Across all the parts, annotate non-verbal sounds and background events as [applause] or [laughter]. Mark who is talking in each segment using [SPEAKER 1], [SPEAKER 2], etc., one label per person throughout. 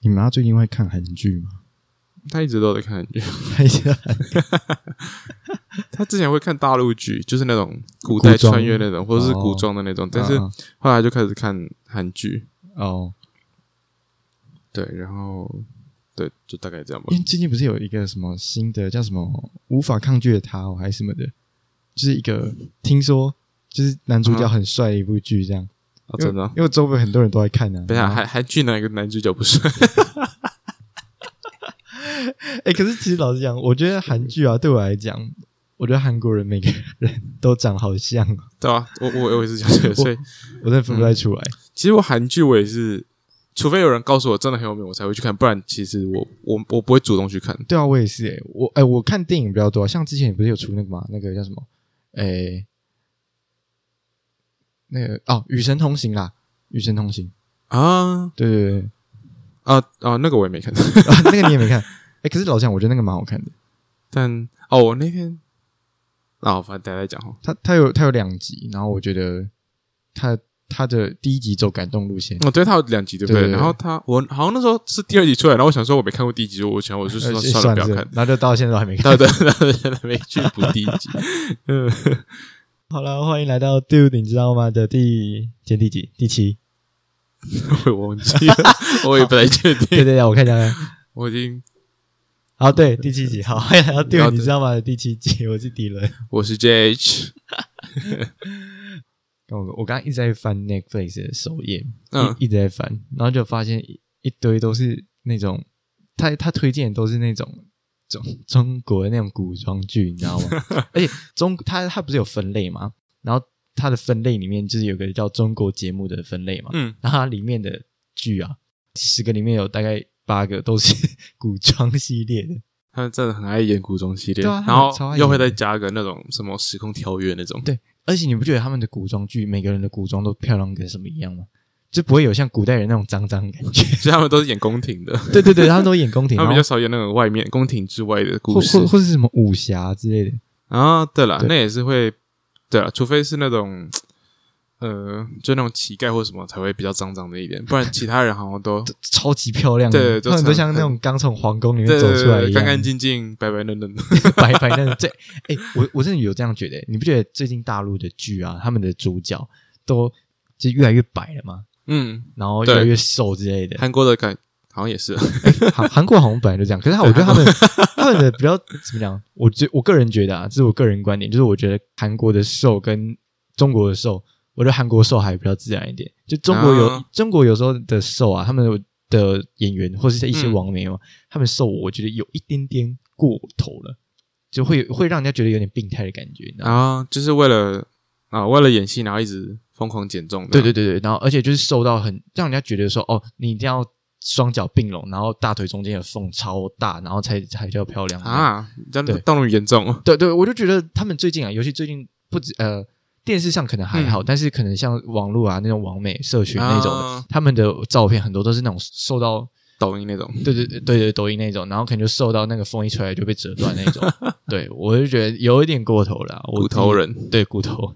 [SPEAKER 1] 你妈最近会看韩剧
[SPEAKER 2] [laughs]
[SPEAKER 1] 吗？啊
[SPEAKER 2] 他一直都有在看韩剧，
[SPEAKER 1] 她一直
[SPEAKER 2] 他之前会看大陆剧，就是那种古代
[SPEAKER 1] 古装
[SPEAKER 2] 穿越那种，或者是
[SPEAKER 1] 哦
[SPEAKER 2] 古装的那种，但是
[SPEAKER 1] 啊
[SPEAKER 2] 后来就开始看韩剧，
[SPEAKER 1] 哦，
[SPEAKER 2] 对，然后对，就大概这样吧
[SPEAKER 1] 因。为最近不是有一个什么新的叫什么“无法抗拒的他、哦”还是什么的，就是一个听说就是男主角很帅的一部剧，这样、
[SPEAKER 2] 哦，
[SPEAKER 1] 因为
[SPEAKER 2] 真的啊，
[SPEAKER 1] 因为周围很多人都在看啊。
[SPEAKER 2] 等一下
[SPEAKER 1] 然后
[SPEAKER 2] 还还剧哪一个男主角不是？ [laughs]
[SPEAKER 1] 哎、可是其实老实讲，我觉得韩剧啊，对我来讲，我觉得韩国人每个人都长好像哦，
[SPEAKER 2] 对啊，我我我也是这样觉得，所以
[SPEAKER 1] 我真的分不
[SPEAKER 2] 嗯
[SPEAKER 1] 太出来。
[SPEAKER 2] 其实我韩剧我也是，除非有人告诉我真的很有名，我才会去看，不然其实我我我不会主动去看。
[SPEAKER 1] 对啊，我也是哎、我哎、我看电影比较多啊、像之前你不是有出那个嘛，那个叫什么？哎、那个哦，《与神同行》啦，《与神同行》
[SPEAKER 2] 啊
[SPEAKER 1] 对对对，
[SPEAKER 2] 啊啊！那个我也没看， [laughs]
[SPEAKER 1] 啊那个你也没看。哎、可是老实讲，我觉得那个蛮好看的。
[SPEAKER 2] 但哦，我那天啊，反正大家再讲哈。
[SPEAKER 1] 它它有它有两集，然后我觉得它它的第一集走感动路线，
[SPEAKER 2] 哦，对，他有两集，对不
[SPEAKER 1] 对对
[SPEAKER 2] 对？
[SPEAKER 1] 对
[SPEAKER 2] 然后他，我好像那时候是第二集出来，然后我想说我没看过第一集，我想我就
[SPEAKER 1] 呃
[SPEAKER 2] 说
[SPEAKER 1] 先
[SPEAKER 2] 算了，
[SPEAKER 1] 了
[SPEAKER 2] 不要看。
[SPEAKER 1] 然后就到现在都还没看。
[SPEAKER 2] 对对对，现在没去补第一集。嗯，
[SPEAKER 1] 好了，欢迎来到 Dude，你知道吗的第今天第几？第
[SPEAKER 2] [laughs]
[SPEAKER 1] 七？
[SPEAKER 2] 我忘记了，我也不太
[SPEAKER 1] 对
[SPEAKER 2] 确定，
[SPEAKER 1] 对对，我看一下。看
[SPEAKER 2] 我已经
[SPEAKER 1] 好，对，第七集。好，欢迎来到
[SPEAKER 2] 好
[SPEAKER 1] Dude，
[SPEAKER 2] 的
[SPEAKER 1] 你知道吗的第七集，我是迪伦。
[SPEAKER 2] 我是 JH，
[SPEAKER 1] 我我刚刚一直在翻 Netflix 的首页，
[SPEAKER 2] 嗯
[SPEAKER 1] 一一直在翻，然后就发现一一堆都是那种他他推荐的都是那种中中国的那种古装剧，你知
[SPEAKER 2] [laughs]
[SPEAKER 1] 道吗？而且中他他不是有分类吗？然后他的分类里面就是有个叫中国节目的分类嘛，
[SPEAKER 2] 嗯，
[SPEAKER 1] 然后它里面的剧啊，十个里面有大概八个都是 [laughs] 古装系列的，
[SPEAKER 2] 他真的很爱演古装系列，
[SPEAKER 1] 对啊他
[SPEAKER 2] 然
[SPEAKER 1] 们超爱
[SPEAKER 2] 后
[SPEAKER 1] 演
[SPEAKER 2] 又会再加个那种什么时空跳跃那种，
[SPEAKER 1] 对而且你不觉得他们的古装剧每个人的古装都漂亮跟什么一样吗？就不会有像古代人那种脏脏的感觉。
[SPEAKER 2] 所以他们都是演宫廷的，
[SPEAKER 1] [laughs] 对对对，他们都演宫廷，
[SPEAKER 2] 他们比
[SPEAKER 1] 然
[SPEAKER 2] 较
[SPEAKER 1] 后
[SPEAKER 2] 少演那种外面宫廷之外的
[SPEAKER 1] 或 [laughs]
[SPEAKER 2] 故事
[SPEAKER 1] 或或是什么武侠之类的。
[SPEAKER 2] 啊。对了，
[SPEAKER 1] 对
[SPEAKER 2] 那也是会，对了，除非是那种。呃，就那种乞丐或什么才会比较脏脏的一点，不然其他人好
[SPEAKER 1] [laughs]
[SPEAKER 2] 像都
[SPEAKER 1] 超级漂亮的，
[SPEAKER 2] 对
[SPEAKER 1] 他们
[SPEAKER 2] 就
[SPEAKER 1] 都
[SPEAKER 2] 常
[SPEAKER 1] 像那种刚从皇宫里面
[SPEAKER 2] 对
[SPEAKER 1] 走
[SPEAKER 2] 对
[SPEAKER 1] 出来一
[SPEAKER 2] 对，
[SPEAKER 1] 样，
[SPEAKER 2] 干干净净、白白嫩嫩的。
[SPEAKER 1] 白白嫩。这，哎、我我真的有这样觉得、你不觉得最近大陆的剧啊，他们的主角都就越来越白了吗？
[SPEAKER 2] 嗯，
[SPEAKER 1] 然后越
[SPEAKER 2] 对
[SPEAKER 1] 来越瘦之类的。
[SPEAKER 2] 韩国的感好像也是，啊
[SPEAKER 1] 韩韩国好像本来就这样，可是他我觉得 [laughs] 他们他们的比较怎么讲？我觉我个人觉得啊，这是我个人观点，就是我觉得韩国的瘦跟中国的瘦，我觉得韩国瘦还比较自然一点。就中国有、
[SPEAKER 2] 啊
[SPEAKER 1] 中国有时候的瘦啊，他们的演员或是一些网媒嘛，他们瘦我觉得有一点点过头了，就会会让人家觉得有点病态的感觉，你知道吗？
[SPEAKER 2] 然后就是为了啊，为了演戏，然后一直疯狂减重。
[SPEAKER 1] 对对，对对，然后而且就是瘦到很让人家觉得说，哦，你一定要。双脚并拢，然后大腿中间的缝超大，然后才才叫漂亮
[SPEAKER 2] 啊，这
[SPEAKER 1] 对
[SPEAKER 2] 样到那么严重哦。
[SPEAKER 1] 对对，我就觉得他们最近啊，尤其最近不止呃，电视上可能还好，但是可能像网络啊那种网美社群那种的，
[SPEAKER 2] 嗯啊
[SPEAKER 1] 他们的照片很多都是那种受到
[SPEAKER 2] 抖音那种，
[SPEAKER 1] 对对对对对抖音那种，然后可能就受到那个风一吹来就被折断那
[SPEAKER 2] [laughs]
[SPEAKER 1] 种。对我就觉得有一点过头了，我
[SPEAKER 2] 骨头人
[SPEAKER 1] 自己对骨头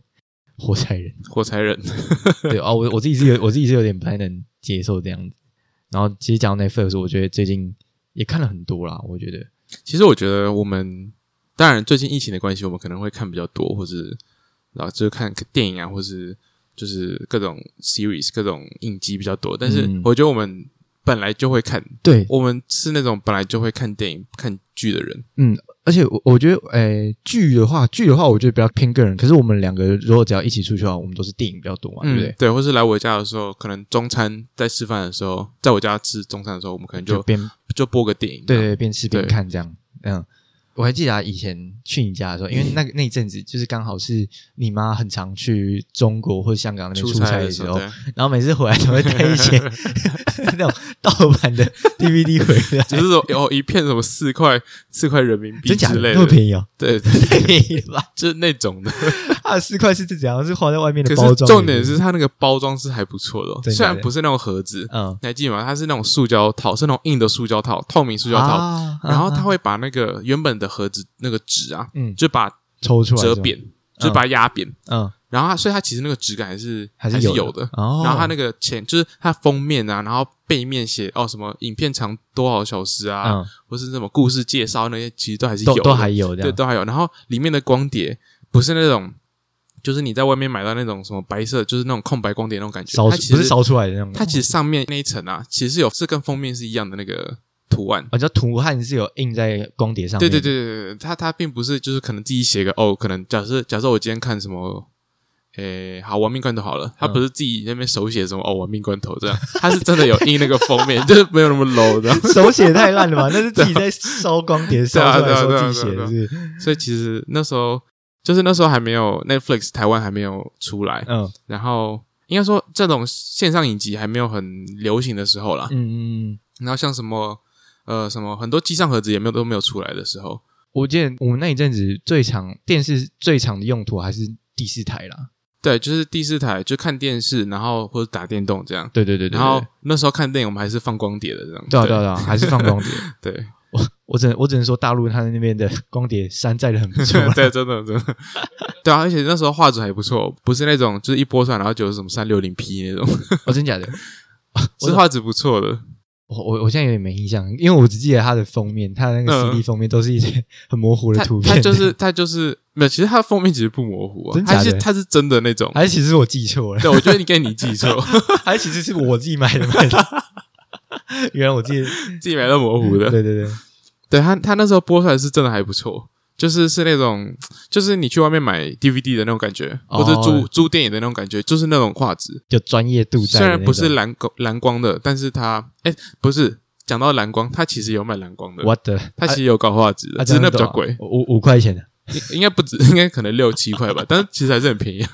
[SPEAKER 1] 活塞人，
[SPEAKER 2] 火柴人，
[SPEAKER 1] 对哦，我我自己是有我自己是有点不太能接受这样子。然后其实讲到 Netflix，我觉得最近也看了很多啦，我觉得
[SPEAKER 2] 其实我觉得我们当然最近疫情的关系，我们可能会看比较多，或是然后就是看电影啊，或是就是各种 series、各种影集比较多。但是
[SPEAKER 1] 嗯
[SPEAKER 2] 我觉得我们本来就会看，
[SPEAKER 1] 对
[SPEAKER 2] 我们是那种本来就会看电影、看剧的人。
[SPEAKER 1] 而且我我觉得，诶、剧的话，剧的话，我觉得比较偏个人。可是我们两个如果只要一起出去的话，我们都是电影比较多嘛，对不对？
[SPEAKER 2] 或是来我家的时候，可能中餐在吃饭的时候，在我家吃中餐的时候，我们可能就
[SPEAKER 1] 边
[SPEAKER 2] 就播个电影。
[SPEAKER 1] 对对边吃边
[SPEAKER 2] 对
[SPEAKER 1] 看这样。嗯，我还记得、啊、以前去你家的时候，因为那
[SPEAKER 2] 嗯
[SPEAKER 1] 个那一阵子就是刚好是你妈很常去中国或香港那边
[SPEAKER 2] 出
[SPEAKER 1] 出差
[SPEAKER 2] 的
[SPEAKER 1] 的
[SPEAKER 2] 时
[SPEAKER 1] 时
[SPEAKER 2] 候，
[SPEAKER 1] 候，
[SPEAKER 2] 对
[SPEAKER 1] 然后每次回来都会带一
[SPEAKER 2] [laughs]
[SPEAKER 1] 些那种盗版的 DVD 回
[SPEAKER 2] [laughs]
[SPEAKER 1] 来，
[SPEAKER 2] 就是说有一片什么四块四块人民币
[SPEAKER 1] 真假
[SPEAKER 2] 之类
[SPEAKER 1] 那么
[SPEAKER 2] 的，
[SPEAKER 1] 便宜哦，
[SPEAKER 2] 对，
[SPEAKER 1] 太便宜了吧？
[SPEAKER 2] 就是那种的。
[SPEAKER 1] 二十块是怎样？是花在外面的
[SPEAKER 2] 可
[SPEAKER 1] 包
[SPEAKER 2] 是
[SPEAKER 1] 装？
[SPEAKER 2] 重点，是它那个包装是还不错的哦、
[SPEAKER 1] 真假的
[SPEAKER 2] 虽然不是那种盒子，
[SPEAKER 1] 嗯，
[SPEAKER 2] 你还记得吗？它是那种塑胶套，是那种硬的塑胶套，透明塑胶套。
[SPEAKER 1] 啊
[SPEAKER 2] 然后它
[SPEAKER 1] 啊
[SPEAKER 2] 会把那个原本的盒子那个纸啊，
[SPEAKER 1] 嗯
[SPEAKER 2] 就把
[SPEAKER 1] 抽出来
[SPEAKER 2] 折
[SPEAKER 1] 是吗，
[SPEAKER 2] 扁，就把它压扁，
[SPEAKER 1] 嗯。
[SPEAKER 2] 然然后它所以它其实那个质感还是
[SPEAKER 1] 还
[SPEAKER 2] 是
[SPEAKER 1] 是
[SPEAKER 2] 有
[SPEAKER 1] 的。哦，
[SPEAKER 2] 然后它那个前就是它封面啊，然后背面写哦什么影片长多少小时啊，
[SPEAKER 1] 嗯，
[SPEAKER 2] 或是什么故事介绍那些，其实都还是有
[SPEAKER 1] 都
[SPEAKER 2] 的，
[SPEAKER 1] 都还有这
[SPEAKER 2] 对，
[SPEAKER 1] 样，
[SPEAKER 2] 都还有。然后里面的光碟不是那种，就是你在外面买到那种什么白色，就是那种空白光碟那种感觉，
[SPEAKER 1] 烧
[SPEAKER 2] 它
[SPEAKER 1] 出
[SPEAKER 2] 其
[SPEAKER 1] 不是
[SPEAKER 2] 实
[SPEAKER 1] 烧出来的那种，
[SPEAKER 2] 它其实上面那一层啊，其实有是跟封面是一样的那个图案。
[SPEAKER 1] 啊，叫图案是有印在光碟上
[SPEAKER 2] 对
[SPEAKER 1] 面的，
[SPEAKER 2] 对对对对，它它并不是就是可能自己写个哦，可能假设假设我今天看什么。诶，好，亡命关头好了，
[SPEAKER 1] 嗯
[SPEAKER 2] 他不是自己那边手写什么哦，亡命关头这样，他是真的有印那个封面， [laughs] 就是没有那么 low 的。
[SPEAKER 1] 手写太烂了吧？那是
[SPEAKER 2] [laughs]
[SPEAKER 1] 自己在烧光碟烧出来
[SPEAKER 2] 对
[SPEAKER 1] 的
[SPEAKER 2] 啊
[SPEAKER 1] 时
[SPEAKER 2] 对啊
[SPEAKER 1] 候自己写
[SPEAKER 2] 对啊
[SPEAKER 1] 的是，
[SPEAKER 2] 所以其实那时候就是那时候还没有 Netflix 台湾还没有出来，
[SPEAKER 1] 嗯
[SPEAKER 2] 然后应该说这种线上影集还没有很流行的时候啦。
[SPEAKER 1] 嗯嗯嗯。
[SPEAKER 2] 然后像什么呃什么很多机上盒子也没有都没有出来的时候，
[SPEAKER 1] 我记得我们那一阵子最常电视最常的用途还是第四台啦，
[SPEAKER 2] 对，就是第四台就看电视，然后或者打电动这样。
[SPEAKER 1] 对对对对，
[SPEAKER 2] 然后
[SPEAKER 1] 对
[SPEAKER 2] 那时候看电影，我们还是放光碟的这样。
[SPEAKER 1] 对啊对啊啊对啊，还是放光碟。
[SPEAKER 2] 对对
[SPEAKER 1] 我只能我只能说大陆他那边的光碟山寨的很不错啦，
[SPEAKER 2] [laughs] 对，真的真的，对啊，而且那时候画质还不错，不是那种就是一播出来然后就是什么三六零 P 那种，
[SPEAKER 1] 哦，真假的？
[SPEAKER 2] 是画质不错的。
[SPEAKER 1] 我我我现在有点没印象，因为我只记得它的封面，它的那个
[SPEAKER 2] 嗯
[SPEAKER 1] CD 封面都是一些很模糊的
[SPEAKER 2] 它
[SPEAKER 1] 图片，
[SPEAKER 2] 它就是它就是没有，其实它的封面其实不模糊啊，
[SPEAKER 1] 真假的
[SPEAKER 2] 它是它是真的那
[SPEAKER 1] [laughs]
[SPEAKER 2] 种。
[SPEAKER 1] 还是其实我记错了，
[SPEAKER 2] 对，我觉得应该你记
[SPEAKER 1] [laughs]
[SPEAKER 2] 错，
[SPEAKER 1] 还是其实是我自己买的 [laughs] 买的，原来我记得，
[SPEAKER 2] 自己买到模糊
[SPEAKER 1] 嗯对
[SPEAKER 2] 的。
[SPEAKER 1] 对对，
[SPEAKER 2] 对他，他那时候播出来是真的还不错，就是是那种，就是你去外面买 DVD 的那种感觉，
[SPEAKER 1] 哦
[SPEAKER 2] 或者租租电影的那种感觉，就是那种画质。
[SPEAKER 1] 就专业度在
[SPEAKER 2] 虽
[SPEAKER 1] 的那种，
[SPEAKER 2] 然不是蓝光蓝光的，但是它哎，不是讲到蓝光，它其实有卖蓝光的，
[SPEAKER 1] 我的，
[SPEAKER 2] 它其实有高画质的，
[SPEAKER 1] 啊
[SPEAKER 2] 只是那比较，
[SPEAKER 1] 这
[SPEAKER 2] 贵
[SPEAKER 1] 样，多少五五块钱的，
[SPEAKER 2] 应应该不止，应该可能六七块吧，但是其实还是很便宜。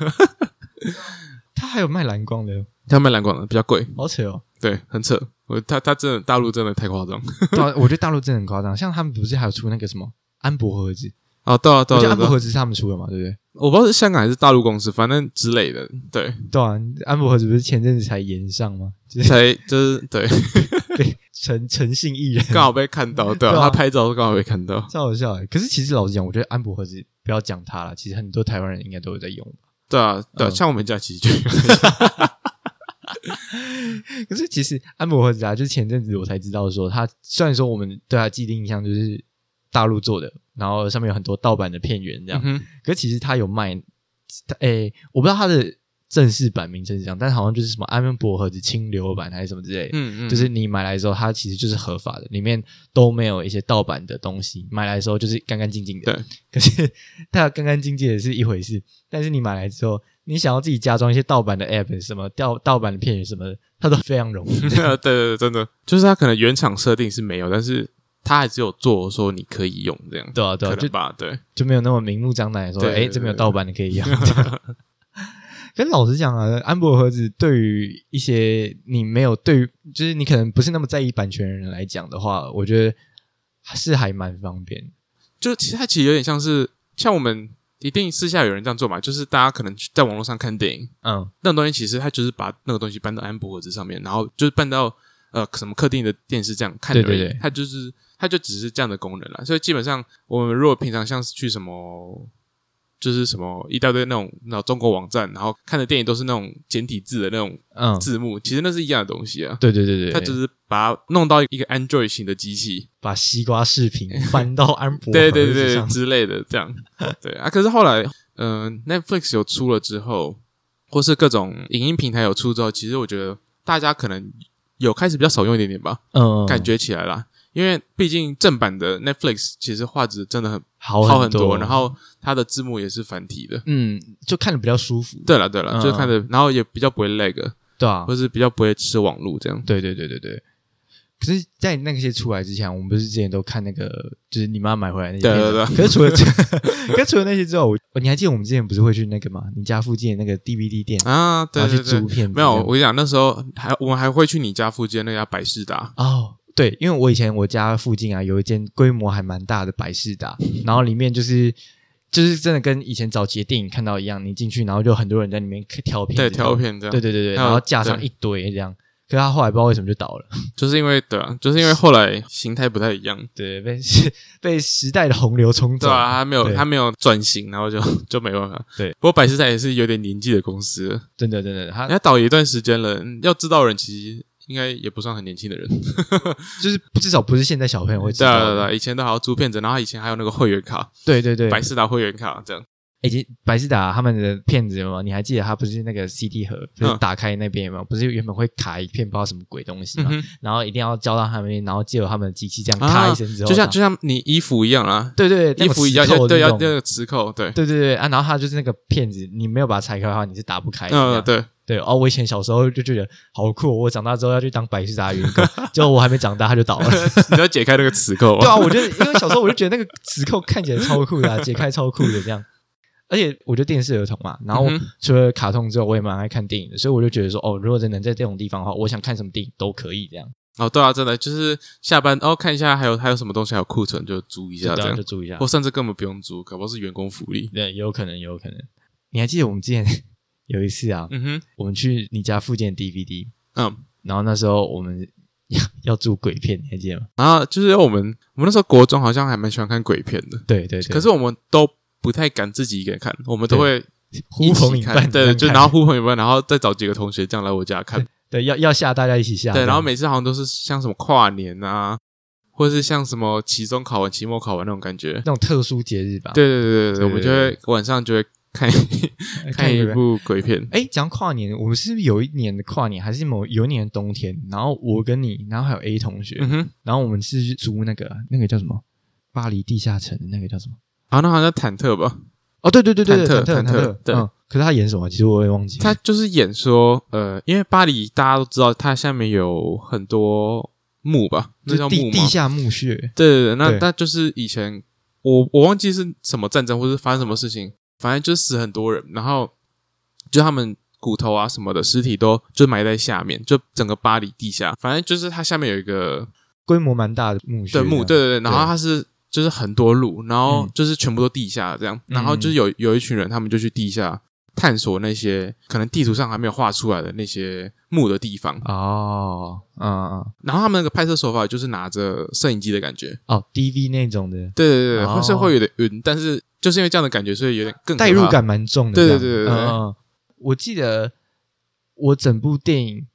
[SPEAKER 1] 他还有卖蓝光的，
[SPEAKER 2] 他卖蓝光的比较贵，
[SPEAKER 1] 好扯
[SPEAKER 2] [laughs]
[SPEAKER 1] 哦。
[SPEAKER 2] 对，很扯。我他他真的大陆真的太夸张
[SPEAKER 1] 对啊，我觉得大陆真的很夸张，像他们不是还有出那个什么安博盒子，
[SPEAKER 2] 哦，对啊，对
[SPEAKER 1] 我觉
[SPEAKER 2] 啊，对
[SPEAKER 1] 得
[SPEAKER 2] 啊
[SPEAKER 1] 安
[SPEAKER 2] 对
[SPEAKER 1] 博
[SPEAKER 2] 啊
[SPEAKER 1] 盒子是他们出的嘛，对不对？
[SPEAKER 2] 我不知道是香港还是大陆公司，反正之类的，对，
[SPEAKER 1] 对啊，安博盒子不是前阵子才延上吗？就是
[SPEAKER 2] 才就是对，
[SPEAKER 1] 被 [laughs] 诚诚信艺人
[SPEAKER 2] [laughs] 刚好被看到，对啊、
[SPEAKER 1] 对啊
[SPEAKER 2] 他拍照刚好被看到，
[SPEAKER 1] 超好笑欸可是其实老实讲，我觉得安博盒子不要讲它了，其实很多台湾人应该都有在用吧。
[SPEAKER 2] 对啊，对啊
[SPEAKER 1] 嗯
[SPEAKER 2] 像我们
[SPEAKER 1] [laughs]
[SPEAKER 2] 家其实就有，
[SPEAKER 1] 可是其实安博盒子啊，就是前阵子我才知道说，它虽然说我们对它既定印象就是大陆做的，然后上面有很多盗版的片源这样，
[SPEAKER 2] 嗯哼
[SPEAKER 1] 可其实它有卖，它诶、我不知道它的正式版名称是这样，但好像就是什么安博盒子清流版还是什么之类的。
[SPEAKER 2] 嗯嗯，
[SPEAKER 1] 就是你买来之后，它其实就是合法的，里面都没有一些盗版的东西。买来的时候就是干干净净的。
[SPEAKER 2] 对。
[SPEAKER 1] [laughs] 可是它干干净净的是一回事，但是你买来之后，你想要自己加装一些盗版的 app，什么盗盗版的片语什么的，它都非常容易。
[SPEAKER 2] [laughs]
[SPEAKER 1] [laughs]
[SPEAKER 2] 对对对，真的，就是他可能原厂设定是没有，但是他还只有做说你可以用这样，
[SPEAKER 1] 对啊，对啊，
[SPEAKER 2] 可
[SPEAKER 1] 就
[SPEAKER 2] 能吧，对，
[SPEAKER 1] 就没有那么明目张胆地说，
[SPEAKER 2] 对对
[SPEAKER 1] 哎，
[SPEAKER 2] 对
[SPEAKER 1] 这边有
[SPEAKER 2] 对
[SPEAKER 1] 盗版，你可以用。
[SPEAKER 2] [laughs]
[SPEAKER 1] 跟老实讲啊，安博盒子对于一些你没有对于，就是你可能不是那么在意版权的人来讲的话，我觉得是还蛮方便的。
[SPEAKER 2] 就其实他其实有点像是像我们一定私下有人这样做嘛，就是大家可能去在网络上看电影，
[SPEAKER 1] 嗯，
[SPEAKER 2] 那种东西其实它就是把那个东西搬到安博盒子上面，然后就是搬到呃什么客厅的电视这样看而已。
[SPEAKER 1] 对对对
[SPEAKER 2] 它就是它就只是这样的功能了。所以基本上我们如果平常像是去什么。就是什么一大堆那种那种中国网站，然后看的电影都是那种简体字的那种
[SPEAKER 1] 嗯，
[SPEAKER 2] 字幕，其实那是一样的东西啊。
[SPEAKER 1] 对对对对，
[SPEAKER 2] 它只是把它弄到一个 Android 型的机器，
[SPEAKER 1] 把西瓜视频搬到安博
[SPEAKER 2] 对
[SPEAKER 1] 盒
[SPEAKER 2] 对
[SPEAKER 1] 子
[SPEAKER 2] 对
[SPEAKER 1] 上
[SPEAKER 2] 对之类的，
[SPEAKER 1] [laughs]
[SPEAKER 2] 这样对啊。可是后来，嗯、n e t f l i x 有出了之后，或是各种影音平台有出之后，其实我觉得大家可能有开始比较少用一点点吧，
[SPEAKER 1] 嗯，
[SPEAKER 2] 感觉起来啦。因为毕竟正版的 Netflix 其实画质真的很
[SPEAKER 1] 好
[SPEAKER 2] 好
[SPEAKER 1] 很
[SPEAKER 2] 多，然后它的字幕也是繁体的。
[SPEAKER 1] 嗯，就看的比较舒服，
[SPEAKER 2] 对了对了，
[SPEAKER 1] 嗯
[SPEAKER 2] 就是看的，然后也比较不会 lag，
[SPEAKER 1] 对啊
[SPEAKER 2] 或，是比较不会吃网路这样。
[SPEAKER 1] 对对对对对。可是，在那些出来之前，我们不是之前都看那个，就是你妈买回来那些片
[SPEAKER 2] 对对
[SPEAKER 1] 吗
[SPEAKER 2] 对
[SPEAKER 1] 可是除了， [laughs] 可是除了那些之后，我你还记得我们之前不是会去那个吗？你家附近的那个 DVD 店，
[SPEAKER 2] 啊，对
[SPEAKER 1] 然后去
[SPEAKER 2] 对
[SPEAKER 1] 租
[SPEAKER 2] 对，
[SPEAKER 1] 片？
[SPEAKER 2] 没有，我跟你讲，那时候还我们还会去你家附近那家百事达，
[SPEAKER 1] 哦，对，因为我以前我家附近啊有一间规模还蛮大的百事
[SPEAKER 2] [laughs]
[SPEAKER 1] 达，然后里面就是就是真的跟以前早期的电影看到一样，你进去然后就很多人在里面挑片，
[SPEAKER 2] 对，挑，片这样
[SPEAKER 1] 对。对对对，
[SPEAKER 2] 还有
[SPEAKER 1] 然后架上
[SPEAKER 2] 对
[SPEAKER 1] 一堆这样。可是他后来不知道为什么就倒了， [laughs]
[SPEAKER 2] 就是因为对啊，就是因为后来形态不太一样，
[SPEAKER 1] 对，被被时代的洪流冲走
[SPEAKER 2] 对
[SPEAKER 1] 了。
[SPEAKER 2] 啊，他没有
[SPEAKER 1] 对
[SPEAKER 2] 他没有转型，然后就 [laughs] 就没办法。
[SPEAKER 1] 对
[SPEAKER 2] 不过百事达也是有点年纪的公司了，
[SPEAKER 1] 真的真的，他
[SPEAKER 2] 人家倒也一段时间了，要知道人其实应该也不算很年轻的人，
[SPEAKER 1] 就是至少不是现在小朋友会知
[SPEAKER 2] 对
[SPEAKER 1] 道
[SPEAKER 2] 啊对啊
[SPEAKER 1] 的
[SPEAKER 2] 对。啊，以前都还要租片子，然后以前还有那个会员卡，
[SPEAKER 1] 对对对，
[SPEAKER 2] 百事达会员卡这样，
[SPEAKER 1] 以及百事达他们的片子有没有？你还记得他不是那个 CT 盒，就是
[SPEAKER 2] 嗯
[SPEAKER 1] 打开那边有没有？不是原本会卡一片不知道什么鬼东西
[SPEAKER 2] 嗯
[SPEAKER 1] 嘛，
[SPEAKER 2] 哼，
[SPEAKER 1] 然后一定要交到他们那边，然后借由他们的机器这样
[SPEAKER 2] 啊
[SPEAKER 1] 咔一声之后，
[SPEAKER 2] 就像
[SPEAKER 1] 然后
[SPEAKER 2] 就像你衣服一样啊，
[SPEAKER 1] 对对对，
[SPEAKER 2] 衣服一样要对
[SPEAKER 1] 对
[SPEAKER 2] 要要有磁扣，对，
[SPEAKER 1] 对对对啊，然后他就是那个片子，你没有把它拆开的话，你是打不开的。
[SPEAKER 2] 嗯对，
[SPEAKER 1] 对
[SPEAKER 2] [laughs]
[SPEAKER 1] 哦，我以前小时候就觉得好酷哦，我长大之后要去当百事达员 [laughs] 工，结果我还没长大他就倒了。
[SPEAKER 2] 你要解开那个磁
[SPEAKER 1] [laughs]
[SPEAKER 2] 扣
[SPEAKER 1] 对
[SPEAKER 2] 啊，
[SPEAKER 1] 啊，我觉得因为小时候我就觉得那个磁扣看起来超酷的、啊，解开超酷的这样。而且我就电视儿童嘛，然后
[SPEAKER 2] 嗯哼
[SPEAKER 1] 除了卡通之后，我也蛮爱看电影的，所以我就觉得说，哦，如果真的能在这种地方的话，我想看什么电影都可以这样，
[SPEAKER 2] 哦对啊，真的就是下班哦看一下还有还有什么东西还有库存就租一下
[SPEAKER 1] 大
[SPEAKER 2] 这
[SPEAKER 1] 家就
[SPEAKER 2] 样，
[SPEAKER 1] 注意一下
[SPEAKER 2] 或。甚至哦根本不用租，搞不好是员工福利，
[SPEAKER 1] 对，有可能，有可能。你还记得我们之前 [laughs] 有一次啊，
[SPEAKER 2] 嗯哼，
[SPEAKER 1] 我们去你家附近的 DVD，
[SPEAKER 2] 嗯。
[SPEAKER 1] 然后那时候我们 [laughs] 要要住鬼片，你还记得吗？
[SPEAKER 2] 然后就是我们，我们那时候国中好像还蛮喜欢看鬼片的，
[SPEAKER 1] 对对对，
[SPEAKER 2] 可是我们都不太敢自己一个人看，我们都会
[SPEAKER 1] 呼朋
[SPEAKER 2] 一
[SPEAKER 1] 引
[SPEAKER 2] 起看
[SPEAKER 1] 伴，
[SPEAKER 2] 对，就
[SPEAKER 1] 这样
[SPEAKER 2] 然
[SPEAKER 1] 看
[SPEAKER 2] 后呼朋引伴，然后再找几个同学这样来我家看，
[SPEAKER 1] 对要要吓大家一起吓这
[SPEAKER 2] 对，
[SPEAKER 1] 样，
[SPEAKER 2] 然后每次好像都是像什么跨年啊，或是像什么期中考完、期末考完那种感觉
[SPEAKER 1] 那，种特殊节日吧，
[SPEAKER 2] 对对对对对，
[SPEAKER 1] 对
[SPEAKER 2] 我们就会晚上就会看
[SPEAKER 1] [laughs] 对
[SPEAKER 2] 看一部鬼片，
[SPEAKER 1] 哎，讲跨年，我们是不是有一年的跨年，还是某有一年的冬天？然后我跟你，然后还有 A 同学，
[SPEAKER 2] 嗯哼，
[SPEAKER 1] 然后我们是去租那个那个叫什么巴黎地下城的那个叫什么？
[SPEAKER 2] 好，那好像叫忐忑吧，
[SPEAKER 1] 哦，对对对对，
[SPEAKER 2] 忐忑
[SPEAKER 1] 忐忑
[SPEAKER 2] 忐忑
[SPEAKER 1] 忑，
[SPEAKER 2] 对
[SPEAKER 1] 嗯。可是他演什么？其实我也忘记了。
[SPEAKER 2] 他就是演说，呃，因为巴黎大家都知道，它下面有很多墓吧，那
[SPEAKER 1] 就
[SPEAKER 2] 叫
[SPEAKER 1] 是地
[SPEAKER 2] 墓吗
[SPEAKER 1] 地？下墓穴，
[SPEAKER 2] 对对对，那
[SPEAKER 1] 对
[SPEAKER 2] 那就是以前我我忘记是什么战争或是发生什么事情，反正就是死很多人，然后就他们骨头啊什么的尸体都就埋在下面，就整个巴黎地下，反正就是它下面有一个
[SPEAKER 1] 规模蛮大的墓穴这样。
[SPEAKER 2] 对墓，对对对，然后它是。就是很多路，然后
[SPEAKER 1] 嗯
[SPEAKER 2] 就是全部都地下这样，
[SPEAKER 1] 嗯
[SPEAKER 2] 然后就是有有一群人，他们就去地下探索那些可能地图上还没有画出来的那些墓的地方，
[SPEAKER 1] 哦，嗯嗯
[SPEAKER 2] 然后他们那个拍摄手法就是拿着摄影机的感觉，
[SPEAKER 1] 哦，DV 那种的
[SPEAKER 2] 对对对，
[SPEAKER 1] 哦
[SPEAKER 2] 会是会有点晕，但是就是因为这样的感觉，所以有点更可怕
[SPEAKER 1] 代入。感蛮重的这
[SPEAKER 2] 对对
[SPEAKER 1] 样。
[SPEAKER 2] 对对对
[SPEAKER 1] 嗯嗯嗯我记得我整部电影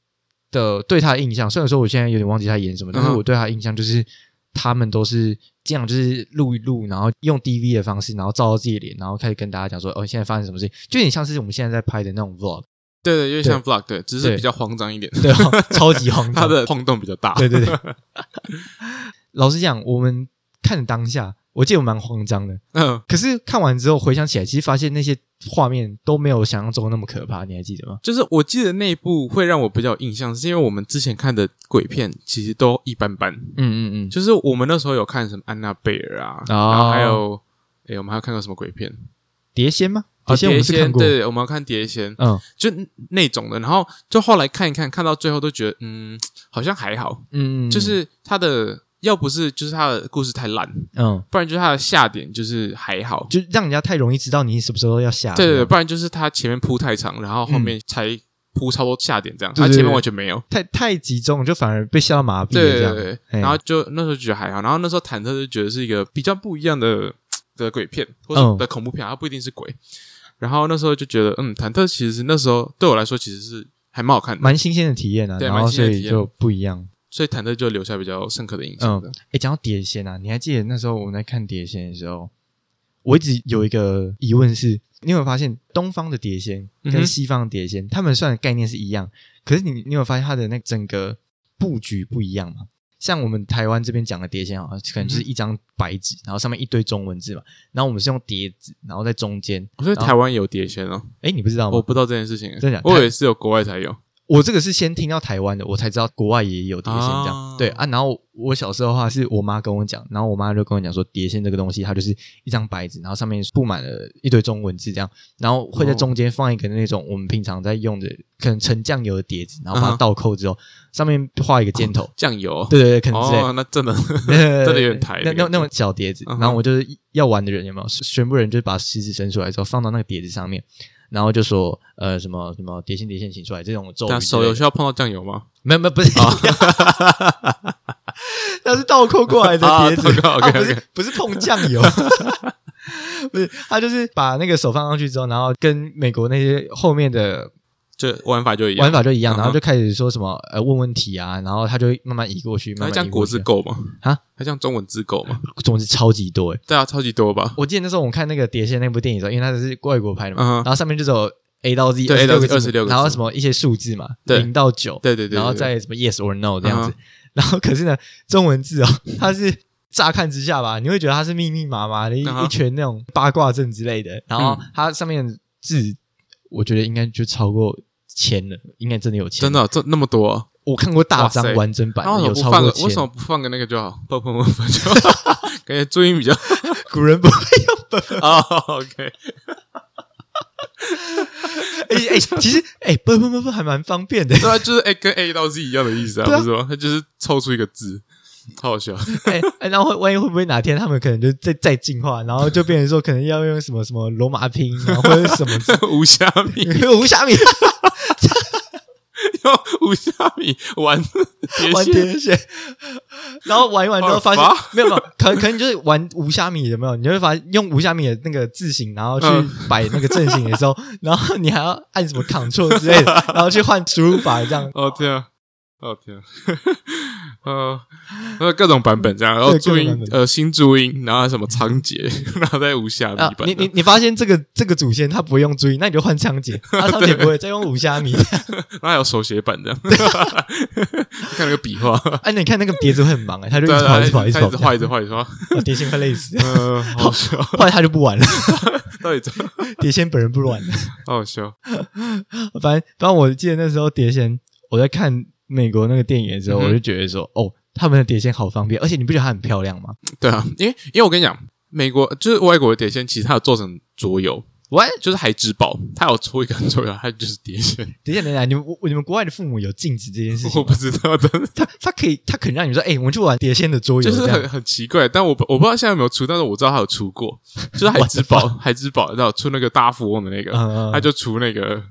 [SPEAKER 1] 的对他的印象，虽然说我现在有点忘记他演什么，但是
[SPEAKER 2] 嗯哼
[SPEAKER 1] 我对他的印象就是他们都是这样，就是录一录，然后用 DV 的方式，然后照到自己的脸，然后开始跟大家讲说，哦，现在发生什么事情，就有点像是我们现在在拍的那种 vlog，
[SPEAKER 2] 对对，有点像 vlog，对，只是
[SPEAKER 1] 对
[SPEAKER 2] 比较慌张一点，
[SPEAKER 1] 对吧、超级慌
[SPEAKER 2] [laughs] 它
[SPEAKER 1] 张。
[SPEAKER 2] 的晃动比较
[SPEAKER 1] [laughs]
[SPEAKER 2] 大。
[SPEAKER 1] 对对对。老实讲，我们看的当下，我记得我蛮慌张的。
[SPEAKER 2] 嗯，
[SPEAKER 1] 可是看完之后回想起来，其实发现那些画面都没有想象中的那么可怕。你还记得吗？
[SPEAKER 2] 就是我记得那一部会让我比较有印象，是因为我们之前看的鬼片其实都一般般，
[SPEAKER 1] 嗯嗯嗯，
[SPEAKER 2] 就是我们那时候有看什么安娜贝尔啊，
[SPEAKER 1] 哦
[SPEAKER 2] 然后还有，诶，我们还有看过什么鬼片？
[SPEAKER 1] 碟仙吗？
[SPEAKER 2] 啊，
[SPEAKER 1] 碟仙我们是看过，
[SPEAKER 2] 对，对我们要看碟仙，
[SPEAKER 1] 嗯
[SPEAKER 2] 就那种的。然后就后来看一看，看到最后都觉得，嗯，好像还好，
[SPEAKER 1] 嗯，
[SPEAKER 2] 就是它的。要不是就是它的故事太烂，
[SPEAKER 1] 嗯，
[SPEAKER 2] 不然就是它的下点就是还好，
[SPEAKER 1] 就让人家太容易知道你什么时候要下。
[SPEAKER 2] 对对
[SPEAKER 1] 这
[SPEAKER 2] 对，
[SPEAKER 1] 样
[SPEAKER 2] 不然就是它前面铺太长，然后后面才铺超多下点这
[SPEAKER 1] 嗯
[SPEAKER 2] 样，
[SPEAKER 1] 对
[SPEAKER 2] 它
[SPEAKER 1] 对
[SPEAKER 2] 前面完全没有。
[SPEAKER 1] 太太集中，就反而被吓到麻痹了这
[SPEAKER 2] 对对
[SPEAKER 1] 样。哎
[SPEAKER 2] 对
[SPEAKER 1] 嘿
[SPEAKER 2] 对，然后就那时候觉得还好，然后那时候忐忑就觉得是一个比较不一样的的鬼片或者
[SPEAKER 1] 嗯
[SPEAKER 2] 的恐怖片，它不一定是鬼。然后那时候就觉得，嗯，忐忑其实是那时候对我来说其实是还蛮好看的，
[SPEAKER 1] 蛮新鲜的体验啊，
[SPEAKER 2] 对
[SPEAKER 1] 然后
[SPEAKER 2] 蛮
[SPEAKER 1] 所
[SPEAKER 2] 新鲜的
[SPEAKER 1] 以
[SPEAKER 2] 体验
[SPEAKER 1] 就不一样。
[SPEAKER 2] 所以忐忑就留下比较深刻的印象的。
[SPEAKER 1] 哎，讲到碟仙啊，你还记得那时候我们在看碟仙的时候，我一直有一个疑问是，你有没有发现东方的碟仙
[SPEAKER 2] 嗯
[SPEAKER 1] 跟
[SPEAKER 2] 哼
[SPEAKER 1] 西方的碟仙，他们算的概念是一样，可是你你有没有发现它的那整个布局不一样嘛？像我们台湾这边讲的碟仙啊，可能
[SPEAKER 2] 嗯
[SPEAKER 1] 就是一张白纸，然后上面一堆中文字嘛，然后我们是用碟子，然后在中间。
[SPEAKER 2] 我觉得
[SPEAKER 1] 然后
[SPEAKER 2] 台湾有碟仙哦，
[SPEAKER 1] 哎，你不知道
[SPEAKER 2] 我
[SPEAKER 1] 吗？
[SPEAKER 2] 不知道这件事情，
[SPEAKER 1] 真的假的
[SPEAKER 2] 我以为是有国外才有。
[SPEAKER 1] 我这个是先听到台湾的，我才知道国外也有碟仙这样。
[SPEAKER 2] 啊
[SPEAKER 1] 对啊，然后我小时候的话是我妈跟我讲，然后我妈就跟我讲说，碟仙这个东西它就是一张白纸，然后上面布满了一堆中文字这样，然后会在中间放一个那种我们平常在用的可能盛酱油的碟子，然后把
[SPEAKER 2] 嗯
[SPEAKER 1] 它
[SPEAKER 2] 哼
[SPEAKER 1] 倒扣之后，上面画一个箭头。
[SPEAKER 2] 酱油，
[SPEAKER 1] 对对对，可能之类的 [laughs]
[SPEAKER 2] 哦哦，那真的
[SPEAKER 1] 真
[SPEAKER 2] 真的有点台
[SPEAKER 1] 那
[SPEAKER 2] 那个
[SPEAKER 1] 那那种小碟子，
[SPEAKER 2] 嗯哼
[SPEAKER 1] 然后我就是要玩的人有没有？全部人就是把食指伸出来之后放到那个碟子上面，然后就说呃什么什么碟仙碟仙请出来这种咒语之类
[SPEAKER 2] 但
[SPEAKER 1] 的，
[SPEAKER 2] 手游需要碰到酱油吗？
[SPEAKER 1] 没有没有不是，
[SPEAKER 2] 哦
[SPEAKER 1] [laughs] 那是倒扣过来的
[SPEAKER 2] [laughs] 啊
[SPEAKER 1] 碟子，
[SPEAKER 2] 倒扣
[SPEAKER 1] 啊
[SPEAKER 2] OK，OK
[SPEAKER 1] 不是不是碰酱油， [laughs] 不是他就是把那个手放上去之后，然后跟美国那些后面的
[SPEAKER 2] 就玩法就一样，
[SPEAKER 1] 玩法就一样，然后
[SPEAKER 2] 嗯哼
[SPEAKER 1] 就开始说什么呃问问题啊，然后他就慢慢移过去，慢
[SPEAKER 2] 它
[SPEAKER 1] 慢
[SPEAKER 2] 这样
[SPEAKER 1] 移过
[SPEAKER 2] 国
[SPEAKER 1] 去
[SPEAKER 2] 字，够吗？
[SPEAKER 1] 啊，
[SPEAKER 2] 它这样中文字够吗？
[SPEAKER 1] 总之超级多欸。
[SPEAKER 2] 对啊，超级多吧？
[SPEAKER 1] 我记得那时候我看那个《碟仙》那部电影的时候，因为它是外国拍的嘛，
[SPEAKER 2] 嗯哼
[SPEAKER 1] 然后上面就只有 A 到 Z，
[SPEAKER 2] 对 A 到 Z
[SPEAKER 1] 26字母
[SPEAKER 2] 26个字
[SPEAKER 1] 然后什么一些数字嘛，
[SPEAKER 2] 对
[SPEAKER 1] 零到九，
[SPEAKER 2] 对对对对
[SPEAKER 1] 然后
[SPEAKER 2] 对
[SPEAKER 1] 再什么 yes or no 这样子
[SPEAKER 2] 嗯。
[SPEAKER 1] [laughs] 然后可是呢，中文字哦，它是乍看之下吧，你会觉得它是密密麻麻的一、
[SPEAKER 2] 嗯哼
[SPEAKER 1] 一圈那种八卦阵之类的，然后
[SPEAKER 2] 嗯
[SPEAKER 1] 它上面的字，我觉得应该就超过千了，应该真的有千。
[SPEAKER 2] 真的哦这那么多哦，
[SPEAKER 1] 我看过大
[SPEAKER 2] 哇塞
[SPEAKER 1] 张完整版
[SPEAKER 2] 那为
[SPEAKER 1] 的，
[SPEAKER 2] 什
[SPEAKER 1] 有
[SPEAKER 2] 么不
[SPEAKER 1] 超
[SPEAKER 2] 放个
[SPEAKER 1] 过？
[SPEAKER 2] 为什么
[SPEAKER 1] 千。
[SPEAKER 2] 不放个那个就好？不不不不就好， [laughs] 感觉注音比较
[SPEAKER 1] 古人不
[SPEAKER 2] 啊 OK，
[SPEAKER 1] 哎哎、其实哎，不不不不，还蛮方便的。
[SPEAKER 2] 对啊，就是 A 跟 A 到 Z 一样的意思
[SPEAKER 1] 对
[SPEAKER 2] 啊，
[SPEAKER 1] 啊
[SPEAKER 2] 不是吗？它就是凑出一个字，超好笑。 [laughs]
[SPEAKER 1] 哎哎，然后会万一会不会哪天他们可能就再再进化，然后就变成说可能要用什么什么罗马拼音啊，或者是什么字 [laughs]
[SPEAKER 2] 无虾米，
[SPEAKER 1] 无虾米
[SPEAKER 2] 用无虾米玩碟
[SPEAKER 1] 玩
[SPEAKER 2] 仙，
[SPEAKER 1] 天线，然后玩一玩之后
[SPEAKER 2] 好
[SPEAKER 1] 发现
[SPEAKER 2] 烦
[SPEAKER 1] 没有没有，可可能就是玩无虾米有没有？你会发现用无虾米的那个字形，然后去
[SPEAKER 2] 嗯
[SPEAKER 1] 摆那个阵型的时
[SPEAKER 2] [laughs]
[SPEAKER 1] 候，然后你还要按什么 Ctrl 之类的，然后去换输入法这样。
[SPEAKER 2] 哦天啊，哦天啊，呃，那各种版本这样，然后
[SPEAKER 1] 对各种
[SPEAKER 2] 注音
[SPEAKER 1] 版本
[SPEAKER 2] 呃新注音，然后什么仓颉，然后再无虾米
[SPEAKER 1] 啊
[SPEAKER 2] 版，的，
[SPEAKER 1] 你你你发现这个这个主线它不会用注意，那你就换仓颉，啊仓颉不会再用无
[SPEAKER 2] [laughs]
[SPEAKER 1] 虾米，啊
[SPEAKER 2] 然后还有手写版 [laughs] 这样，看那个笔画，
[SPEAKER 1] 哎，那你看那个碟子会很忙哎，他就一
[SPEAKER 2] 对
[SPEAKER 1] 直跑一直跑一直跑
[SPEAKER 2] 啊，对啊他一直，画一直画一直画，
[SPEAKER 1] 我碟仙快累 [laughs] 死，
[SPEAKER 2] 呃，好好笑，
[SPEAKER 1] 后来他就不玩了，
[SPEAKER 2] [laughs] 到底怎么
[SPEAKER 1] 碟仙本人不玩了。
[SPEAKER 2] [laughs] 好好笑？
[SPEAKER 1] 反正反正我记得那时候碟仙，我在看美国那个电影的时候，
[SPEAKER 2] 嗯哼
[SPEAKER 1] 我就觉得说，哦，他们的碟仙好方便，而且你不觉得它很漂亮吗？
[SPEAKER 2] 对啊，因为因为我跟你讲，美国就是外国的碟仙，其实它有做成桌游，
[SPEAKER 1] 喂，
[SPEAKER 2] 就是海之宝，它有出一个桌游，它就是碟仙。 [laughs]
[SPEAKER 1] 等一下，等一下，你们我你们国外的父母有禁止这件事情
[SPEAKER 2] 我
[SPEAKER 1] 吗
[SPEAKER 2] 不？知道，但是
[SPEAKER 1] 他他可以他可能让你说，哎、我们去玩碟仙的桌游，
[SPEAKER 2] 就是
[SPEAKER 1] 这
[SPEAKER 2] 很
[SPEAKER 1] 样
[SPEAKER 2] 很奇怪。但我不我不知道现在有没有出，但是我知道它有出过，就是海之宝，海之宝，然后出那个大富翁的那个，
[SPEAKER 1] 嗯嗯
[SPEAKER 2] 它就出那个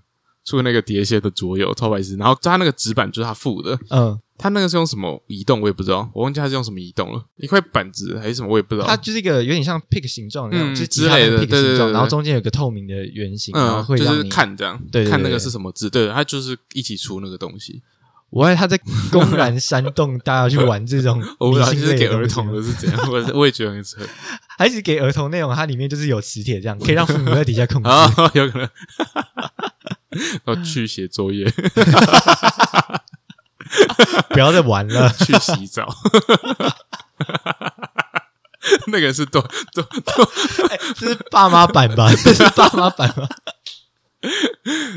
[SPEAKER 2] 出那个碟仙的桌游，超白痴。然后它那个纸板就是它附的，
[SPEAKER 1] 嗯，
[SPEAKER 2] 它那个是用什么移动我也不知道，我忘记它是用什么移动了，一块板子还是什么我也不知道。
[SPEAKER 1] 它就是一个有点像 pig 形状的那种，
[SPEAKER 2] 嗯
[SPEAKER 1] 就是吉他
[SPEAKER 2] 之类的
[SPEAKER 1] pig
[SPEAKER 2] 对对
[SPEAKER 1] 形
[SPEAKER 2] 对
[SPEAKER 1] 状，
[SPEAKER 2] 对
[SPEAKER 1] 然后中间有个透明的圆形，然后
[SPEAKER 2] 嗯，
[SPEAKER 1] 会
[SPEAKER 2] 就
[SPEAKER 1] 让
[SPEAKER 2] 是
[SPEAKER 1] 你。 [laughs]
[SPEAKER 2] 看这 [laughs] 样，
[SPEAKER 1] 对对对
[SPEAKER 2] 看那个是什么字，对，它就是一起出那个东西。
[SPEAKER 1] 我爱他在公然煽动大家去玩这种
[SPEAKER 2] 我
[SPEAKER 1] 迷
[SPEAKER 2] 不知道
[SPEAKER 1] 信
[SPEAKER 2] 是
[SPEAKER 1] 类
[SPEAKER 2] 给
[SPEAKER 1] 的东
[SPEAKER 2] 儿
[SPEAKER 1] 西
[SPEAKER 2] 童
[SPEAKER 1] 吗
[SPEAKER 2] 的是怎样，我我也觉得很扯
[SPEAKER 1] 还是给儿童内容，它里面就是有磁铁这样，可以让父母在底下控制。
[SPEAKER 2] [laughs] 啊，有可能要去写作业，
[SPEAKER 1] 不要再玩了。
[SPEAKER 2] 去洗澡。那个是多多多
[SPEAKER 1] 哎这是爸妈版
[SPEAKER 2] [laughs]
[SPEAKER 1] 吧？这是爸妈版吧？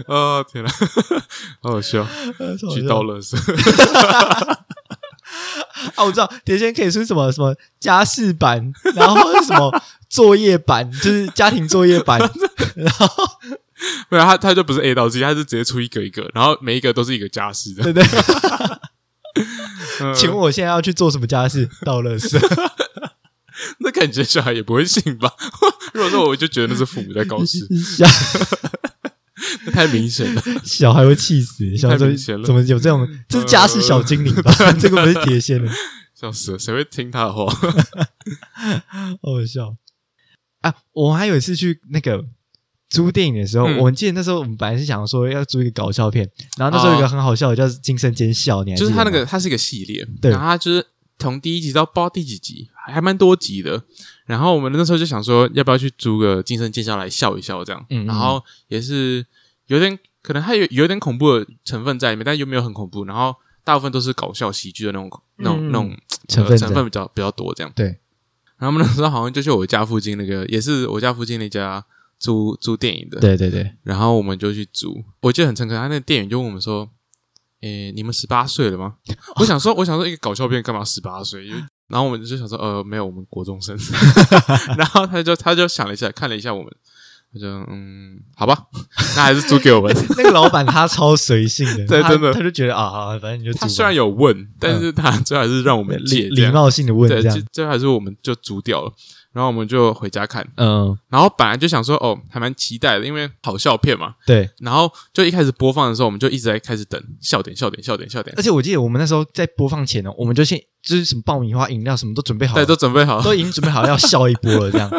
[SPEAKER 2] 哦，天哪，好好笑，去倒垃圾，
[SPEAKER 1] 啊！我知道碟仙可以出什么什么家事版， [laughs] 然后或者是什么作业版，就是家庭作业
[SPEAKER 2] [laughs]
[SPEAKER 1] 版，然后
[SPEAKER 2] 没有他他就不是 A 到 Z，他是直接出一个一个，然后每一个都是一个家事的。
[SPEAKER 1] 对不对？
[SPEAKER 2] 嗯
[SPEAKER 1] 请问我现在要去做什么家
[SPEAKER 2] [laughs]
[SPEAKER 1] 事？倒垃圾，
[SPEAKER 2] 那感觉小孩也不会信吧？ [laughs] 如果说我就觉得那是父母在搞事，
[SPEAKER 1] 小
[SPEAKER 2] 那太明显了。
[SPEAKER 1] 小孩会气死，小孩
[SPEAKER 2] 太
[SPEAKER 1] 说
[SPEAKER 2] 明显了嗯
[SPEAKER 1] 怎么有这种？这是家事小精灵吧？ [laughs] 这个不是碟仙的。
[SPEAKER 2] 笑死了，谁会听他的话？
[SPEAKER 1] 好好笑啊！我还有一次去那个租电影的时候，
[SPEAKER 2] 嗯
[SPEAKER 1] 我们记得那时候我们本来是想说要租一个搞笑片，然后那时候有一个很好笑的叫《惊声尖笑》，你还记
[SPEAKER 2] [laughs] 哦就
[SPEAKER 1] 得
[SPEAKER 2] 是
[SPEAKER 1] 吗
[SPEAKER 2] 它那个，它是一个系列，
[SPEAKER 1] 对
[SPEAKER 2] 然后它就是从第一集到不知道第几集，还还蛮多集的。然后我们那时候就想说，要不要去租个《惊声尖叫》来笑一笑这样，
[SPEAKER 1] 嗯嗯
[SPEAKER 2] 然后也是有点可能它有有点恐怖的成分在里面，但又没有很恐怖，然后大部分都是搞笑喜剧的那种那种、
[SPEAKER 1] 嗯
[SPEAKER 2] 那种
[SPEAKER 1] 成
[SPEAKER 2] 呃
[SPEAKER 1] 分
[SPEAKER 2] 成
[SPEAKER 1] 在
[SPEAKER 2] 分比较比较多这样。
[SPEAKER 1] 对，
[SPEAKER 2] 然后我们那时候好像就去我家附近那个，也是我家附近那家租租电影的，
[SPEAKER 1] 对对对，
[SPEAKER 2] 然后我们就去租，我记得很诚恳，他那个店员就问我们说：“诶，你们十八岁了吗？”我想说，我想说一个搞笑片干嘛十八岁？因为然后 [laughs] 我们就想说，呃，没有，我们国中生。然后他就他就想了一下，看了一下我们，我就嗯，好吧，那还是租给我们。
[SPEAKER 1] [laughs] 那个老板他超随性的，
[SPEAKER 2] [laughs] 对
[SPEAKER 1] 他
[SPEAKER 2] 真的
[SPEAKER 1] 他就觉得啊，好反正你 [laughs] 就
[SPEAKER 2] 他
[SPEAKER 1] 煮吧
[SPEAKER 2] 虽然有问，但是他最后还是让我们
[SPEAKER 1] 嗯礼
[SPEAKER 2] 借
[SPEAKER 1] 礼
[SPEAKER 2] 这样
[SPEAKER 1] 貌性的问
[SPEAKER 2] 对，
[SPEAKER 1] 这
[SPEAKER 2] 就
[SPEAKER 1] 样，
[SPEAKER 2] 最后还是我们就租掉了，然后我们就回家看。
[SPEAKER 1] 嗯，
[SPEAKER 2] 然后本来就想说，哦，还蛮期待的，因为好笑片嘛。
[SPEAKER 1] 对。
[SPEAKER 2] 然后就一开始播放的时候，我们就一直在开始等笑点、笑点、笑点、笑点
[SPEAKER 1] 而，且我记得我们那时候在播放前呢，我们就先就是什么爆米花、饮料什么都准备好
[SPEAKER 2] 对，
[SPEAKER 1] 了，
[SPEAKER 2] 都准备好
[SPEAKER 1] [laughs]
[SPEAKER 2] 了。
[SPEAKER 1] 都已经准备好要笑一波了，这
[SPEAKER 2] [laughs]
[SPEAKER 1] 样，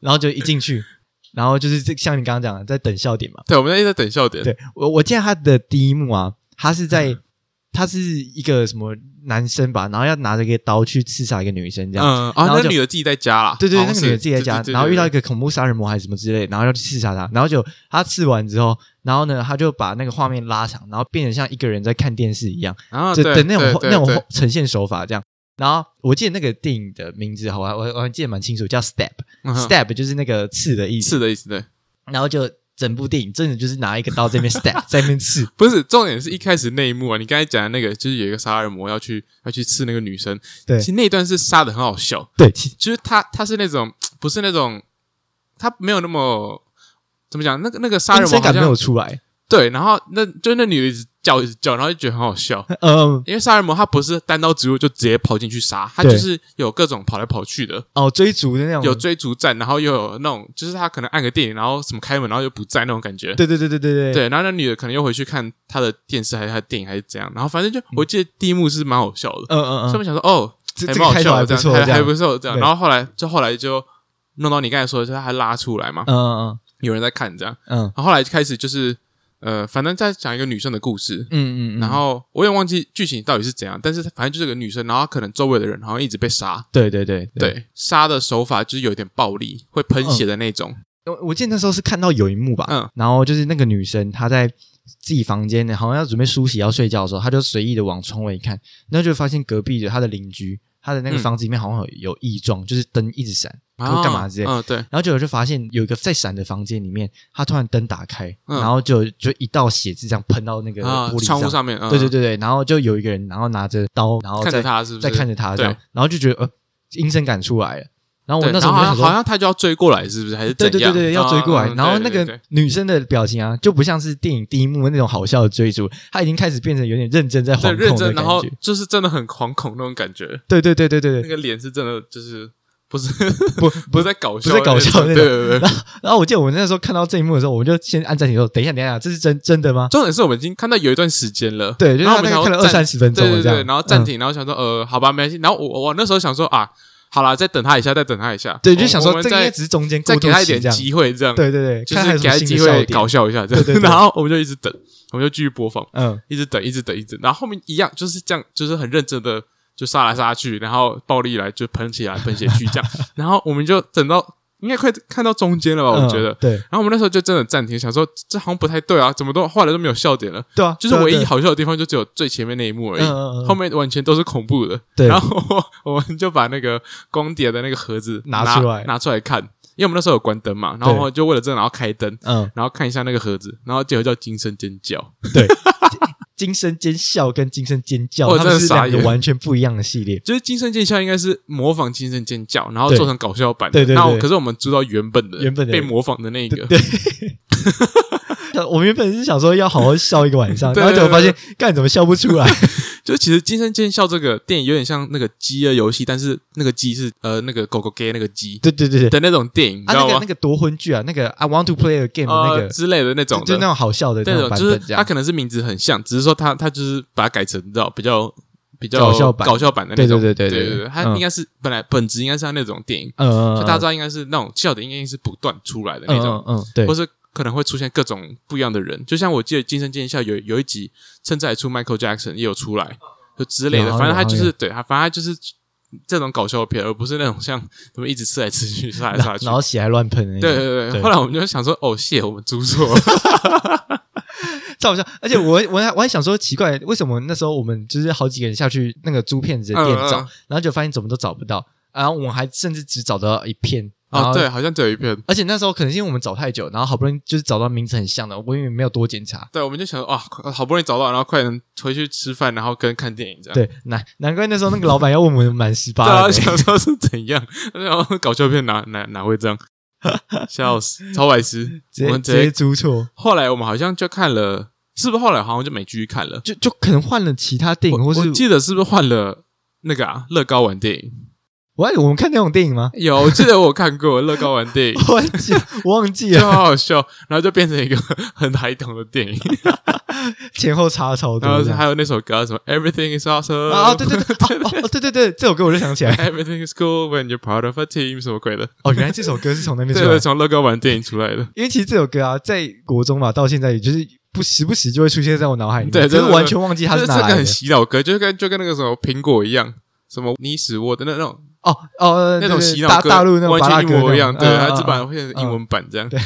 [SPEAKER 1] 然后就一进去，然后就是这像你刚刚讲的，在等笑点嘛。
[SPEAKER 2] 对，我嗯们一直在等笑点。
[SPEAKER 1] 对我，我记得他的第一幕啊，他是在他是一个什么男生吧，然后要拿着一个刀去刺杀一个女生这样。
[SPEAKER 2] 嗯啊，
[SPEAKER 1] 然后
[SPEAKER 2] 那
[SPEAKER 1] 就
[SPEAKER 2] 女的自己在家啦。
[SPEAKER 1] 对对，
[SPEAKER 2] 好
[SPEAKER 1] 那
[SPEAKER 2] 像
[SPEAKER 1] 个
[SPEAKER 2] 是
[SPEAKER 1] 女的自己在家，然后遇到一个恐怖杀人魔还是什么之类，然后要去刺杀她，然后就她刺完之后，然后呢，她就把那个画面拉长，然后变成像一个人在看电视一样，
[SPEAKER 2] 啊，
[SPEAKER 1] 就
[SPEAKER 2] 对
[SPEAKER 1] 的那种
[SPEAKER 2] 对
[SPEAKER 1] 那
[SPEAKER 2] 对
[SPEAKER 1] 种呈现手法这样。然后我记得那个电影的名字，我还我还我还记得蛮清楚，叫 Step，
[SPEAKER 2] 嗯哼
[SPEAKER 1] Stab 就是那个刺的意思，
[SPEAKER 2] 刺的意思，对，
[SPEAKER 1] 然后就整部电影真的就是拿一个刀在那
[SPEAKER 2] [laughs]
[SPEAKER 1] 边 stab，在那边刺，
[SPEAKER 2] 不是重点是一开始那一幕啊，你刚才讲的那个就是有一个杀人魔要去要去刺那个女生，
[SPEAKER 1] 对
[SPEAKER 2] 其实那一段是杀的很好笑，
[SPEAKER 1] 对，其
[SPEAKER 2] 就是他他是那种不是那种他没有那么怎么讲，那个那个杀
[SPEAKER 1] 阴
[SPEAKER 2] 人魔
[SPEAKER 1] 森
[SPEAKER 2] 好
[SPEAKER 1] 感没有
[SPEAKER 2] 像
[SPEAKER 1] 出来，
[SPEAKER 2] 对，然后那就那女的一直叫一直叫，然后就觉得很好笑，
[SPEAKER 1] 嗯，
[SPEAKER 2] 因为杀人魔他不是单刀直入就直接跑进去杀，他
[SPEAKER 1] 对
[SPEAKER 2] 就是有各种跑来跑去的，
[SPEAKER 1] 哦，追逐的那种，
[SPEAKER 2] 有追逐战，然后又有那种就是他可能按个电影，然后什么开门，然后又不在那种感觉，
[SPEAKER 1] 对对对对对，
[SPEAKER 2] 对，然后那女的可能又回去看她的电视还是她的电影还是怎样，然后反正就我记得第一幕是蛮好笑的，
[SPEAKER 1] 嗯嗯嗯，
[SPEAKER 2] 上面想说哦，
[SPEAKER 1] 这
[SPEAKER 2] 还
[SPEAKER 1] 这
[SPEAKER 2] 蛮
[SPEAKER 1] 个
[SPEAKER 2] 好
[SPEAKER 1] 开头
[SPEAKER 2] 笑
[SPEAKER 1] 还
[SPEAKER 2] 的，
[SPEAKER 1] 不
[SPEAKER 2] 这
[SPEAKER 1] 错，
[SPEAKER 2] 样还
[SPEAKER 1] 这
[SPEAKER 2] 还
[SPEAKER 1] 样
[SPEAKER 2] 不，错，这样，
[SPEAKER 1] 对
[SPEAKER 2] 然后后来就后来就弄到你刚才说的，就是他拉出来嘛，
[SPEAKER 1] 嗯嗯
[SPEAKER 2] 有人在看这样，
[SPEAKER 1] 嗯
[SPEAKER 2] 然后后来就开始就是呃，反正在讲一个女生的故事。
[SPEAKER 1] 嗯嗯，
[SPEAKER 2] 然后我也忘记剧情到底是怎样，但是反正就是个女生，然后她可能周围的人好像一直被杀，
[SPEAKER 1] 对对对，嗯
[SPEAKER 2] 对，杀的手法就是有点暴力，会喷血的那种，
[SPEAKER 1] 我我记得那时候是看到有一幕吧，
[SPEAKER 2] 嗯
[SPEAKER 1] 然后就是那个女生她在自己房间，好像要准备梳洗要睡觉的时候，她就随意的往窗外一看，然后就发现隔壁的她的邻居，她的那个
[SPEAKER 2] 嗯
[SPEAKER 1] 房子里面好像有有异状，就是灯一直闪，
[SPEAKER 2] 然后
[SPEAKER 1] 干嘛之类
[SPEAKER 2] 嗯，对，
[SPEAKER 1] 然后结果就发现有一个在闪的房间里面，他突然灯打开，
[SPEAKER 2] 嗯
[SPEAKER 1] 然后就就一道血渍这样喷到那个
[SPEAKER 2] 啊
[SPEAKER 1] 玻，璃
[SPEAKER 2] 窗户
[SPEAKER 1] 上
[SPEAKER 2] 上面，嗯
[SPEAKER 1] 对对对对，然后就有一个人，然后拿着刀，然后
[SPEAKER 2] 看着
[SPEAKER 1] 在
[SPEAKER 2] 他是不
[SPEAKER 1] 在
[SPEAKER 2] 是？
[SPEAKER 1] 看着他这样
[SPEAKER 2] 对，
[SPEAKER 1] 然后就觉得呃，阴森感出来了。然后我
[SPEAKER 2] 对，
[SPEAKER 1] 哦那
[SPEAKER 2] 然
[SPEAKER 1] 时
[SPEAKER 2] 后
[SPEAKER 1] 候我
[SPEAKER 2] 好
[SPEAKER 1] 就想
[SPEAKER 2] 像好
[SPEAKER 1] 说，
[SPEAKER 2] 像他就要追过来，是不是？还是怎
[SPEAKER 1] 对
[SPEAKER 2] 样？
[SPEAKER 1] 对对对，要追过来。
[SPEAKER 2] 嗯
[SPEAKER 1] 然后
[SPEAKER 2] 对
[SPEAKER 1] 那
[SPEAKER 2] 对
[SPEAKER 1] 个
[SPEAKER 2] 对
[SPEAKER 1] 女生的表情啊，就不像是电影第一幕那种好笑的追逐，她已经开始变成有点认真在
[SPEAKER 2] 对
[SPEAKER 1] 惶
[SPEAKER 2] 认
[SPEAKER 1] 恐的
[SPEAKER 2] 真，
[SPEAKER 1] 感
[SPEAKER 2] 然后
[SPEAKER 1] 觉。
[SPEAKER 2] 就是真的很惶恐那种感觉，
[SPEAKER 1] 对对对对对对，
[SPEAKER 2] 那 [laughs] 个脸是真的就是不是
[SPEAKER 1] 不
[SPEAKER 2] 不是在搞笑，
[SPEAKER 1] 不是搞笑那种
[SPEAKER 2] 对对对对。
[SPEAKER 1] 然后我记得我那时候看到这一幕的时候，我就先按暂停说：“等一下，等一下，这是真真的吗
[SPEAKER 2] 重点是我们已经看到有一段时间了，
[SPEAKER 1] 对就是
[SPEAKER 2] 然后我
[SPEAKER 1] 他
[SPEAKER 2] 们
[SPEAKER 1] 大概看
[SPEAKER 2] 想要
[SPEAKER 1] 了
[SPEAKER 2] 暂
[SPEAKER 1] 20 30分钟 [laughs]
[SPEAKER 2] 对对对
[SPEAKER 1] 这
[SPEAKER 2] 对，
[SPEAKER 1] 样嗯
[SPEAKER 2] 然后暂停，然后想说呃，好吧，没关系。然后我我我那时候想说啊，好啦，再等他一下，再等他一下，？”
[SPEAKER 1] 对，
[SPEAKER 2] 我
[SPEAKER 1] 就想
[SPEAKER 2] 我
[SPEAKER 1] 说
[SPEAKER 2] 们
[SPEAKER 1] 这个应该
[SPEAKER 2] 再
[SPEAKER 1] 只是中间过
[SPEAKER 2] 再
[SPEAKER 1] 渡
[SPEAKER 2] 给他一
[SPEAKER 1] 期
[SPEAKER 2] 点
[SPEAKER 1] 这样。
[SPEAKER 2] 机会，这样
[SPEAKER 1] 对对对，
[SPEAKER 2] 就
[SPEAKER 1] 看还
[SPEAKER 2] 是
[SPEAKER 1] 有
[SPEAKER 2] 给
[SPEAKER 1] 什么
[SPEAKER 2] 他
[SPEAKER 1] 新的
[SPEAKER 2] 机
[SPEAKER 1] 笑
[SPEAKER 2] 会
[SPEAKER 1] 点
[SPEAKER 2] 搞。笑一下，这
[SPEAKER 1] 对对
[SPEAKER 2] 样。
[SPEAKER 1] 对
[SPEAKER 2] [laughs] 然后我们就一直等，我们就继续播放。
[SPEAKER 1] 嗯，
[SPEAKER 2] 一直等，一直等，一直等，然后后面一样就是这样，就是很认真的就杀来杀去，然后暴力来就喷起来，喷血去
[SPEAKER 1] [laughs]
[SPEAKER 2] 这样，然后我们就等到应该快看到中间了吧，哦我觉得
[SPEAKER 1] 嗯。对
[SPEAKER 2] 然后我们那时候就真的暂停，想说这好像不太对啊，怎么都后来都没有笑点了，
[SPEAKER 1] 对啊，
[SPEAKER 2] 就是
[SPEAKER 1] 对啊
[SPEAKER 2] 唯一
[SPEAKER 1] 对啊
[SPEAKER 2] 好笑的地方就只有最前面那一幕而已，
[SPEAKER 1] 嗯嗯嗯
[SPEAKER 2] 后面完全都是恐
[SPEAKER 1] [laughs]
[SPEAKER 2] 怖的。
[SPEAKER 1] 对
[SPEAKER 2] 然后我们就把那个光碟的那个盒子
[SPEAKER 1] 拿
[SPEAKER 2] 拿
[SPEAKER 1] 出来
[SPEAKER 2] 拿出来看，因为我们那时候有关灯嘛，然后就为了这个然后开灯，
[SPEAKER 1] 嗯，
[SPEAKER 2] 然后看一下那个盒子，然后结果叫惊声尖叫。
[SPEAKER 1] 惊声尖笑跟惊声尖叫，
[SPEAKER 2] 我
[SPEAKER 1] 他
[SPEAKER 2] 哦真
[SPEAKER 1] 们
[SPEAKER 2] 的
[SPEAKER 1] 是
[SPEAKER 2] 傻
[SPEAKER 1] 两个
[SPEAKER 2] 眼
[SPEAKER 1] 完全不一样的系列。
[SPEAKER 2] 就是惊声尖叫应该是模仿惊声尖叫，然后
[SPEAKER 1] 对
[SPEAKER 2] 做成搞笑版。
[SPEAKER 1] 对对对
[SPEAKER 2] 那我可是我们租到原本的，
[SPEAKER 1] 原本的
[SPEAKER 2] 被模仿的那一个。
[SPEAKER 1] 对，我们原本是想说要好好笑一个晚
[SPEAKER 2] [laughs]
[SPEAKER 1] 上，
[SPEAKER 2] 对
[SPEAKER 1] 然后结果发现干怎么笑不出来？ [laughs]
[SPEAKER 2] 就其实惊声尖叫这个电影有点像那个饥饿游戏，但是那个鸡是呃那个狗狗 gay 那个鸡
[SPEAKER 1] 对对对对，
[SPEAKER 2] 的那种电影，你
[SPEAKER 1] 啊
[SPEAKER 2] 知道
[SPEAKER 1] 那个
[SPEAKER 2] 吗
[SPEAKER 1] 那？个夺魂剧啊，那个 I want to play a game 那
[SPEAKER 2] 呃
[SPEAKER 1] 个，
[SPEAKER 2] 之类的那种
[SPEAKER 1] 就就那
[SPEAKER 2] 的，
[SPEAKER 1] 种好笑的那
[SPEAKER 2] 那
[SPEAKER 1] 种
[SPEAKER 2] 种
[SPEAKER 1] 版
[SPEAKER 2] 就是
[SPEAKER 1] 本这
[SPEAKER 2] 它
[SPEAKER 1] 样。
[SPEAKER 2] 可能是名字很像，只是说它它就是把它改成你知道比较比较
[SPEAKER 1] 搞笑版
[SPEAKER 2] 搞笑版的那种。
[SPEAKER 1] 对对
[SPEAKER 2] 对
[SPEAKER 1] 对对对
[SPEAKER 2] 对，它
[SPEAKER 1] 嗯
[SPEAKER 2] 应该是本来本质应该是它那种电影，
[SPEAKER 1] 嗯嗯，
[SPEAKER 2] 就
[SPEAKER 1] 嗯
[SPEAKER 2] 大家知道应该是那种笑点应该是不断出来的那
[SPEAKER 1] 嗯
[SPEAKER 2] 种。
[SPEAKER 1] 嗯嗯，对
[SPEAKER 2] 或，是可能会出现各种不一样的人。就像我记得《惊声尖叫》有有一集，甚至还出 Michael Jackson 也有出来，就之类的。
[SPEAKER 1] 有
[SPEAKER 2] 反正他就
[SPEAKER 1] 有
[SPEAKER 2] 是对他，反正他就是这种搞笑片，而不是那种像什么一直吃来吃去、杀来
[SPEAKER 1] 然后
[SPEAKER 2] 杀去
[SPEAKER 1] 然。后血还乱喷的那种，
[SPEAKER 2] 对对
[SPEAKER 1] 对
[SPEAKER 2] 对，后来我们就想说，哦，谢，我们租错
[SPEAKER 1] [laughs]
[SPEAKER 2] 了，
[SPEAKER 1] 超好笑。而且我我还我还想说奇怪，为什么那时候我们就是好几个人下去那个租片子的店
[SPEAKER 2] 嗯嗯嗯
[SPEAKER 1] 找，然后就发现怎么都找不到，然后我们还甚至只找到一片。然
[SPEAKER 2] 哦，
[SPEAKER 1] 后
[SPEAKER 2] 对，好像只有一片。
[SPEAKER 1] 而且那时候可能是因为我们找太久，然后好不容易就是找到名字很像的，我也没有多检查。
[SPEAKER 2] 对，我们就想说，哇，呃好不容易找到，然后快点回去吃饭，然后跟看电影这样。啊
[SPEAKER 1] 对，难难怪那时候那个老板要问我们满十
[SPEAKER 2] [laughs] 对
[SPEAKER 1] 八
[SPEAKER 2] 啊，
[SPEAKER 1] 的，
[SPEAKER 2] 想说是怎样，然后搞笑片哪哪哪会这样？笑死，超白痴。
[SPEAKER 1] [laughs] 直
[SPEAKER 2] 我
[SPEAKER 1] 接
[SPEAKER 2] 们
[SPEAKER 1] 直
[SPEAKER 2] 直
[SPEAKER 1] 接
[SPEAKER 2] 接，
[SPEAKER 1] 出错，
[SPEAKER 2] 后来我们好像就看了，是不是后来好像就没继续看了？
[SPEAKER 1] 就就可能换了其他电影，
[SPEAKER 2] 我
[SPEAKER 1] 或是
[SPEAKER 2] 我记得是不是换了那个啊乐高玩电影？
[SPEAKER 1] 我我们看那种电影
[SPEAKER 2] [laughs]
[SPEAKER 1] 吗？
[SPEAKER 2] 有，我记得我看过乐高玩
[SPEAKER 1] [laughs]
[SPEAKER 2] 电影，
[SPEAKER 1] 我忘记我忘记
[SPEAKER 2] 就
[SPEAKER 1] 了，
[SPEAKER 2] 好好笑，然后就变成一个 [laughs] 很孩童的电影。
[SPEAKER 1] 前后差超
[SPEAKER 2] 然后
[SPEAKER 1] 多这样。
[SPEAKER 2] 还有那首歌啊什么 Everything is awesome，
[SPEAKER 1] 啊，对对对，哦哦哦对对对，这首歌我就想起
[SPEAKER 2] [laughs]
[SPEAKER 1] 来，
[SPEAKER 2] Everything is cool when you're part of a team 什么鬼的？
[SPEAKER 1] 哦，原来这首歌是从那边出
[SPEAKER 2] 对
[SPEAKER 1] 来
[SPEAKER 2] 对，
[SPEAKER 1] 的。
[SPEAKER 2] 从乐高玩电影出来
[SPEAKER 1] [laughs]
[SPEAKER 2] 的。
[SPEAKER 1] 因为其实这首歌啊，在国中嘛，到现在也就是不时不时就会出现在我脑海里面，
[SPEAKER 2] 对
[SPEAKER 1] 可
[SPEAKER 2] 对
[SPEAKER 1] 是
[SPEAKER 2] 对
[SPEAKER 1] 完全忘记它
[SPEAKER 2] 这
[SPEAKER 1] 是
[SPEAKER 2] 这
[SPEAKER 1] 哪
[SPEAKER 2] 个
[SPEAKER 1] 来的
[SPEAKER 2] 很。洗脑歌，就跟就跟那个什么苹果一样，什么你死我的那那种
[SPEAKER 1] 哦哦，
[SPEAKER 2] 那种洗脑
[SPEAKER 1] 大
[SPEAKER 2] 歌，
[SPEAKER 1] 大陆那种
[SPEAKER 2] 完
[SPEAKER 1] 巴拉
[SPEAKER 2] 全一
[SPEAKER 1] 格那
[SPEAKER 2] 模
[SPEAKER 1] 种
[SPEAKER 2] 一样。对，
[SPEAKER 1] 嗯
[SPEAKER 2] 它
[SPEAKER 1] 嗯
[SPEAKER 2] 这
[SPEAKER 1] 嗯
[SPEAKER 2] 版会变成英文版这样。
[SPEAKER 1] 对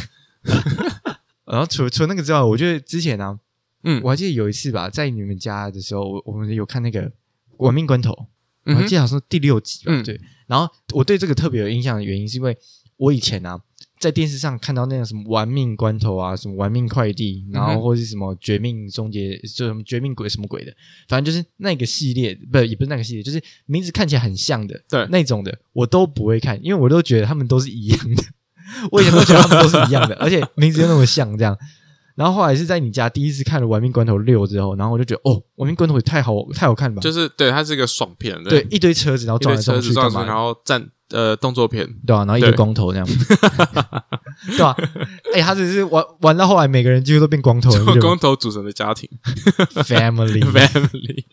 [SPEAKER 1] 然后除除了那个之外，我觉得之前呢、啊，
[SPEAKER 2] 嗯
[SPEAKER 1] 我还记得有一次吧，在你们家的时候，我我们有看那个《亡命关头》，我
[SPEAKER 2] 嗯
[SPEAKER 1] 还
[SPEAKER 2] 哼
[SPEAKER 1] 记得好像是第六集吧，
[SPEAKER 2] 嗯
[SPEAKER 1] 对。然后我对这个特别有印象的原因，是因为我以前啊，在电视上看到那个什么《玩命关头》啊，什么《玩命快递》，然
[SPEAKER 2] 嗯
[SPEAKER 1] 后
[SPEAKER 2] 哼
[SPEAKER 1] 或是什么《绝命终结》，就什么《绝命鬼》什么鬼的，反正就是那个系列，不也不是那个系列，就是名字看起来很像的，
[SPEAKER 2] 对
[SPEAKER 1] 那种的，我都不会看，因为我都觉得他们都是一样的，我以前都觉得他们都是一
[SPEAKER 2] [laughs]
[SPEAKER 1] 样的，而且名字又那么像，这样。然后后来是在你家第一次看了《玩命关头六》之后，然后我就觉得哦，《玩命关头》也太好太好看了吧，
[SPEAKER 2] 就是对，它是一个爽片，
[SPEAKER 1] 对，一堆车子，然后
[SPEAKER 2] 一
[SPEAKER 1] 撞
[SPEAKER 2] 堆
[SPEAKER 1] 来撞
[SPEAKER 2] 车
[SPEAKER 1] 去
[SPEAKER 2] 子
[SPEAKER 1] 干
[SPEAKER 2] 撞
[SPEAKER 1] 嘛
[SPEAKER 2] 车，
[SPEAKER 1] 的？
[SPEAKER 2] 然后战呃动
[SPEAKER 1] [laughs]
[SPEAKER 2] 作片，
[SPEAKER 1] 对啊，然后一堆
[SPEAKER 2] 对
[SPEAKER 1] 光头这样， [laughs] 对吧、哎、他只是玩玩到后来，每个人几乎都变光头了，你不觉
[SPEAKER 2] 就 [laughs]
[SPEAKER 1] 得
[SPEAKER 2] 光
[SPEAKER 1] 吗
[SPEAKER 2] 头组成的
[SPEAKER 1] [laughs]
[SPEAKER 2] 家庭 [laughs]
[SPEAKER 1] family
[SPEAKER 2] family。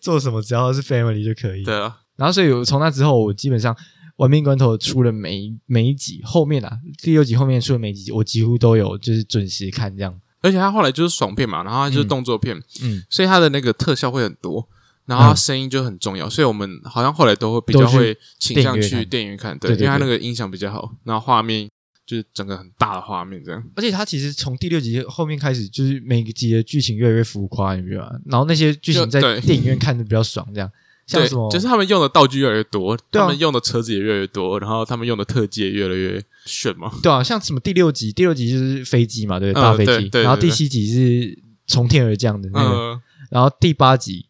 [SPEAKER 1] 做什么只要是 family 就可以。
[SPEAKER 2] 对啊，
[SPEAKER 1] 然后所以我从那之后，我基本上《玩命关头》出了每一每一集后面啊，第六集后面出了每几集，我几乎都有就是准时看这样。
[SPEAKER 2] 而且它后来就是爽片嘛，然后它就是
[SPEAKER 1] 嗯
[SPEAKER 2] 动作片，
[SPEAKER 1] 嗯，
[SPEAKER 2] 所以它的那个特效会很多，然后它声音就很重要，所以我们好像后来都会比较会倾向
[SPEAKER 1] 都去
[SPEAKER 2] 去电影院看，
[SPEAKER 1] 对
[SPEAKER 2] 对，
[SPEAKER 1] 对
[SPEAKER 2] 因为它那个音响比较好，然后画面就是整个很大的画面这样，
[SPEAKER 1] 而且他其实从第六集后面开始，就是每个集的剧情越来越浮夸，你不觉得吗？然后那些剧情
[SPEAKER 2] 就
[SPEAKER 1] 在
[SPEAKER 2] 对
[SPEAKER 1] 电影院看的比较爽，这样像
[SPEAKER 2] 对，
[SPEAKER 1] 什么
[SPEAKER 2] 就是他们用的道具越来越多，
[SPEAKER 1] 对啊
[SPEAKER 2] 他们用的车子也越来越多，然后他们用的特技也越来越炫嘛，
[SPEAKER 1] 对啊，像什么第六集，第六集就是飞机嘛，对不对，
[SPEAKER 2] 嗯
[SPEAKER 1] 大飞机。
[SPEAKER 2] 对对
[SPEAKER 1] 然后
[SPEAKER 2] 对
[SPEAKER 1] 第七集是从天而降的那个，
[SPEAKER 2] 嗯，
[SPEAKER 1] 然后第八集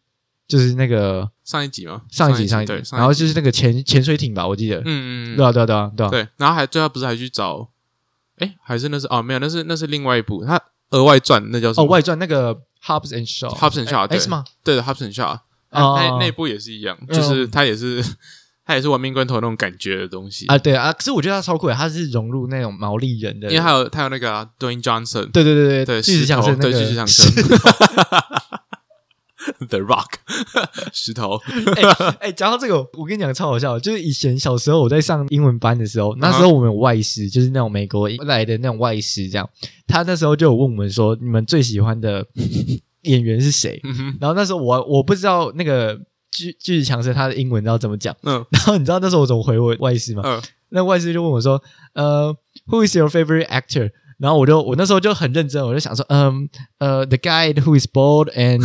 [SPEAKER 1] 就是那个
[SPEAKER 2] 上一集嘛，
[SPEAKER 1] 上一集
[SPEAKER 2] 集
[SPEAKER 1] 上一集
[SPEAKER 2] 对，，上
[SPEAKER 1] 然后
[SPEAKER 2] 一
[SPEAKER 1] 就是那个潜潜水艇吧，我记得。
[SPEAKER 2] 嗯嗯
[SPEAKER 1] 对
[SPEAKER 2] 嗯，
[SPEAKER 1] 啊，对啊，对啊，对啊。
[SPEAKER 2] 对，然后还最后不是还去找，哎，还是那是哦没有，那是那是另外一部，他额外传那叫什
[SPEAKER 1] 哦，
[SPEAKER 2] 么？
[SPEAKER 1] 外传那个 Hobbs and Shaw。
[SPEAKER 2] Hobbs and Shaw，
[SPEAKER 1] 哎
[SPEAKER 2] 对
[SPEAKER 1] 哎是吗？
[SPEAKER 2] 对的，Hobson Shaw，
[SPEAKER 1] 哦嗯
[SPEAKER 2] 那那部也是一样，就是他也是 [laughs] 他也是亡命关头那种感觉的东西，
[SPEAKER 1] 啊，对啊，可是我觉得他超酷的，他是融入那种毛利人的，
[SPEAKER 2] 因为还有他有那个啊 Dwayne Johnson
[SPEAKER 1] 对对对
[SPEAKER 2] 对
[SPEAKER 1] 巨石
[SPEAKER 2] 石
[SPEAKER 1] 强
[SPEAKER 2] 头
[SPEAKER 1] 森那个
[SPEAKER 2] 对巨石强
[SPEAKER 1] 是 [laughs]
[SPEAKER 2] 森 The Rock [laughs] 石头，
[SPEAKER 1] [laughs] 哎哎，讲到这个，我跟你讲超好笑的，就是以前小时候我在上英文班的时候，那时候我们有外师，就是那种美国来的那种外师，这样，他那时候就有问我们说，你们最喜欢的演员是谁？ [laughs]
[SPEAKER 2] 嗯哼，
[SPEAKER 1] 然后那时候我我不知道那个巨巨石强森他的英文要怎么讲，
[SPEAKER 2] 嗯
[SPEAKER 1] 然后你知道那时候我怎么回我外师吗？
[SPEAKER 2] 嗯，
[SPEAKER 1] 那外师就问我说，呃，Who is your favorite actor？然后我就我那时候就很认真，我就想说，嗯呃，the guy who is bald
[SPEAKER 2] [laughs]
[SPEAKER 1] and，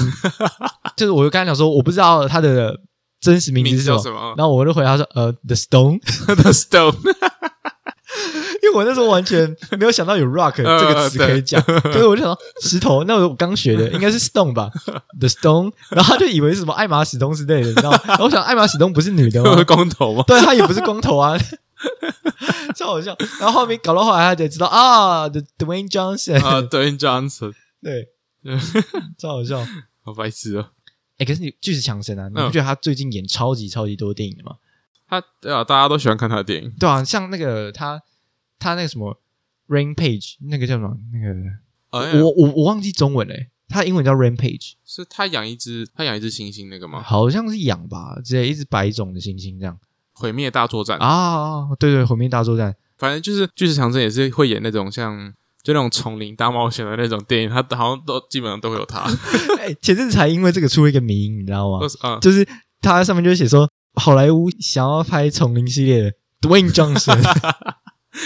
[SPEAKER 1] 就是我就跟他讲说，我不知道他的真实名字是
[SPEAKER 2] 名字
[SPEAKER 1] 什么
[SPEAKER 2] 叫，什么 [laughs]
[SPEAKER 1] 然后我就回答说，呃，The Stone， [laughs]
[SPEAKER 2] ？The Stone，
[SPEAKER 1] 因为我那时候完全没有想到有 rock 这
[SPEAKER 2] [laughs] 呃
[SPEAKER 1] 个词可以讲，所以我就想到石头，那我刚学的应该是 stone 吧，The Stone，然后他就以为是什么艾玛史东之类的，你知道吗？然后我想艾玛史东不是女的吗？
[SPEAKER 2] 光头吗？
[SPEAKER 1] [laughs] 对他也不是光头啊， [laughs] 超好笑。然后后面搞到后来，他才知道啊，The Dwayne Johnson，、
[SPEAKER 2] 啊，Dwayne Johnson，
[SPEAKER 1] [laughs] 对，超好笑。
[SPEAKER 2] 好白痴哦。
[SPEAKER 1] 哎、可是你巨石强森啊，你不
[SPEAKER 2] 嗯
[SPEAKER 1] 觉得他最近演超级超级多电影的吗？
[SPEAKER 2] 他对啊，大家都喜欢看他的电影。
[SPEAKER 1] 对啊，像那个他他那个什么 Rain Page，那个叫什么？那个
[SPEAKER 2] 哎，
[SPEAKER 1] 我我我忘记中文嘞、他英文叫 Rain Page，
[SPEAKER 2] 是他养一只，他养一只猩猩那个吗？
[SPEAKER 1] 好像是养吧，之类一只白种的猩猩这样
[SPEAKER 2] 毁灭大作战，
[SPEAKER 1] 啊，对对，毁灭大作战，
[SPEAKER 2] 反正就是巨石强森也是会演那种像就那种丛林大冒险的那种电影，他好像都基本上都会有他。
[SPEAKER 1] 哎、前阵子才因为这个出了一个迷因，你知道吗
[SPEAKER 2] [laughs] 都？是啊，
[SPEAKER 1] [laughs] 就是它上面就会写说，好莱坞想要拍丛林系列的 Dwayne
[SPEAKER 2] [laughs]
[SPEAKER 1] Johnson，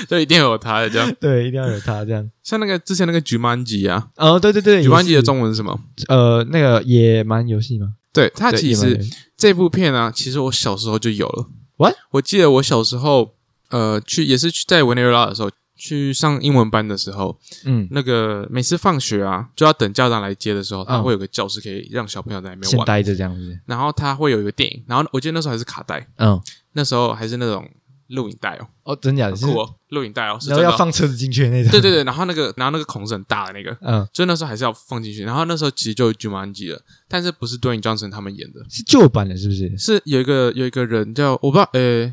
[SPEAKER 2] 就一定会有他的这样。
[SPEAKER 1] 对，一定要有他这样。
[SPEAKER 2] 像那个之前那个《菊曼吉》啊，
[SPEAKER 1] 哦，对对对，
[SPEAKER 2] 《菊曼吉》
[SPEAKER 1] 也
[SPEAKER 2] 的
[SPEAKER 1] 是
[SPEAKER 2] 中文是什么？
[SPEAKER 1] 呃那个野蛮游戏吗？
[SPEAKER 2] 对，它
[SPEAKER 1] 对
[SPEAKER 2] 其
[SPEAKER 1] 野蛮游
[SPEAKER 2] 实
[SPEAKER 1] 戏
[SPEAKER 2] 这部片啊，其实我小时候就有了。
[SPEAKER 1] What？
[SPEAKER 2] 我记得我小时候，呃，去也是去在委内瑞拉的时候，去上英文班的时候，
[SPEAKER 1] 嗯，
[SPEAKER 2] 那个每次放学啊，就要等家长来接的时候，他
[SPEAKER 1] 嗯
[SPEAKER 2] 会有个教室可以让小朋友在里面
[SPEAKER 1] 先
[SPEAKER 2] 玩，
[SPEAKER 1] 待着这样子，
[SPEAKER 2] 然后他会有一个电影，然后我记得那时候还是卡带，
[SPEAKER 1] 嗯
[SPEAKER 2] 那时候还是那种录影带哦，
[SPEAKER 1] 哦，真假的
[SPEAKER 2] 很
[SPEAKER 1] 是，
[SPEAKER 2] 酷哦，录影带哦，是
[SPEAKER 1] 然后
[SPEAKER 2] 真的
[SPEAKER 1] 要
[SPEAKER 2] 哦。
[SPEAKER 1] 放车子进去的那种。
[SPEAKER 2] 对对对，然后那个然后那个孔是很大的那个，
[SPEAKER 1] 嗯，
[SPEAKER 2] 所以那时候还是要放进去。然后那时候其实就有 Jumanji 了，但是不是 Dwayne Johnson 他们演的，
[SPEAKER 1] 是旧版的，是不是？
[SPEAKER 2] 是有一个有一个人叫我不知道，呃，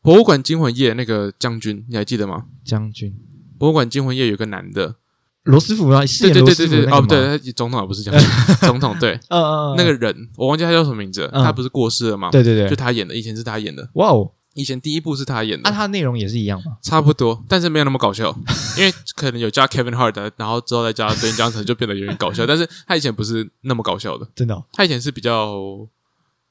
[SPEAKER 2] 博物馆惊魂夜那个将军，你还记得吗？
[SPEAKER 1] 将军
[SPEAKER 2] 博物馆惊魂夜有个男的，
[SPEAKER 1] 罗斯福啊，饰
[SPEAKER 2] 对
[SPEAKER 1] 演
[SPEAKER 2] 对
[SPEAKER 1] 罗
[SPEAKER 2] 对
[SPEAKER 1] 斯福
[SPEAKER 2] 对对，
[SPEAKER 1] 那个吗
[SPEAKER 2] 哦不对，他总统啊不是
[SPEAKER 1] [laughs]
[SPEAKER 2] 将军，总统对
[SPEAKER 1] 嗯嗯，嗯
[SPEAKER 2] 那个人，我忘记他叫什么名字了，
[SPEAKER 1] 嗯
[SPEAKER 2] 他不是过世了吗？
[SPEAKER 1] 对对
[SPEAKER 2] 就
[SPEAKER 1] 对，
[SPEAKER 2] 他演的，以前是他演的，
[SPEAKER 1] 哇哦，
[SPEAKER 2] 以前第一部是他演
[SPEAKER 1] 那
[SPEAKER 2] 的，
[SPEAKER 1] 它内容也是一样吗？
[SPEAKER 2] 差不多，但是没有那么搞笑，因为可能有加 Kevin Hart，然后之后再加 Dwayne Johnson 就变得有点
[SPEAKER 1] [laughs]
[SPEAKER 2] 搞笑，但是他以前不是那么搞笑的，
[SPEAKER 1] 真的哦，
[SPEAKER 2] 他以前是比较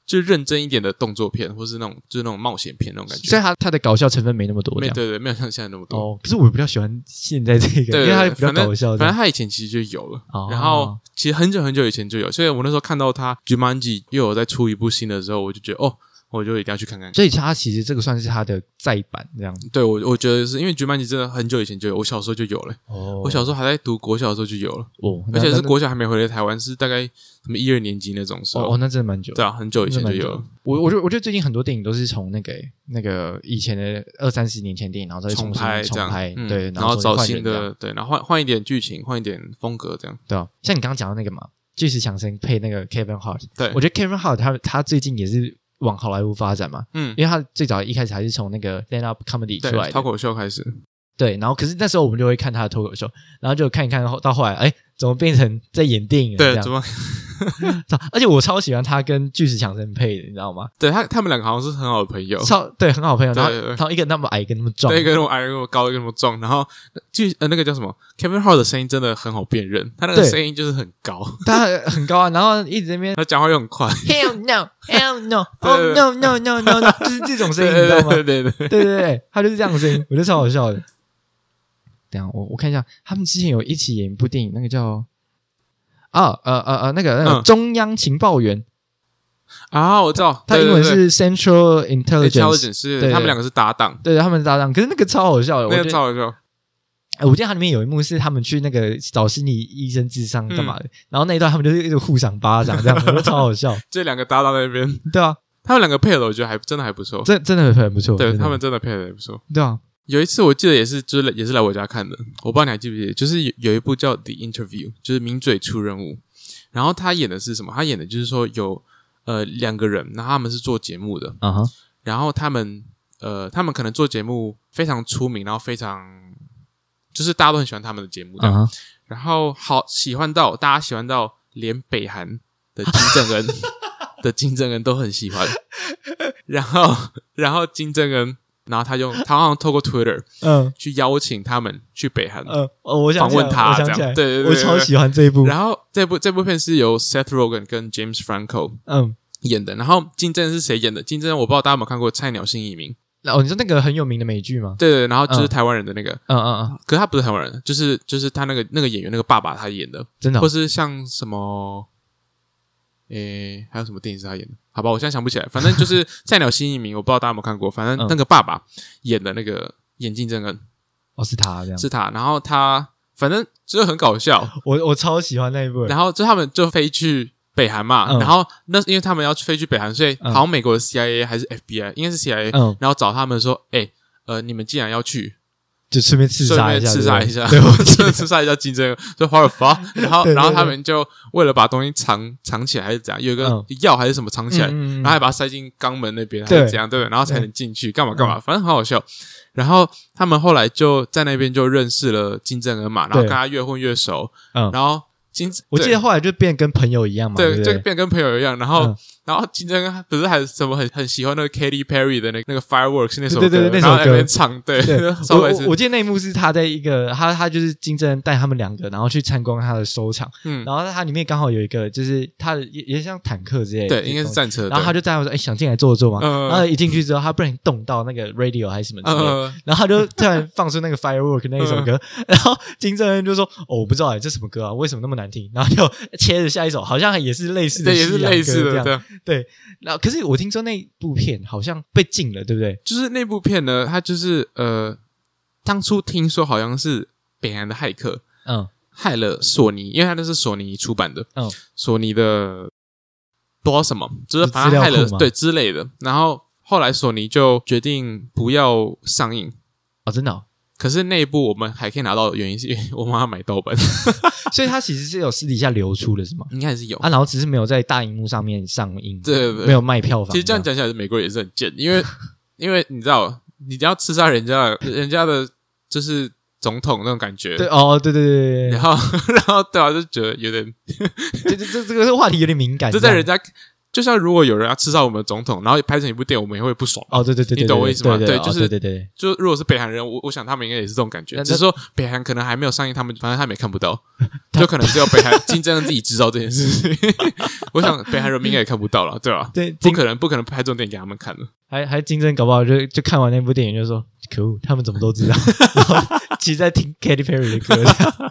[SPEAKER 2] 就认真一点的动作片，或是那种就是那种冒险片那种感
[SPEAKER 1] 所
[SPEAKER 2] 觉，
[SPEAKER 1] 以它它的搞笑成分没那么多，这
[SPEAKER 2] 没
[SPEAKER 1] 样
[SPEAKER 2] 对对，没有像现在那么多。
[SPEAKER 1] 哦。可是我比较喜欢现在这个，
[SPEAKER 2] 对，
[SPEAKER 1] 因为它
[SPEAKER 2] 对
[SPEAKER 1] 比较搞笑
[SPEAKER 2] 反正
[SPEAKER 1] 的。
[SPEAKER 2] 他以前其实就有了，
[SPEAKER 1] 哦
[SPEAKER 2] 然后其实很久很久以前就有，所以我那时候看到他 Jumanji 又有在出一部新的时候，我就觉得哦，我就一定要去看看。
[SPEAKER 1] 所以它其实这个算是它的再版这样。
[SPEAKER 2] 对我，我觉得是因为 Jumanji 真的很久以前就有，我小时候就有了，
[SPEAKER 1] 哦
[SPEAKER 2] 我小时候还在读国小的时候就有了，
[SPEAKER 1] 哦，
[SPEAKER 2] 而
[SPEAKER 1] 那
[SPEAKER 2] 且
[SPEAKER 1] 那
[SPEAKER 2] 是
[SPEAKER 1] 那
[SPEAKER 2] 国小还没回来台湾，是大概什么一二年级那种时
[SPEAKER 1] 哦哦，
[SPEAKER 2] 候，
[SPEAKER 1] 那真的蛮久。
[SPEAKER 2] 对啊，很久以前就有
[SPEAKER 1] 真的蛮
[SPEAKER 2] 了
[SPEAKER 1] 久。我我觉得我觉得最近很多电影都是从那个那个以前的二三十年前电影，然后再
[SPEAKER 2] 重
[SPEAKER 1] 重新
[SPEAKER 2] 拍这
[SPEAKER 1] 重
[SPEAKER 2] 样
[SPEAKER 1] 拍，，
[SPEAKER 2] 嗯
[SPEAKER 1] 对，
[SPEAKER 2] 然
[SPEAKER 1] 后
[SPEAKER 2] 后
[SPEAKER 1] 重新
[SPEAKER 2] 找
[SPEAKER 1] 换
[SPEAKER 2] 新
[SPEAKER 1] 人这样，
[SPEAKER 2] 的，对，然后换换一点剧情，换一点风格这样。
[SPEAKER 1] 对啊。像你刚刚讲到那个嘛，巨石强森配那个 Kevin Hart，
[SPEAKER 2] 对
[SPEAKER 1] 我，觉得 Kevin Hart 他他最近也是往好莱坞发展嘛，
[SPEAKER 2] 嗯，
[SPEAKER 1] 因为他最早一开始还是从那个 stand up comedy 出来
[SPEAKER 2] 对，
[SPEAKER 1] 的，
[SPEAKER 2] 脱口秀开始，
[SPEAKER 1] 对，然后可是那时候我们就会看他的脱口秀，然后就看一看后到后来，哎，怎么变成在演电影了？
[SPEAKER 2] 对
[SPEAKER 1] 这，
[SPEAKER 2] 怎
[SPEAKER 1] 样
[SPEAKER 2] 么
[SPEAKER 1] [laughs] 而且我超喜欢他跟巨石强森配的，你知道吗？
[SPEAKER 2] 对他，他们两个好像是很好的朋友，
[SPEAKER 1] 超对，很好朋友。然后
[SPEAKER 2] 对对对
[SPEAKER 1] 然后一个那么矮，一个那么壮，
[SPEAKER 2] 对，一个那么矮，一个那么高，一个那么壮，然后据呃那个叫什么 Kevin Hart 的声音真的很好辨认，他那个
[SPEAKER 1] 对
[SPEAKER 2] 声音就是很高，
[SPEAKER 1] 他很高啊，然后一直在那
[SPEAKER 2] [laughs]
[SPEAKER 1] 边
[SPEAKER 2] 他讲话又很快，
[SPEAKER 1] Hell no, Hell no,
[SPEAKER 2] 对
[SPEAKER 1] Oh no no no no no，就是这种声音，你
[SPEAKER 2] 对
[SPEAKER 1] 知道
[SPEAKER 2] 对
[SPEAKER 1] 吗？
[SPEAKER 2] 对对
[SPEAKER 1] 对
[SPEAKER 2] 对，
[SPEAKER 1] 对对，他就是这样的声音，我觉得超好笑的。等一下我我看一下，他们之前有一起演一部电影，那个叫啊呃呃呃那个那个
[SPEAKER 2] 嗯
[SPEAKER 1] 中央情报员，
[SPEAKER 2] 啊，我知道，
[SPEAKER 1] 他
[SPEAKER 2] 对
[SPEAKER 1] 英文
[SPEAKER 2] 对对
[SPEAKER 1] 是 Central Intelligence，
[SPEAKER 2] intelligence，是
[SPEAKER 1] 对对
[SPEAKER 2] 他们两个是搭档，
[SPEAKER 1] 对他们搭档，可是那个超好笑的，我
[SPEAKER 2] 那
[SPEAKER 1] 觉
[SPEAKER 2] 个
[SPEAKER 1] 得。
[SPEAKER 2] 超好笑，
[SPEAKER 1] 哎我记得它里面有一幕是他们去那个找心理医生治伤干嘛的，然后那一段他们就是一直互赏巴掌这样，我觉得超好笑。
[SPEAKER 2] 这两个搭档在那边，
[SPEAKER 1] [laughs] 对啊，
[SPEAKER 2] 他们两个配的我觉得还真的还不错，
[SPEAKER 1] 真真的很不错。
[SPEAKER 2] 对
[SPEAKER 1] 真的
[SPEAKER 2] 他们真的配的也不错。
[SPEAKER 1] 对啊，
[SPEAKER 2] 有一次我记得也是，就是来也是来我家看的，我不知道你还记不记得，就是有有一部叫《The Interview》，就是名嘴出任务，然后他演的是什么？他演的就是说有呃两个人，然后他们是做节目的，
[SPEAKER 1] 啊哈，
[SPEAKER 2] 然后他们呃他们可能做节目非常出名，然后非常就是大家都很喜欢他们的节目这样，
[SPEAKER 1] 啊哈，
[SPEAKER 2] 然后好喜欢到大家喜欢到连北韩的金正恩的金正恩都很喜欢，然后然后金正恩。然后他用，他好像透过 Twitter，
[SPEAKER 1] 嗯
[SPEAKER 2] 去邀请他们去北韩。
[SPEAKER 1] 嗯，哦我想
[SPEAKER 2] 访问
[SPEAKER 1] 起来
[SPEAKER 2] 他
[SPEAKER 1] 我想
[SPEAKER 2] 这样
[SPEAKER 1] 起来
[SPEAKER 2] 对对对
[SPEAKER 1] 我
[SPEAKER 2] 对
[SPEAKER 1] 超
[SPEAKER 2] 对
[SPEAKER 1] 喜欢这一部。
[SPEAKER 2] 然后这部这部片是由 Seth Rogen 跟 James Franco
[SPEAKER 1] 嗯，
[SPEAKER 2] 演的，然后金正恩是谁演的？金正恩我不知道大家有没有看过《菜鸟新移民》？
[SPEAKER 1] 那哦，你说那个很有名的美剧吗？
[SPEAKER 2] 对对，然后就是
[SPEAKER 1] 嗯
[SPEAKER 2] 台湾人的那个，
[SPEAKER 1] 嗯嗯嗯，
[SPEAKER 2] 可是他不是台湾人，就是就是他那个那个演员那个爸爸他演的，
[SPEAKER 1] 真的哦
[SPEAKER 2] 或是像什么，诶，还有什么电影是他演的？好吧，我现在想不起来，反正
[SPEAKER 1] [laughs]
[SPEAKER 2] 就是《菜鸟新移民》，我不知道大家有没有看过，反
[SPEAKER 1] 嗯
[SPEAKER 2] 正那个爸爸演的那个演金正恩
[SPEAKER 1] 哦，是他这样。
[SPEAKER 2] 是他，然后他反正就是很搞笑，
[SPEAKER 1] 我我超喜欢那一部。
[SPEAKER 2] 然后就他们就飞去北韩嘛，
[SPEAKER 1] 嗯
[SPEAKER 2] 然后那因为他们要飞去北韩，所以
[SPEAKER 1] 嗯
[SPEAKER 2] 好像美国的 CIA 还是 FBI，应该是 CIA，、
[SPEAKER 1] 嗯，
[SPEAKER 2] 然后找他们说，哎、呃，你们既然要去，
[SPEAKER 1] 就顺便刺
[SPEAKER 2] 顺
[SPEAKER 1] 杀
[SPEAKER 2] 便
[SPEAKER 1] 一下，
[SPEAKER 2] 刺
[SPEAKER 1] 对
[SPEAKER 2] 杀
[SPEAKER 1] 不
[SPEAKER 2] 一
[SPEAKER 1] 对
[SPEAKER 2] 下，
[SPEAKER 1] 对，我
[SPEAKER 2] [laughs]
[SPEAKER 1] 记
[SPEAKER 2] 就刺杀一下竞争，就 h o r r f
[SPEAKER 1] [laughs]
[SPEAKER 2] 然后
[SPEAKER 1] 对对
[SPEAKER 2] 然后
[SPEAKER 1] 对
[SPEAKER 2] 他们就为了把东西藏藏起来还是怎样，有一个
[SPEAKER 1] 嗯
[SPEAKER 2] 药还是什么藏起来，
[SPEAKER 1] 嗯嗯嗯
[SPEAKER 2] 然后还把它塞进肛门那边，还
[SPEAKER 1] 对嗯
[SPEAKER 2] 是怎样，对不对？然后才能进去，干嘛干嘛，反正很好笑。然后他们后来就在那边就认识了金正恩嘛，然后
[SPEAKER 1] 对
[SPEAKER 2] 跟他越混越熟，
[SPEAKER 1] 嗯
[SPEAKER 2] 然后金，
[SPEAKER 1] 我
[SPEAKER 2] 对
[SPEAKER 1] 记得后来就变跟朋友一样嘛，对
[SPEAKER 2] 对，
[SPEAKER 1] 不
[SPEAKER 2] 就
[SPEAKER 1] 对？
[SPEAKER 2] 变跟朋友一样。然后，
[SPEAKER 1] 嗯
[SPEAKER 2] 然后金正恩不是还什么很很喜欢那个 Katy Perry 的那个那个 Fireworks 那首歌，
[SPEAKER 1] 对对对那首
[SPEAKER 2] 然后在那边
[SPEAKER 1] 歌
[SPEAKER 2] 唱，对， [laughs]
[SPEAKER 1] 对，
[SPEAKER 2] 稍
[SPEAKER 1] 我
[SPEAKER 2] 微
[SPEAKER 1] 我
[SPEAKER 2] 是
[SPEAKER 1] 我记得那一幕是他在一个他他就是金正恩带他们两个，然后去参观他的收藏，
[SPEAKER 2] 嗯，
[SPEAKER 1] 然后它里面刚好有一个就是他的也也像坦克之类的，
[SPEAKER 2] 对，应该是。战车。
[SPEAKER 1] 然后他
[SPEAKER 2] 对
[SPEAKER 1] 就站在我说：“哎，想进来坐坐吗？”
[SPEAKER 2] 嗯
[SPEAKER 1] 然后一进去之后，他不然动到那个 radio 还是什么之类的，
[SPEAKER 2] 呃，
[SPEAKER 1] 然后他就突然放出那个 firework 那一首歌，
[SPEAKER 2] 嗯
[SPEAKER 1] [laughs] 然后金正恩就说：“哦，我不知道哎，这什么歌啊？为什么那么难听？”然后就切着下一首，好像也是类似的
[SPEAKER 2] 对，也
[SPEAKER 1] 西洋歌
[SPEAKER 2] 是
[SPEAKER 1] 这样，
[SPEAKER 2] 类似的，对。
[SPEAKER 1] 然后可是我听说那部片好像被禁了，对不对？
[SPEAKER 2] 就是那部片呢，它就是呃，当初听说好像是北韩的骇客
[SPEAKER 1] 嗯
[SPEAKER 2] 害了索尼，因为它那是索尼出版的，
[SPEAKER 1] 嗯，
[SPEAKER 2] 索尼的不知道什么，就是
[SPEAKER 1] 是
[SPEAKER 2] 反正害
[SPEAKER 1] 资料
[SPEAKER 2] 了
[SPEAKER 1] 库吗
[SPEAKER 2] 对之类的。然后后来索尼就决定不要上映。
[SPEAKER 1] 哦，真的、哦，
[SPEAKER 2] 可是那一部我们还可以拿到的原因是因为 [laughs] 我妈买盗版，
[SPEAKER 1] 所以它其实是有私底下流出的，是吗？
[SPEAKER 2] 应该还是有。
[SPEAKER 1] 啊，然后只是没有在大荧幕上面上映，
[SPEAKER 2] 这
[SPEAKER 1] 没有卖票房。
[SPEAKER 2] 其实这样，讲起来，美国也是很贱，
[SPEAKER 1] [laughs]
[SPEAKER 2] 因为因为你知道，你要刺杀人家，人家的就是总统那种感觉。
[SPEAKER 1] 对哦，对对对
[SPEAKER 2] [laughs] 然后，然后对啊，就觉得有点，
[SPEAKER 1] 对对，这这这个话题有点敏感，
[SPEAKER 2] 就在人家，就像如果有人要刺杀我们的总统，然后拍成一部电影，我们也会不爽。
[SPEAKER 1] 哦，对对对，对
[SPEAKER 2] 你懂我意思吗
[SPEAKER 1] 对
[SPEAKER 2] 对就是
[SPEAKER 1] 哦对对对，
[SPEAKER 2] 就如果是北韩人，我我想他们应该也是这种感觉，
[SPEAKER 1] 那
[SPEAKER 2] 只是说北韩可能还没有上映，他们反正他们也看
[SPEAKER 1] [laughs]
[SPEAKER 2] 不到，就可能只有北韩金正恩自己知道这件事情。 [laughs] 我想北韩人民应该也看不到了，对
[SPEAKER 1] [laughs]
[SPEAKER 2] 吧？
[SPEAKER 1] 对
[SPEAKER 2] 不
[SPEAKER 1] 金
[SPEAKER 2] 可能，不可能拍这种电影给他们看的。
[SPEAKER 1] 还还金正搞不好就就看完那部电影就说可恶，他们怎么都知道，然后其实在听 Katy Perry 的歌，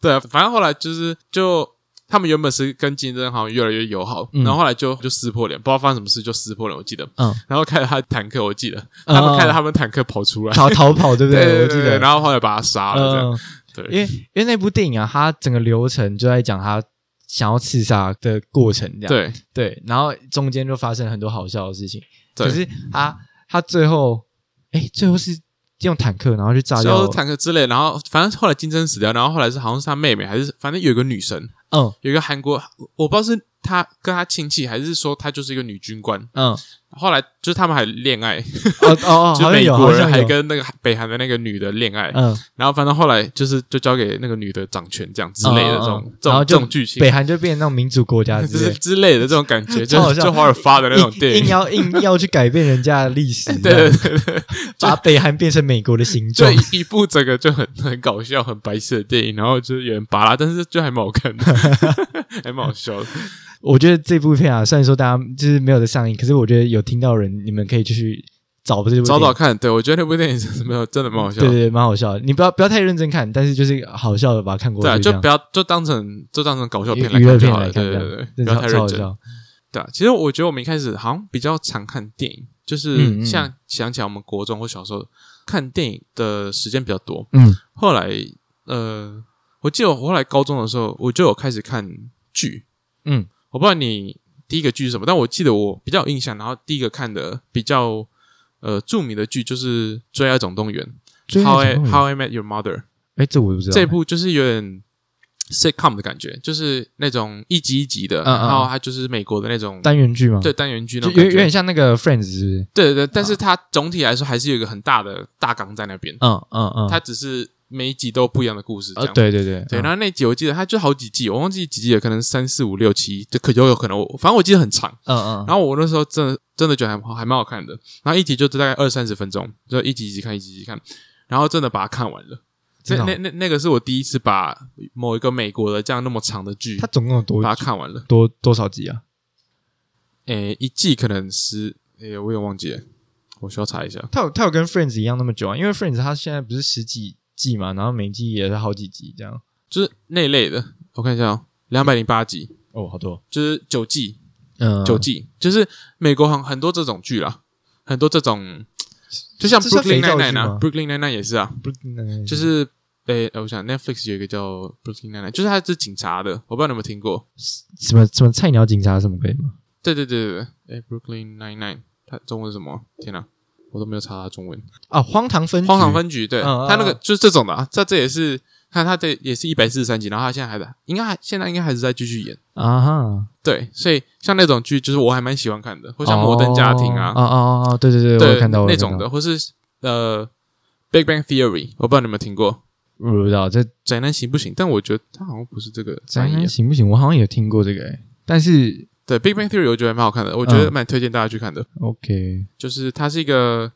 [SPEAKER 2] 对啊，反正后来就是就他们原本是跟金正恩好像越来越友好，
[SPEAKER 1] 嗯
[SPEAKER 2] 然后后来就就撕破脸，不知道发生什么事就撕破脸，我记得。
[SPEAKER 1] 嗯，
[SPEAKER 2] 然后开着他的坦克，我记得 [laughs] 他们开着他们坦克跑出来，
[SPEAKER 1] 逃逃跑，对不
[SPEAKER 2] 对
[SPEAKER 1] 我
[SPEAKER 2] 对
[SPEAKER 1] 记
[SPEAKER 2] 对
[SPEAKER 1] 得
[SPEAKER 2] 对，。然后后来把他杀了，这
[SPEAKER 1] 嗯，
[SPEAKER 2] 样
[SPEAKER 1] 因
[SPEAKER 2] 对，
[SPEAKER 1] 为因为那部电影啊，它整个流程就在讲他想要刺杀的过程，这样
[SPEAKER 2] 对
[SPEAKER 1] 对，然后中间就发生了很多好笑的事情。
[SPEAKER 2] 对
[SPEAKER 1] 可是他他最后，哎，最后是用坦克然后去炸掉
[SPEAKER 2] 消，坦克之类，然后反正后来金正恩死掉，然后后来是好像是他妹妹还是反正有一个女生，
[SPEAKER 1] 嗯
[SPEAKER 2] 有一个韩国，我不知道是他跟他亲戚还是说他就是一个女军官，
[SPEAKER 1] 嗯，哦
[SPEAKER 2] 后来就是他们还恋爱，
[SPEAKER 1] 哦哦，
[SPEAKER 2] [laughs]
[SPEAKER 1] 好
[SPEAKER 2] 就
[SPEAKER 1] 像
[SPEAKER 2] 美
[SPEAKER 1] 有，
[SPEAKER 2] 国
[SPEAKER 1] 好
[SPEAKER 2] 人
[SPEAKER 1] 像
[SPEAKER 2] 还
[SPEAKER 1] 有，
[SPEAKER 2] 跟那个北韩的那个女的恋爱，
[SPEAKER 1] 嗯，
[SPEAKER 2] 然后反正后来就是就交给那个女的掌权这样之类的
[SPEAKER 1] 嗯嗯
[SPEAKER 2] 这
[SPEAKER 1] 嗯
[SPEAKER 2] 种这
[SPEAKER 1] 然后
[SPEAKER 2] 种
[SPEAKER 1] 就
[SPEAKER 2] 这种剧情
[SPEAKER 1] 北，韩就变成那种民主国家
[SPEAKER 2] 就
[SPEAKER 1] 之
[SPEAKER 2] 是 [laughs]
[SPEAKER 1] 类。
[SPEAKER 2] 之类的这种感觉，就
[SPEAKER 1] 超好笑
[SPEAKER 2] 就华尔发的那种
[SPEAKER 1] 硬
[SPEAKER 2] 电影
[SPEAKER 1] 硬，要硬要去改变人家的历史，
[SPEAKER 2] [laughs] 对对对对，
[SPEAKER 1] 把北韩变成美国的形
[SPEAKER 2] 就
[SPEAKER 1] 状，
[SPEAKER 2] 一一部整个就很很搞笑、很白痴的电影，然后就是有人拔拉，但是就还蛮好看的，还蛮好笑的。
[SPEAKER 1] 我觉得这部片啊，虽然说大家就是没有在上映，可是我觉得有听到人，你们可以就去找这部电影
[SPEAKER 2] 找找看，对我觉得那部电影是没有真的蛮好笑
[SPEAKER 1] 对对
[SPEAKER 2] 的。
[SPEAKER 1] 对，蛮好笑的。你不要不要太认真看，但是就是好笑的把它看过
[SPEAKER 2] 对啊，
[SPEAKER 1] 去，这
[SPEAKER 2] 就
[SPEAKER 1] 样
[SPEAKER 2] 不要就当成就当成搞笑
[SPEAKER 1] 娱
[SPEAKER 2] 片来
[SPEAKER 1] 娱乐
[SPEAKER 2] 看就
[SPEAKER 1] 片
[SPEAKER 2] 好
[SPEAKER 1] 来
[SPEAKER 2] 了，
[SPEAKER 1] 看，
[SPEAKER 2] 对
[SPEAKER 1] 这
[SPEAKER 2] 对
[SPEAKER 1] 样
[SPEAKER 2] 对，对
[SPEAKER 1] 真
[SPEAKER 2] 不
[SPEAKER 1] 的
[SPEAKER 2] 要太
[SPEAKER 1] 超
[SPEAKER 2] 认
[SPEAKER 1] 好
[SPEAKER 2] 真。
[SPEAKER 1] 笑。
[SPEAKER 2] 对啊，其实我觉得我们一开始好像比较常看电影，就
[SPEAKER 1] 嗯
[SPEAKER 2] 是
[SPEAKER 1] 嗯
[SPEAKER 2] 像想起来我们国中或小时候看电影的时间比较多。
[SPEAKER 1] 嗯
[SPEAKER 2] 后来呃，我记得我后来高中的时候，我就有开始看剧，
[SPEAKER 1] 嗯，
[SPEAKER 2] 我不知道你第一个剧是什么，但我记得我比较有印象，然后第一个看的比较呃著名的剧就是《追爱总动员》，How I How I Met Your Mother
[SPEAKER 1] 哎，这我不知道。
[SPEAKER 2] 这部就是有点 sitcom 的感觉，就是那种一集一集的，
[SPEAKER 1] 嗯嗯
[SPEAKER 2] 然后它就是美国的那种
[SPEAKER 1] 单元剧吗？
[SPEAKER 2] 对，单元剧那
[SPEAKER 1] 就
[SPEAKER 2] 种
[SPEAKER 1] 有
[SPEAKER 2] 感
[SPEAKER 1] 有
[SPEAKER 2] 觉
[SPEAKER 1] 点，像那个 Friends 是不是？
[SPEAKER 2] 对对对，但是它总体来说还是有一个很大的大纲在那边，
[SPEAKER 1] 嗯嗯嗯，
[SPEAKER 2] 它只是每一集都有不一样的故事这
[SPEAKER 1] 呃
[SPEAKER 2] 样。
[SPEAKER 1] 对对对
[SPEAKER 2] 对，
[SPEAKER 1] 嗯
[SPEAKER 2] 然后那集我记得它就好几季，我忘记几季了，可能三四五六七，就可有有可能我反正我记得很长。
[SPEAKER 1] 嗯嗯，
[SPEAKER 2] 然后我那时候真的真的觉得还好还蛮好看的，然后一集就大概二三十分钟，就一集一集看，一集一集看，然后真的把它看完了。
[SPEAKER 1] 真
[SPEAKER 2] 那
[SPEAKER 1] 的哦
[SPEAKER 2] 那那那个是我第一次把某一个美国的这样那么长的剧
[SPEAKER 1] 它总共有多
[SPEAKER 2] 把它看完了。
[SPEAKER 1] 多多少集啊？
[SPEAKER 2] 诶，一季可能十，诶，我也忘记了，我需要查一下。
[SPEAKER 1] 它有它有跟 Friends 一样那么久啊？因为 Friends 它现在不是十几季嘛，然后每季也是好几集这样。
[SPEAKER 2] 就是那一类的，我看一下哦，两百零八集，
[SPEAKER 1] 哦，好多，
[SPEAKER 2] 就是九季，
[SPEAKER 1] 嗯，
[SPEAKER 2] 九季，就是美国很很多这种剧啦，很多这种，就像
[SPEAKER 1] 这算
[SPEAKER 2] Brooklyn
[SPEAKER 1] 肥皂
[SPEAKER 2] Nine
[SPEAKER 1] 剧
[SPEAKER 2] Nine 啊
[SPEAKER 1] 吗
[SPEAKER 2] ，Brooklyn Nine Nine 也是啊，
[SPEAKER 1] 不嗯
[SPEAKER 2] 就是诶、呃我想 Netflix 有一个叫 Brooklyn Nine Nine，就是它是警察的，我不知道你有没有听过。
[SPEAKER 1] 什么什么菜鸟警察什么鬼吗？
[SPEAKER 2] 对对对对对，诶、b r o o k l y n Nine Nine，它中文是什么？天哪、我都没有查它中文。
[SPEAKER 1] 啊，荒唐分局
[SPEAKER 2] 哦荒唐分局，对，
[SPEAKER 1] 嗯嗯
[SPEAKER 2] 它那个
[SPEAKER 1] 嗯
[SPEAKER 2] 就是这种的啊，这这也是。看它这也是一百四十三集，然后它现在还在，应该还现在应该还是在继续演。
[SPEAKER 1] 啊哈，
[SPEAKER 2] 对，所以像那种剧，就是我还蛮喜欢看的，或像《摩登家庭》啊，
[SPEAKER 1] 哦哦哦，对对对，我
[SPEAKER 2] 对
[SPEAKER 1] 有看到我
[SPEAKER 2] 那
[SPEAKER 1] 有看
[SPEAKER 2] 种
[SPEAKER 1] 到
[SPEAKER 2] 的，或是呃《Big Bang Theory》，我不知道你有没有听过
[SPEAKER 1] 我不知道这
[SPEAKER 2] 《宅男行不行》，但我觉得它好像不是这个
[SPEAKER 1] 宅
[SPEAKER 2] 翻译
[SPEAKER 1] 男
[SPEAKER 2] 啊。
[SPEAKER 1] 哎行不行？我好像有听过这个、欸，但是
[SPEAKER 2] 对，《Big Bang Theory》我觉得还蛮好看的，我觉
[SPEAKER 1] 嗯
[SPEAKER 2] 得蛮推荐大家去看的。
[SPEAKER 1] OK，
[SPEAKER 2] 就是它是一个，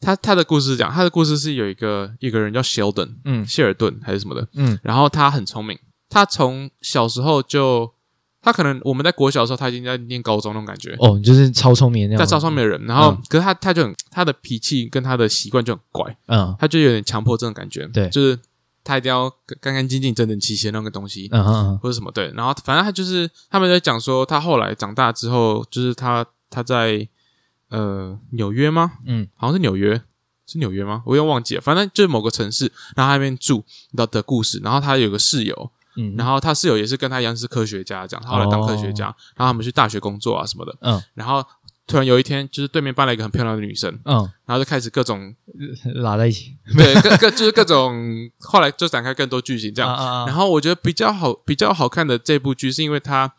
[SPEAKER 2] 它它的故事是这样，它的故事是有一个一个人叫 Sheldon，
[SPEAKER 1] 嗯
[SPEAKER 2] 谢尔顿还是什么的，
[SPEAKER 1] 嗯
[SPEAKER 2] 然后他很聪明，他从小时候就，他可能我们在国小的时候，他已经在念高中那种感觉，
[SPEAKER 1] 哦，你就是超聪明的那
[SPEAKER 2] 在
[SPEAKER 1] 样，
[SPEAKER 2] 招上面的人，然后、
[SPEAKER 1] 嗯
[SPEAKER 2] 可是他他就很他的脾气跟他的习惯就很怪，
[SPEAKER 1] 嗯
[SPEAKER 2] 他就有点强迫症的感觉，
[SPEAKER 1] 对
[SPEAKER 2] 就是他一定要干干净净、整整齐齐的那个东西。
[SPEAKER 1] 嗯嗯
[SPEAKER 2] 或者什么对，然后反正他就是他们在讲说，他后来长大之后，就是他他在呃纽约吗？
[SPEAKER 1] 嗯
[SPEAKER 2] 好像是纽约，是纽约吗？我有点忘记了，反正就是某个城市，然后他在那边住的的故事，然后他有个室友，
[SPEAKER 1] 嗯，
[SPEAKER 2] 然
[SPEAKER 1] 后
[SPEAKER 2] 后他室友也是跟他一样是科学家，这样他后来当科学家，然后他们去大学工作啊什么的，
[SPEAKER 1] 哦嗯
[SPEAKER 2] 然后突然有一天，就是对面搬来一个很漂亮的女生，
[SPEAKER 1] 嗯，
[SPEAKER 2] 然后就开始
[SPEAKER 1] [laughs]
[SPEAKER 2] 各种
[SPEAKER 1] 拉在一起，
[SPEAKER 2] 对各各就是各种，后来就展开更多剧情这样。
[SPEAKER 1] 啊啊
[SPEAKER 2] 然
[SPEAKER 1] 啊
[SPEAKER 2] 后我觉得比较好比较好看的这部剧，是因为它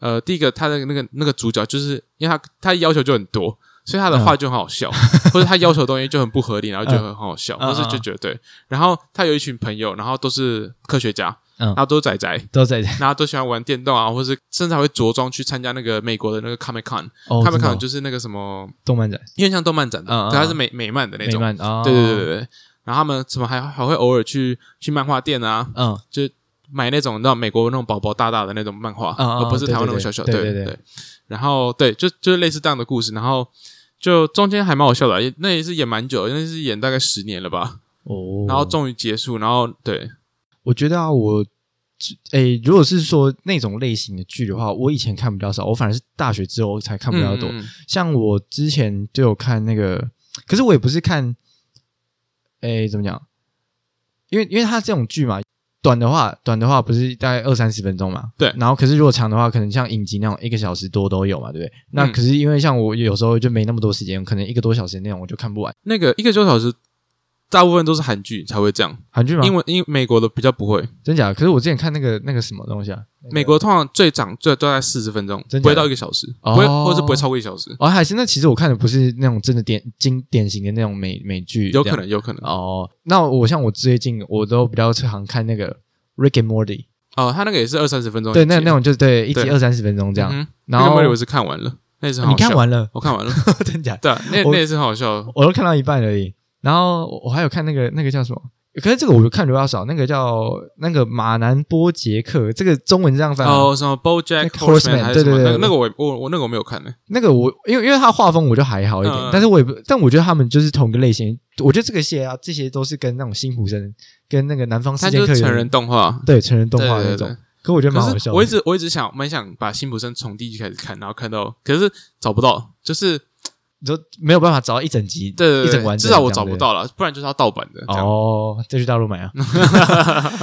[SPEAKER 2] 呃，第一个它的那个那个主角，就是因为他他要求就很多，所以他的话就很好笑，或者他要求的东西就很不合理，然后就很好笑，
[SPEAKER 1] 嗯嗯
[SPEAKER 2] 或是就觉得对。然后他有一群朋友，然后都是科学家，
[SPEAKER 1] 嗯
[SPEAKER 2] 然后都是仔仔。
[SPEAKER 1] 都在
[SPEAKER 2] 然后都喜欢玩电动啊，或是甚至还会着装去参加那个美国的那个 Comic Con，Comic
[SPEAKER 1] 哦，真的
[SPEAKER 2] Con
[SPEAKER 1] 哦
[SPEAKER 2] 就是那个什么，
[SPEAKER 1] 动漫展，
[SPEAKER 2] 因为像动漫展的，
[SPEAKER 1] 嗯嗯嗯
[SPEAKER 2] 可它是美美漫的那
[SPEAKER 1] 美
[SPEAKER 2] 种，
[SPEAKER 1] 漫啊，
[SPEAKER 2] 对对对，对对。然后他们怎么还还会偶尔去去漫画店啊，
[SPEAKER 1] 嗯
[SPEAKER 2] 就买那种那美国那种薄薄大大的那种漫画，
[SPEAKER 1] 啊啊
[SPEAKER 2] 而不是
[SPEAKER 1] 对
[SPEAKER 2] 台湾那
[SPEAKER 1] 对
[SPEAKER 2] 种
[SPEAKER 1] 对
[SPEAKER 2] 小小。
[SPEAKER 1] 对
[SPEAKER 2] 对
[SPEAKER 1] 对对
[SPEAKER 2] 对。然后对，就就是类似这样的故事，然后就中间还蛮好笑的，也那也是演蛮久，那是演大概十年了吧，
[SPEAKER 1] 哦，
[SPEAKER 2] 然后终于结束，然后对，
[SPEAKER 1] 我觉得啊，我诶，如果是说那种类型的剧的话，我以前看比较少，我反而是大学之后才看比较多。
[SPEAKER 2] 嗯嗯嗯
[SPEAKER 1] 像我之前就有看那个，可是我也不是看，诶，怎么讲？因为因为它这种剧嘛，短的话短的话不是大概二三十分钟嘛，
[SPEAKER 2] 对
[SPEAKER 1] 然后可是如果长的话，可能像影集那种一个小时多都有嘛，对不对？那
[SPEAKER 2] 嗯
[SPEAKER 1] 可是因为像我有时候就没那么多时间，可能一个多小时那种我就看不完
[SPEAKER 2] 那个一个多小时，大部分都是韩剧才会这样，
[SPEAKER 1] 韩剧嘛，
[SPEAKER 2] 英文英美国的比较不会，
[SPEAKER 1] 真假的？可是我之前看那个那个什么东西啊，那个
[SPEAKER 2] 美国通常最长最大概四十分钟，
[SPEAKER 1] 真假的
[SPEAKER 2] 不会到一个小时，
[SPEAKER 1] 哦
[SPEAKER 2] 不会或者是不会超过一小时，
[SPEAKER 1] 哦，还是那其实我看的不是那种真的典经典型的那种美美剧，
[SPEAKER 2] 有
[SPEAKER 1] 这
[SPEAKER 2] 可
[SPEAKER 1] 样
[SPEAKER 2] 能有可能。
[SPEAKER 1] 哦。那我像我最近我都比较常看那个 Rick and Morty，
[SPEAKER 2] 哦，他那个也是二三十分钟一集，
[SPEAKER 1] 对，
[SPEAKER 2] 啊
[SPEAKER 1] 那那种就是对一集
[SPEAKER 2] 对
[SPEAKER 1] 二三十分钟这样。
[SPEAKER 2] 嗯哼
[SPEAKER 1] 然后
[SPEAKER 2] 那个 Mario 我是看完了，那也是很
[SPEAKER 1] 你
[SPEAKER 2] 好笑
[SPEAKER 1] 看，完了， [laughs]
[SPEAKER 2] 我看完了，
[SPEAKER 1] 真假？
[SPEAKER 2] 对啊，
[SPEAKER 1] [laughs]
[SPEAKER 2] 那
[SPEAKER 1] 我
[SPEAKER 2] 那也是很好笑的。
[SPEAKER 1] 我都看到一半而已。然后我我还有看那个那个叫什么？可是这个我看的比较少，那个叫那个马南波杰克，这个中文这样翻吗
[SPEAKER 2] 哦，什么 BoJack
[SPEAKER 1] Like Horseman，
[SPEAKER 2] Horseman 还是什么？
[SPEAKER 1] 对对对
[SPEAKER 2] 那个
[SPEAKER 1] 对
[SPEAKER 2] 那个我我我那个我没有看呢。
[SPEAKER 1] 那个我因为因为他画风我就还好一点，
[SPEAKER 2] 嗯
[SPEAKER 1] 但是我也不，但我觉得他们就是同个类型。我觉得这个些啊，这些都是跟那种辛普森跟那个南方
[SPEAKER 2] 它
[SPEAKER 1] 四剑
[SPEAKER 2] 就
[SPEAKER 1] 客
[SPEAKER 2] 是
[SPEAKER 1] 有
[SPEAKER 2] 成人动画，
[SPEAKER 1] 对成人动画
[SPEAKER 2] 对
[SPEAKER 1] 那
[SPEAKER 2] 对
[SPEAKER 1] 种
[SPEAKER 2] 对。。
[SPEAKER 1] 可我觉得蛮好
[SPEAKER 2] 可是
[SPEAKER 1] 笑的。
[SPEAKER 2] 我一直我一直想蛮想把辛普森从第一集开始看，然后看到，可是找不到，就是
[SPEAKER 1] 你说没有办法找到一整集，
[SPEAKER 2] 对
[SPEAKER 1] 一
[SPEAKER 2] 对
[SPEAKER 1] 整
[SPEAKER 2] 对，
[SPEAKER 1] 完
[SPEAKER 2] 至
[SPEAKER 1] 整
[SPEAKER 2] 少我
[SPEAKER 1] 这
[SPEAKER 2] 找
[SPEAKER 1] 样
[SPEAKER 2] 不。到了，不然就是要盗版的。
[SPEAKER 1] 对
[SPEAKER 2] 这样
[SPEAKER 1] 哦，再去大陆买
[SPEAKER 2] [laughs]
[SPEAKER 1] 啊！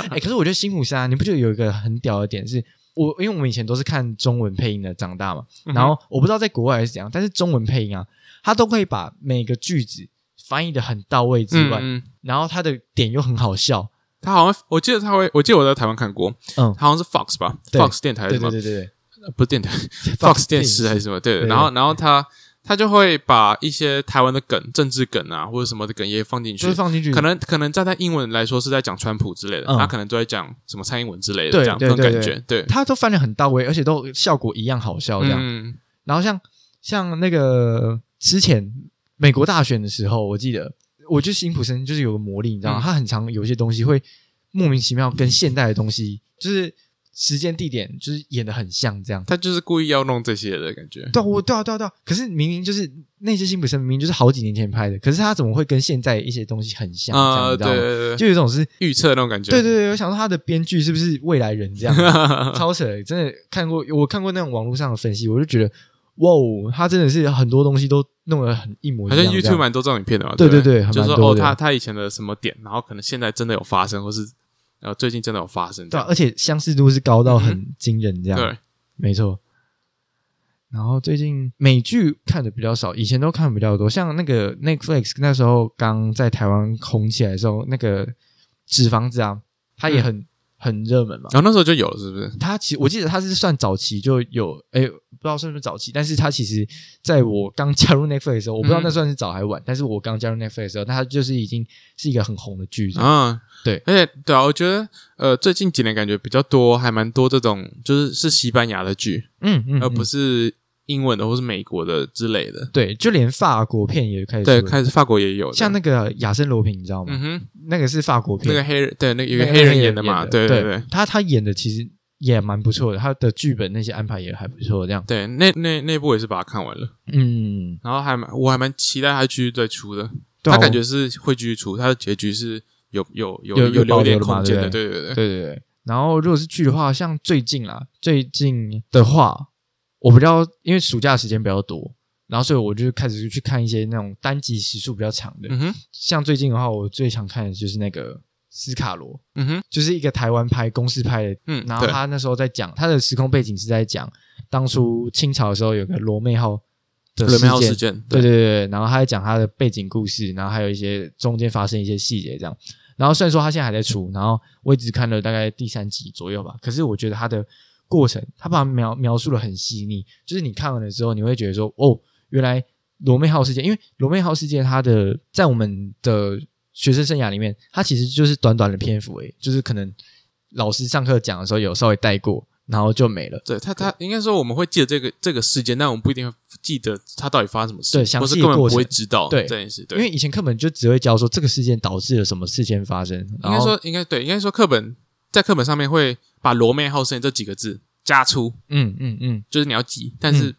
[SPEAKER 1] 哎、可是我觉得辛普森啊，你不觉得有一个很屌的点是？我因为我们以前都是看中文配音的长大嘛，
[SPEAKER 2] 嗯哼
[SPEAKER 1] 然后我不知道在国外是怎样，但是中文配音啊，它都可以把每个句子翻译的很到位之
[SPEAKER 2] 嗯
[SPEAKER 1] 外，
[SPEAKER 2] 嗯，
[SPEAKER 1] 然后它的点又很好笑，
[SPEAKER 2] 他好像我记得他会，我记得我在台湾看过，
[SPEAKER 1] 嗯
[SPEAKER 2] 好像是 Fox 吧
[SPEAKER 1] 对
[SPEAKER 2] ，Fox 电台还是
[SPEAKER 1] 对
[SPEAKER 2] 什么
[SPEAKER 1] 对对对
[SPEAKER 2] 不是
[SPEAKER 1] [laughs]
[SPEAKER 2] 电台
[SPEAKER 1] 对
[SPEAKER 2] ，Fox 电视还是什么？对，
[SPEAKER 1] 对
[SPEAKER 2] 然后然后他他就会把一些台湾的梗、政治梗啊，或者什么的梗也放进去
[SPEAKER 1] 就是。放进去，
[SPEAKER 2] 可能可能站在英文来说是在讲川普之类的，
[SPEAKER 1] 嗯
[SPEAKER 2] 他可能都在讲什么蔡英文之类的，
[SPEAKER 1] 对
[SPEAKER 2] 这样
[SPEAKER 1] 对
[SPEAKER 2] 那种
[SPEAKER 1] 对
[SPEAKER 2] 感
[SPEAKER 1] 对
[SPEAKER 2] 觉，对，
[SPEAKER 1] 它都翻的很到位，而且都效果一样好笑这样。
[SPEAKER 2] 嗯，
[SPEAKER 1] 然后像像那个之前美国大选的时候，我记得，我觉得辛普森就是有个魔力，你知道吗？
[SPEAKER 2] 嗯
[SPEAKER 1] 他很常有一些东西会莫名其妙跟现代的东西，就是时间地点，就是演的很像这样。
[SPEAKER 2] 他就是故意要弄这些的感觉，
[SPEAKER 1] 对啊，我对啊，对啊，对啊。可是明明就是那些辛普森，明明就是好几年前拍的，可是他怎么会跟现在一些东西很像？这样你
[SPEAKER 2] 啊，
[SPEAKER 1] 知
[SPEAKER 2] 对
[SPEAKER 1] 道吗？
[SPEAKER 2] 对对，
[SPEAKER 1] 就有一种是，
[SPEAKER 2] 预测那种感觉，
[SPEAKER 1] 对对对，我想说他的编剧是不是未来人这
[SPEAKER 2] [laughs]
[SPEAKER 1] 样？
[SPEAKER 2] 对，
[SPEAKER 1] 超扯，欸真的看过，我看过那种网络上的分析，我就觉得，哇哦，他真的是很多东西都弄得很一模一
[SPEAKER 2] 好
[SPEAKER 1] 样这
[SPEAKER 2] 像
[SPEAKER 1] 样。
[SPEAKER 2] YouTube 蛮多这种影片的嘛，
[SPEAKER 1] 对
[SPEAKER 2] 对
[SPEAKER 1] 对对还
[SPEAKER 2] 就
[SPEAKER 1] 蛮
[SPEAKER 2] 是说
[SPEAKER 1] 多
[SPEAKER 2] 哦，
[SPEAKER 1] 的
[SPEAKER 2] 他他以前的什么点，然后可能现在真的有发生，或是呃最近真的有发生，这
[SPEAKER 1] 对啊、
[SPEAKER 2] 样
[SPEAKER 1] 而且相似度是高到很惊人，这样、
[SPEAKER 2] 嗯对，
[SPEAKER 1] 没错。然后最近美剧看的比较少，以前都看比较多，像那个 Netflix 那时候刚在台湾红起来的时候，那个《纸房子》啊，它
[SPEAKER 2] 嗯
[SPEAKER 1] 也很、很热门嘛。
[SPEAKER 2] 然后那时候就有了，是不是？
[SPEAKER 1] 它其实我记得它是算早期就有，哎，不知道算不算早期，但是它其实在我刚加入 Netflix 的时候，我不知道
[SPEAKER 2] 嗯
[SPEAKER 1] 那算是早还晚，但是我刚加入 Netflix 的时候，它就是已经是一个很红的剧这样
[SPEAKER 2] 啊，
[SPEAKER 1] 嗯对
[SPEAKER 2] 而且对啊，我觉得呃，最近几年感觉比较多，还蛮多这种，就是是西班牙的剧，
[SPEAKER 1] 嗯嗯，
[SPEAKER 2] 而不
[SPEAKER 1] 是
[SPEAKER 2] 是英文的或是美国的之类的。
[SPEAKER 1] 对，就连法国片也开始
[SPEAKER 2] 对，
[SPEAKER 1] 出了
[SPEAKER 2] 开始法国也有的，
[SPEAKER 1] 像那个亚森罗平，你知道吗
[SPEAKER 2] 嗯？哼，
[SPEAKER 1] 那个是法国片，
[SPEAKER 2] 那个黑人，对，那个有
[SPEAKER 1] 那
[SPEAKER 2] 个
[SPEAKER 1] 个
[SPEAKER 2] 黑人演的嘛，
[SPEAKER 1] 对
[SPEAKER 2] 对对对
[SPEAKER 1] 他他演的其实也蛮不错的，他的剧本那些安排也还不错，这样，
[SPEAKER 2] 对，那那那部我也是把它看完了，
[SPEAKER 1] 嗯，
[SPEAKER 2] 然后还蛮我还蛮期待它继续再出的，
[SPEAKER 1] 对啊
[SPEAKER 2] 它感觉是会继续出，它的结局是有有有
[SPEAKER 1] 有有保
[SPEAKER 2] 留一
[SPEAKER 1] 留
[SPEAKER 2] 点
[SPEAKER 1] 的嘛
[SPEAKER 2] 空间的，
[SPEAKER 1] 对
[SPEAKER 2] 对对对
[SPEAKER 1] 我对对对。 [laughs] 然后如果是剧的话，像最近啦，最近的话，我比较因为暑假的时间比较多，然后所以我就开始去看一些那种单集时数比较长的，
[SPEAKER 2] 嗯哼，
[SPEAKER 1] 像最近的话，我最想看的就是那个斯卡罗，
[SPEAKER 2] 嗯哼，
[SPEAKER 1] 就是一个台湾拍公式拍的
[SPEAKER 2] 嗯，
[SPEAKER 1] 然后
[SPEAKER 2] 对
[SPEAKER 1] 他那时候在讲他的时空背景是在讲当初清朝的时候有个罗妹号的
[SPEAKER 2] 冷
[SPEAKER 1] 事
[SPEAKER 2] 门号
[SPEAKER 1] 件
[SPEAKER 2] 事，件，
[SPEAKER 1] 对对对，对然后他还讲他的背景故事，然后还有一些中间发生一些细节这样。然后虽然说他现在还在出，然后我也只看了大概第三集左右吧，可是我觉得他的过程，他把它描描述的很细腻，就是你看完了之后，你会觉得说，哦，原来罗妹号事件，因为罗妹号事件它的在我们的学生生涯里面，它其实就是短短的篇幅诶，就是可能老师上课讲的时候有稍微带过，然后就没了。
[SPEAKER 2] 对他，他应该说我们会记得这个这个事件，但我们不一定会记得他到底发生什么事，
[SPEAKER 1] 对详
[SPEAKER 2] 或是
[SPEAKER 1] 细的
[SPEAKER 2] 根本
[SPEAKER 1] 过
[SPEAKER 2] 不会
[SPEAKER 1] 程
[SPEAKER 2] 知道
[SPEAKER 1] 对
[SPEAKER 2] 这件事。
[SPEAKER 1] 因
[SPEAKER 2] 对，
[SPEAKER 1] 为以前课本就只会教说这个事件导致了什么事件发生，
[SPEAKER 2] 应
[SPEAKER 1] 然
[SPEAKER 2] 该
[SPEAKER 1] 后
[SPEAKER 2] 说应该对，应该说课本在课本上面会把“罗妹号事件”这几个字加粗，
[SPEAKER 1] 嗯嗯嗯，
[SPEAKER 2] 就是你要记，但是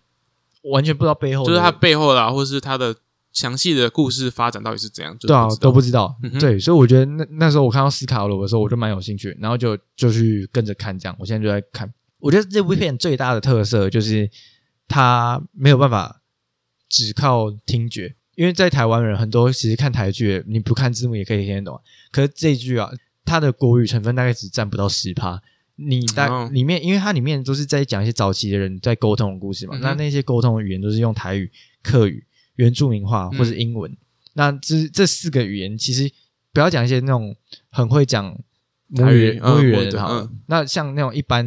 [SPEAKER 1] 完全不知道背后的
[SPEAKER 2] 就是它背后啦，或是它的详细的故事发展到底是怎样，就是
[SPEAKER 1] 对啊
[SPEAKER 2] 不知道
[SPEAKER 1] 都不知道
[SPEAKER 2] 嗯哼，
[SPEAKER 1] 对，所以我觉得那那时候我看到斯卡罗的时候，我就蛮有兴趣，然后就就去跟着看这样。我现在就在看，我觉得这部片最大的特色就是它没有办法只靠听觉，因为在台湾人很多其实看台剧，你不看字幕也可以听得懂啊，可是这一句啊，它的国语成分大概只占不到十趴。你大
[SPEAKER 2] 哦
[SPEAKER 1] 里面，因为它里面都是在讲一些早期的人在沟通的故事嘛，
[SPEAKER 2] 嗯哼
[SPEAKER 1] 那那些沟通的语言都是用台语、客语、原住民话
[SPEAKER 2] 嗯
[SPEAKER 1] 或是英文。那这这四个语言，其实不要讲一些那种很会讲母
[SPEAKER 2] 台
[SPEAKER 1] 语
[SPEAKER 2] 语嗯
[SPEAKER 1] 母语
[SPEAKER 2] 母语
[SPEAKER 1] 人
[SPEAKER 2] 的
[SPEAKER 1] 好了，
[SPEAKER 2] 嗯
[SPEAKER 1] 那像那种一般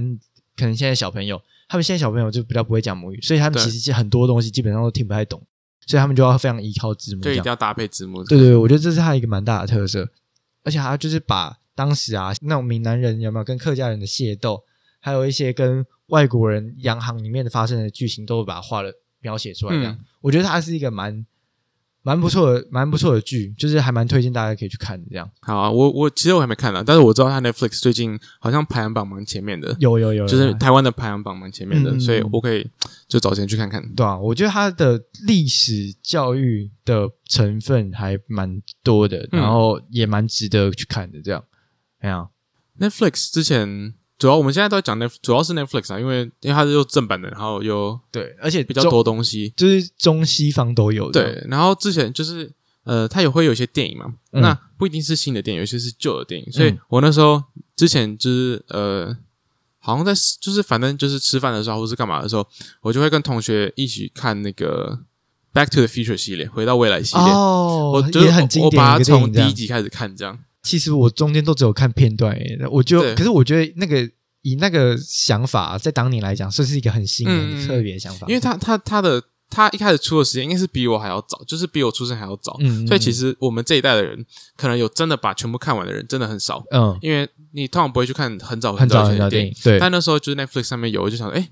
[SPEAKER 1] 可能现在小朋友，他们现在小朋友就比较不会讲母语，所以他们
[SPEAKER 2] 对
[SPEAKER 1] 其实很多东西基本上都听不太懂，所以他们就要非常依靠字幕这
[SPEAKER 2] 就一
[SPEAKER 1] 样
[SPEAKER 2] 定。要搭配字幕。
[SPEAKER 1] 对对，对，我觉得这是他一个蛮大的特色，而且他就是把当时啊那种闽南人有没有跟客家人的械斗，还有一些跟外国人洋行里面的发生的剧情，都把它画了描写出来这样。
[SPEAKER 2] 嗯
[SPEAKER 1] 我觉得它是一个蛮蛮不错的、蛮不错的剧，就是还蛮推荐大家可以去看的。这样
[SPEAKER 2] 好啊，我我其实我还没看呢，但是我知道它 Netflix 最近好像排行榜蛮前面的，
[SPEAKER 1] 有有有有
[SPEAKER 2] 就是台湾的排行榜蛮前面的，
[SPEAKER 1] 嗯
[SPEAKER 2] 所以我可以就找时间去看看。
[SPEAKER 1] 对啊，我觉得它的历史教育的成分还蛮多的，
[SPEAKER 2] 嗯
[SPEAKER 1] 然后也蛮值得去看的。这样，哎呀、
[SPEAKER 2] Netflix 之前主要我们现在都在讲 Net，主要是 Netflix 啊，因为因为它是又正版的，然后又
[SPEAKER 1] 对，而且
[SPEAKER 2] 比较
[SPEAKER 1] 中
[SPEAKER 2] 多东西。
[SPEAKER 1] 就是中西方都有这样。
[SPEAKER 2] 对，然后之前就是呃，它也会有一些电影嘛，
[SPEAKER 1] 嗯
[SPEAKER 2] 那不一定是新的电影，有些是旧的电影。所以我那时候之前就是呃，好像在就是反正就是吃饭的时候或是干嘛的时候，我就会跟同学一起看那个《Back to the Future》系列，回到未来系列。
[SPEAKER 1] 哦，
[SPEAKER 2] 我就是
[SPEAKER 1] 也很经
[SPEAKER 2] 我
[SPEAKER 1] 典
[SPEAKER 2] 把
[SPEAKER 1] 的一
[SPEAKER 2] 它
[SPEAKER 1] 个电影
[SPEAKER 2] 从
[SPEAKER 1] 这
[SPEAKER 2] 第
[SPEAKER 1] 样。
[SPEAKER 2] 一集开始看，这样
[SPEAKER 1] 其实我中间都只有看片段诶，我就
[SPEAKER 2] 对
[SPEAKER 1] 可是我觉得那个以那个想法，在当年来讲，算是一个很新颖、
[SPEAKER 2] 嗯嗯
[SPEAKER 1] 的
[SPEAKER 2] 嗯
[SPEAKER 1] 特别的想法，
[SPEAKER 2] 因为他他他的他一开始出的时间应该是比我还要早，就是比我出生还要早，
[SPEAKER 1] 嗯，嗯
[SPEAKER 2] 所以其实我们这一代的人，可能有真的把全部看完的人真的很少，
[SPEAKER 1] 嗯，
[SPEAKER 2] 因为你通常不会去看很早
[SPEAKER 1] 很早
[SPEAKER 2] 以
[SPEAKER 1] 很早
[SPEAKER 2] 前的
[SPEAKER 1] 的
[SPEAKER 2] 电
[SPEAKER 1] 电
[SPEAKER 2] 影
[SPEAKER 1] 影，，对，
[SPEAKER 2] 但那时候就是 Netflix 上面有，我就想说，哎、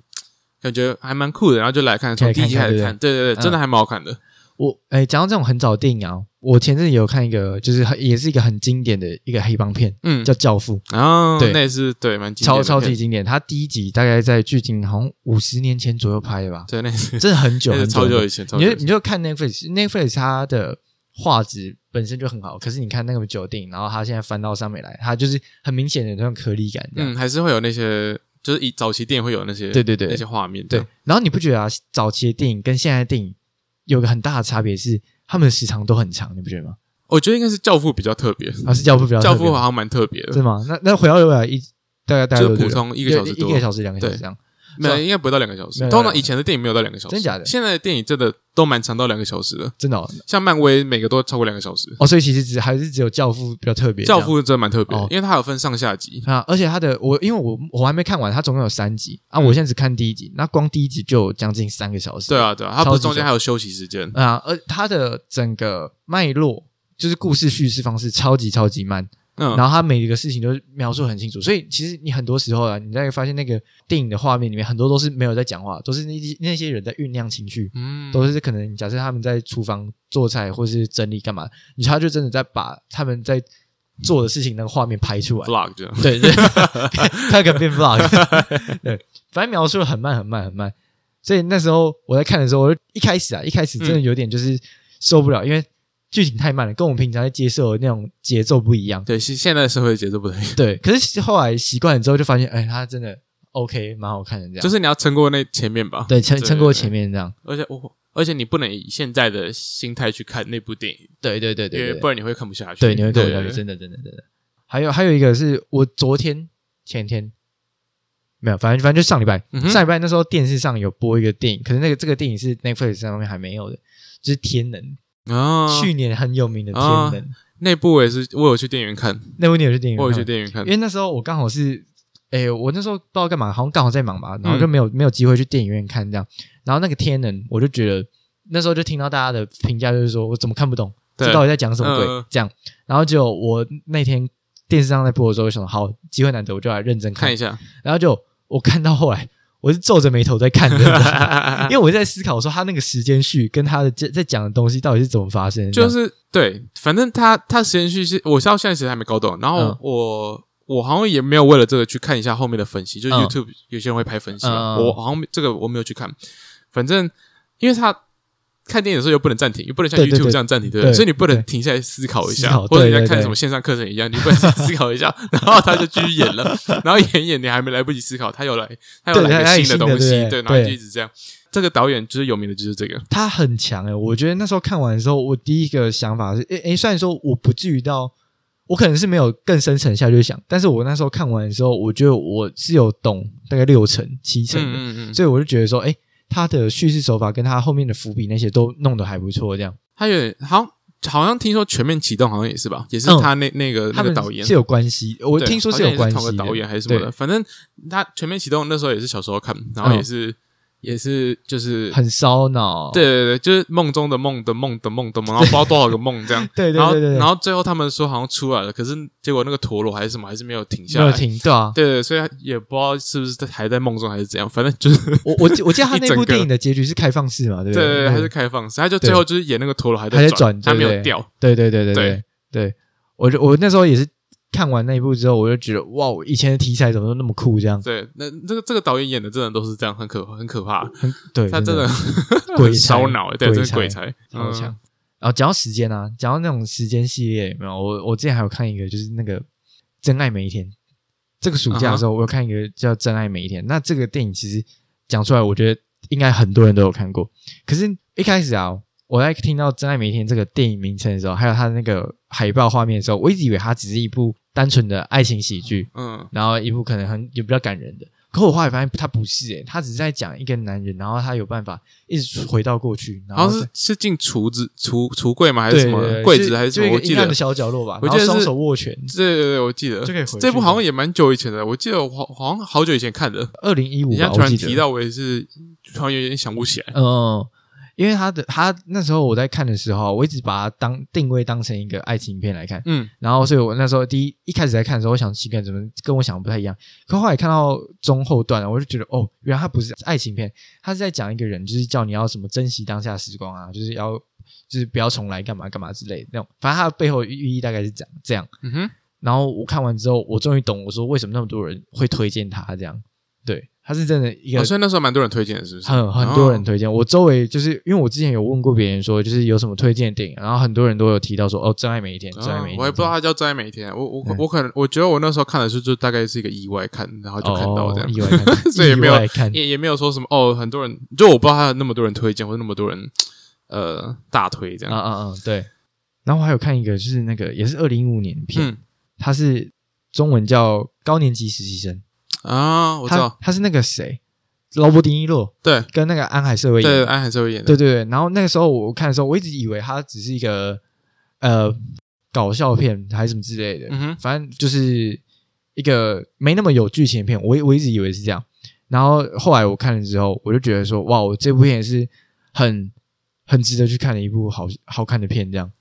[SPEAKER 2] 感觉还蛮酷的，然后就来看，
[SPEAKER 1] 可
[SPEAKER 2] 从
[SPEAKER 1] 以
[SPEAKER 2] 第一集
[SPEAKER 1] 看
[SPEAKER 2] 开
[SPEAKER 1] 看
[SPEAKER 2] 始看，对对
[SPEAKER 1] 嗯
[SPEAKER 2] 对，真的还蛮好看的。
[SPEAKER 1] 我哎，讲到这种很早的电影啊，我前阵子也有看一个，就是很也是一个很经典的一个黑帮片，
[SPEAKER 2] 嗯
[SPEAKER 1] 叫，《教父》，
[SPEAKER 2] 然后
[SPEAKER 1] 对
[SPEAKER 2] 那也是对蛮经典
[SPEAKER 1] 超
[SPEAKER 2] 的
[SPEAKER 1] 超级
[SPEAKER 2] 片
[SPEAKER 1] 经典。它第一集大概在距今好像五十年前左右拍的吧，
[SPEAKER 2] 对，那
[SPEAKER 1] [laughs]
[SPEAKER 2] 也是
[SPEAKER 1] 真的很久
[SPEAKER 2] 那也
[SPEAKER 1] 很
[SPEAKER 2] 是
[SPEAKER 1] 久
[SPEAKER 2] 超
[SPEAKER 1] 很久
[SPEAKER 2] 久以前，超
[SPEAKER 1] 你
[SPEAKER 2] 久
[SPEAKER 1] 就
[SPEAKER 2] 以
[SPEAKER 1] 你
[SPEAKER 2] 前。
[SPEAKER 1] 就看 Netflix，Netflix 它的画质本身就很好，可是你看那么久的电影，然后它现在翻到上面来，它就是很明显的那种颗粒感，这样。
[SPEAKER 2] 嗯，还是会有那些，就是以早期电影会有那些
[SPEAKER 1] 对对对
[SPEAKER 2] 那些画面，
[SPEAKER 1] 对，，然后你不觉得啊，早期的电影跟现在的电影有个很大的差别是，他们的时长都很长，你不觉得吗？
[SPEAKER 2] 我觉得应该是《教父》比较特别，
[SPEAKER 1] 啊，是教父比较
[SPEAKER 2] 《
[SPEAKER 1] 特
[SPEAKER 2] 嗯教
[SPEAKER 1] 别
[SPEAKER 2] 父》好像蛮特别的
[SPEAKER 1] 是，吗？那那回到未来一大概大概
[SPEAKER 2] 就是
[SPEAKER 1] 多久
[SPEAKER 2] 普通一
[SPEAKER 1] 一
[SPEAKER 2] 个小时
[SPEAKER 1] 一
[SPEAKER 2] 多
[SPEAKER 1] 个小时两个小时
[SPEAKER 2] 对
[SPEAKER 1] 这样。
[SPEAKER 2] 没
[SPEAKER 1] 是
[SPEAKER 2] 有，
[SPEAKER 1] 吧
[SPEAKER 2] 应该不到两个小时
[SPEAKER 1] 没。有
[SPEAKER 2] 通常以前的电影没有到两个小时，
[SPEAKER 1] 真假的
[SPEAKER 2] 现在的电影真的都蛮长到两个小时的，
[SPEAKER 1] 真的哦
[SPEAKER 2] 像漫威每个都超过两个小时。
[SPEAKER 1] 哦，所以其实只还是只有教父比较特别。
[SPEAKER 2] 教父真的蛮特别的
[SPEAKER 1] 哦，
[SPEAKER 2] 因为它有分上下集。
[SPEAKER 1] 啊，而且它的我因为我我还没看完，它总共有三集啊，我现在只看第一集，那光第一集就有将近三个小时。
[SPEAKER 2] 嗯对啊，对啊，它不是中
[SPEAKER 1] 超级
[SPEAKER 2] 间
[SPEAKER 1] 久
[SPEAKER 2] 还有休息时间。
[SPEAKER 1] 啊，而它的整个脉络就是故事叙事方式超级超级慢，
[SPEAKER 2] 嗯
[SPEAKER 1] 然，后它每一个事情都描述很清楚，所以其实你很多时候啊，你在发现那个电影的画面里面，很多都是没有在讲话，都是那些那些人在酝酿情绪，
[SPEAKER 2] 嗯，
[SPEAKER 1] 都是可能假设他们在厨房做菜或是整理干嘛，你他就真的在把他们在做的事情那个画面拍出来，
[SPEAKER 2] vlog 这样。
[SPEAKER 1] 对 [laughs] 对，他可能变 [laughs] vlog，对，反正描述的很慢很慢很慢，所以那时候我在看的时候，我就一开始啊，一开始真的有点就是受不了，因为剧情太慢了，跟我们平常在接受的那种节奏不一样。
[SPEAKER 2] 对，现现在的社会节奏不太一样，
[SPEAKER 1] 对，可是后来习惯了之后，就发现，哎，它真的 OK，蛮好看的这样。
[SPEAKER 2] 就是是你要撑过那前面吧。
[SPEAKER 1] 啊对撑
[SPEAKER 2] 对
[SPEAKER 1] 撑过前面这样。
[SPEAKER 2] 而且我，而且你不能以现在的心态去看那部电影，
[SPEAKER 1] 对对对
[SPEAKER 2] 因
[SPEAKER 1] 对
[SPEAKER 2] 为
[SPEAKER 1] 对
[SPEAKER 2] 不，然你会看不下去。
[SPEAKER 1] 对你会跟我聊，
[SPEAKER 2] 对
[SPEAKER 1] 真的真的真的。还有还有一个是我昨天前天没有，反正反正就上礼拜，
[SPEAKER 2] 嗯哼
[SPEAKER 1] 上礼拜那时候电视上有播一个电影，可是那个这个电影是 Netflix 上面还没有的，就是《天能》，
[SPEAKER 2] 啊，
[SPEAKER 1] 去年很有名的《天
[SPEAKER 2] 啊
[SPEAKER 1] 能》
[SPEAKER 2] 那部我也是，我有去电影院看，
[SPEAKER 1] 那部你有去电影院
[SPEAKER 2] 我
[SPEAKER 1] 看
[SPEAKER 2] 有去
[SPEAKER 1] 吗？
[SPEAKER 2] 电影院看
[SPEAKER 1] 因，为那时候我刚好是，哎、我那时候不知道干嘛，好像刚好在忙吧，然后
[SPEAKER 2] 嗯
[SPEAKER 1] 就没有、没有机会去电影院看这样。然后那个《天能》，我就觉得那时候就听到大家的评价，就是说我怎么看不懂，
[SPEAKER 2] 对
[SPEAKER 1] 这到底在讲什么鬼、
[SPEAKER 2] 嗯
[SPEAKER 1] 这样。然后就我那天电视上在播的时候，我想说好机会难得，我就来认真看
[SPEAKER 2] 看
[SPEAKER 1] [laughs]
[SPEAKER 2] 一下，
[SPEAKER 1] 然后就我看到后来，我是皱着眉头在看的，你知道
[SPEAKER 2] [laughs]
[SPEAKER 1] 吗因为我在思考我说他那个时间序跟他的在在讲的东西到底是怎么发生的，
[SPEAKER 2] 就
[SPEAKER 1] 这样
[SPEAKER 2] 是对，反正他他时间序是，我到现在其实还没搞懂。然后
[SPEAKER 1] 嗯
[SPEAKER 2] 我、我好像也没有为了这个去看一下后面的分析，就是
[SPEAKER 1] 嗯
[SPEAKER 2] YouTube 有些人会拍分析嘛，
[SPEAKER 1] 嗯嗯嗯
[SPEAKER 2] 我好像这个我没有去看。反正因为他看电影的时候又不能暂停，又不能像
[SPEAKER 1] 对对
[SPEAKER 2] YouTube
[SPEAKER 1] 对
[SPEAKER 2] 这样暂停，对不对？
[SPEAKER 1] 对
[SPEAKER 2] 所以你不能
[SPEAKER 1] 对
[SPEAKER 2] 停下来思考一
[SPEAKER 1] 思
[SPEAKER 2] 下，
[SPEAKER 1] 考
[SPEAKER 2] 或者你在
[SPEAKER 1] 对对
[SPEAKER 2] 看
[SPEAKER 1] 对
[SPEAKER 2] 什么线上课程一样，你不能思考一下， [laughs] 然后他就继续演了，然后演一演你还没来不及思考，他又来他又
[SPEAKER 1] 对
[SPEAKER 2] 来
[SPEAKER 1] 他
[SPEAKER 2] 个
[SPEAKER 1] 有
[SPEAKER 2] 新的
[SPEAKER 1] 新的
[SPEAKER 2] 东西，
[SPEAKER 1] 对不对
[SPEAKER 2] 对，然后就
[SPEAKER 1] 对
[SPEAKER 2] 一直这样。这个导演就是有名的，就是这个，
[SPEAKER 1] 他很强诶、我觉得那时候看完的时候，我第一个想法是，诶、诶、虽然说我不至于到，我可能是没有更深层下去想，但是我那时候看完的时候，我觉得我是有懂大概六成七成的，
[SPEAKER 2] 嗯嗯嗯，
[SPEAKER 1] 所以我就觉得说，诶、他的叙事手法跟他后面的伏笔那些都弄得还不错，这样
[SPEAKER 2] 他有点好像好像听说《全面启动》好像也是吧，也是他那、那个那
[SPEAKER 1] 嗯他
[SPEAKER 2] 个
[SPEAKER 1] 们
[SPEAKER 2] 导演
[SPEAKER 1] 是，有关系。我
[SPEAKER 2] 对
[SPEAKER 1] 听说
[SPEAKER 2] 好
[SPEAKER 1] 是有
[SPEAKER 2] 像也
[SPEAKER 1] 关系
[SPEAKER 2] 同
[SPEAKER 1] 的
[SPEAKER 2] 个导演还是什么的，
[SPEAKER 1] 对
[SPEAKER 2] 反正他《全面启动》那时候也是小时候看，然后也是、也是就是
[SPEAKER 1] 嗯很烧脑。。
[SPEAKER 2] 对对对，就是梦中的梦的梦的梦的梦，然后不知道多少个梦这样
[SPEAKER 1] [laughs] 对对
[SPEAKER 2] 然后
[SPEAKER 1] 对对，
[SPEAKER 2] 然后最后他们说好像出来了，可是结果那个陀螺还是什么还是没有停下
[SPEAKER 1] 没
[SPEAKER 2] 来。
[SPEAKER 1] 有停，对
[SPEAKER 2] [laughs]
[SPEAKER 1] 啊，
[SPEAKER 2] 对对，所以也不知道是不是还在梦中还是怎样，反正就是
[SPEAKER 1] 我我记我记得他
[SPEAKER 2] [laughs] 一
[SPEAKER 1] 那
[SPEAKER 2] 整
[SPEAKER 1] 部
[SPEAKER 2] 个
[SPEAKER 1] 电影的结局是开放式嘛，对
[SPEAKER 2] 对
[SPEAKER 1] 不
[SPEAKER 2] 对对，
[SPEAKER 1] 对，
[SPEAKER 2] 还是开放式，他就最后就是演那个陀螺还
[SPEAKER 1] 还在转
[SPEAKER 2] 转，他
[SPEAKER 1] 对
[SPEAKER 2] 没有
[SPEAKER 1] 对
[SPEAKER 2] 掉。
[SPEAKER 1] 对对对对
[SPEAKER 2] 对
[SPEAKER 1] 对对，我就我那时候也是看完那一部之后，我就觉得哇，我以前的题材怎么都那么酷，这样
[SPEAKER 2] 对，那这个这个导演演的真的都是这样，很可很可怕，
[SPEAKER 1] 很对，
[SPEAKER 2] 他真的
[SPEAKER 1] 鬼
[SPEAKER 2] 很
[SPEAKER 1] 才
[SPEAKER 2] 烧脑，对，
[SPEAKER 1] 鬼
[SPEAKER 2] 真是鬼
[SPEAKER 1] 才
[SPEAKER 2] 才，
[SPEAKER 1] 超强
[SPEAKER 2] 嗯。
[SPEAKER 1] 然后讲到时间啊，讲到那种时间系列，有没有？我我之前还有看一个，就是那个《真爱每一天》。这个暑假
[SPEAKER 2] 嗯
[SPEAKER 1] 的时候，我有看一个叫《真爱每一天》。那这个电影其实讲出来，我觉得应该很多人都有看过。可是，一开始啊，我在听到《真爱每一天》这个电影名称的时候，还有它的那个海报画面的时候，我一直以为它只是一部单纯的爱情喜剧。
[SPEAKER 2] 嗯
[SPEAKER 1] 然后一部可能很也比较感人的。可我后来发现他不是、欸，他只是在讲一个男人，然后他有办法一直回到过去，然
[SPEAKER 2] 好
[SPEAKER 1] 后
[SPEAKER 2] 像是
[SPEAKER 1] 再
[SPEAKER 2] 是进厨子厨橱柜吗？还是
[SPEAKER 1] 对
[SPEAKER 2] 什
[SPEAKER 1] 对
[SPEAKER 2] 么
[SPEAKER 1] 对
[SPEAKER 2] 柜
[SPEAKER 1] 就
[SPEAKER 2] 子还是什
[SPEAKER 1] 就
[SPEAKER 2] 么？我
[SPEAKER 1] 一个
[SPEAKER 2] 记
[SPEAKER 1] 阴暗
[SPEAKER 2] 得
[SPEAKER 1] 的小角落吧，
[SPEAKER 2] 我
[SPEAKER 1] 然后
[SPEAKER 2] 记得
[SPEAKER 1] 双
[SPEAKER 2] 是
[SPEAKER 1] 手握拳。
[SPEAKER 2] 对对对，我记得
[SPEAKER 1] 就可以回去
[SPEAKER 2] 这部好像也蛮久以前的，我记得我好好像好久以前看的。
[SPEAKER 1] 二零一五，
[SPEAKER 2] 你现在
[SPEAKER 1] 吧，
[SPEAKER 2] 突
[SPEAKER 1] 我
[SPEAKER 2] 然
[SPEAKER 1] 记
[SPEAKER 2] 提
[SPEAKER 1] 得，
[SPEAKER 2] 到，我也是突然有点想不起来。
[SPEAKER 1] 嗯，因为他的他那时候我在看的时候，我一直把它当定位当成一个爱情片来看，
[SPEAKER 2] 嗯
[SPEAKER 1] 然后所以我那时候第一一开始在看的时候，我想情感怎么跟我想的不太一样，可后来看到中后段了，我就觉得哦，原来它不是爱情片，它是在讲一个人，就是叫你要什么珍惜当下时光啊，就是要就是不要重来干嘛干嘛之类的那种，反正它的背后寓意大概是讲这样。
[SPEAKER 2] 嗯哼，
[SPEAKER 1] 然后我看完之后，我终于懂我说为什么那么多人会推荐它这样，对，它是真的一个
[SPEAKER 2] 哦所以那时候蛮多人推荐的，是不是？
[SPEAKER 1] 很很多人
[SPEAKER 2] 哦
[SPEAKER 1] 推荐。我周围就是因为我之前有问过别人说，就是有什么推荐的电影，然后很多人都有提到说哦，《真爱每一天》，《真爱
[SPEAKER 2] 哦
[SPEAKER 1] 每一天》，
[SPEAKER 2] 我也不知道他叫《真爱每一天》，我我
[SPEAKER 1] 对
[SPEAKER 2] 我可能我觉得我那时候看的是就大概是一个意外看，然后就看到这样
[SPEAKER 1] 哦、，意外看，
[SPEAKER 2] [laughs] 所以也没有
[SPEAKER 1] 意外看，
[SPEAKER 2] 也也没有说什么哦，很多人就我不知道他有那么多人推荐或者那么多人呃大推这
[SPEAKER 1] 啊
[SPEAKER 2] 样。
[SPEAKER 1] 啊啊，对。然后我还有看一个，就是那个也是二零一五年的片，
[SPEAKER 2] 嗯
[SPEAKER 1] 它是中文叫《高年级实习生》，
[SPEAKER 2] 啊，我知
[SPEAKER 1] 它
[SPEAKER 2] 道，
[SPEAKER 1] 它是那个谁，劳勃·迪尼洛
[SPEAKER 2] 对
[SPEAKER 1] 跟那个安海瑟薇演
[SPEAKER 2] 对，
[SPEAKER 1] 的，
[SPEAKER 2] 安海瑟薇演的，
[SPEAKER 1] 对对对。然后那个时候我看的时候，我一直以为它只是一个呃搞笑片还是什么之类的，
[SPEAKER 2] 嗯哼，
[SPEAKER 1] 反正就是一个没那么有剧情的片，我我一直以为是这样，然后后来我看了之后，我就觉得说，哇，我这部片也是很很值得去看的一部好好看的片，这样，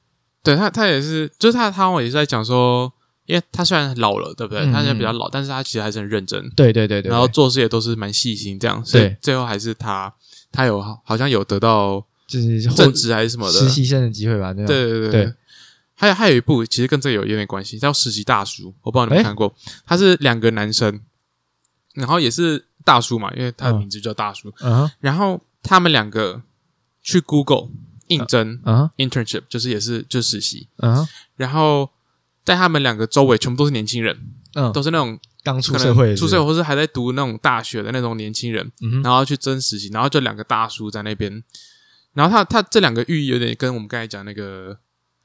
[SPEAKER 2] 对他他也是，就是他他我也是在讲说，因为他虽然老了，对不对？
[SPEAKER 1] 嗯
[SPEAKER 2] 他现在比较老，但是他其实还是很认真，
[SPEAKER 1] 对对对对，
[SPEAKER 2] 然后
[SPEAKER 1] 对
[SPEAKER 2] 做事也都是蛮细心这样，所以
[SPEAKER 1] 对
[SPEAKER 2] 最后还是他他有好像有得到
[SPEAKER 1] 就是后
[SPEAKER 2] 正职还是什么的
[SPEAKER 1] 实，习生的机会吧，对吧？啊
[SPEAKER 2] 对对对
[SPEAKER 1] 对
[SPEAKER 2] 对。还有还有一部其实跟这个有有点关系，叫《实习大叔》，我不知道你们
[SPEAKER 1] 诶
[SPEAKER 2] 看过。他是两个男生，然后也是大叔嘛，因为他
[SPEAKER 1] 嗯
[SPEAKER 2] 的名字叫大叔。
[SPEAKER 1] 嗯哼
[SPEAKER 2] 然后他们两个去 Google 应征、
[SPEAKER 1] 嗯哼
[SPEAKER 2] internship，就是也是就实习。
[SPEAKER 1] 嗯哼
[SPEAKER 2] 然后在他们两个周围全部都是年轻人，
[SPEAKER 1] 嗯，
[SPEAKER 2] 都是那种
[SPEAKER 1] 刚出
[SPEAKER 2] 可
[SPEAKER 1] 社会
[SPEAKER 2] 能
[SPEAKER 1] 的，
[SPEAKER 2] 出社
[SPEAKER 1] 会，
[SPEAKER 2] 会或是还在读那种大学的那种年轻人，
[SPEAKER 1] 嗯哼
[SPEAKER 2] 然后去争实习，然后就两个大叔在那边。然后他他这两个寓意有点跟我们刚才讲那个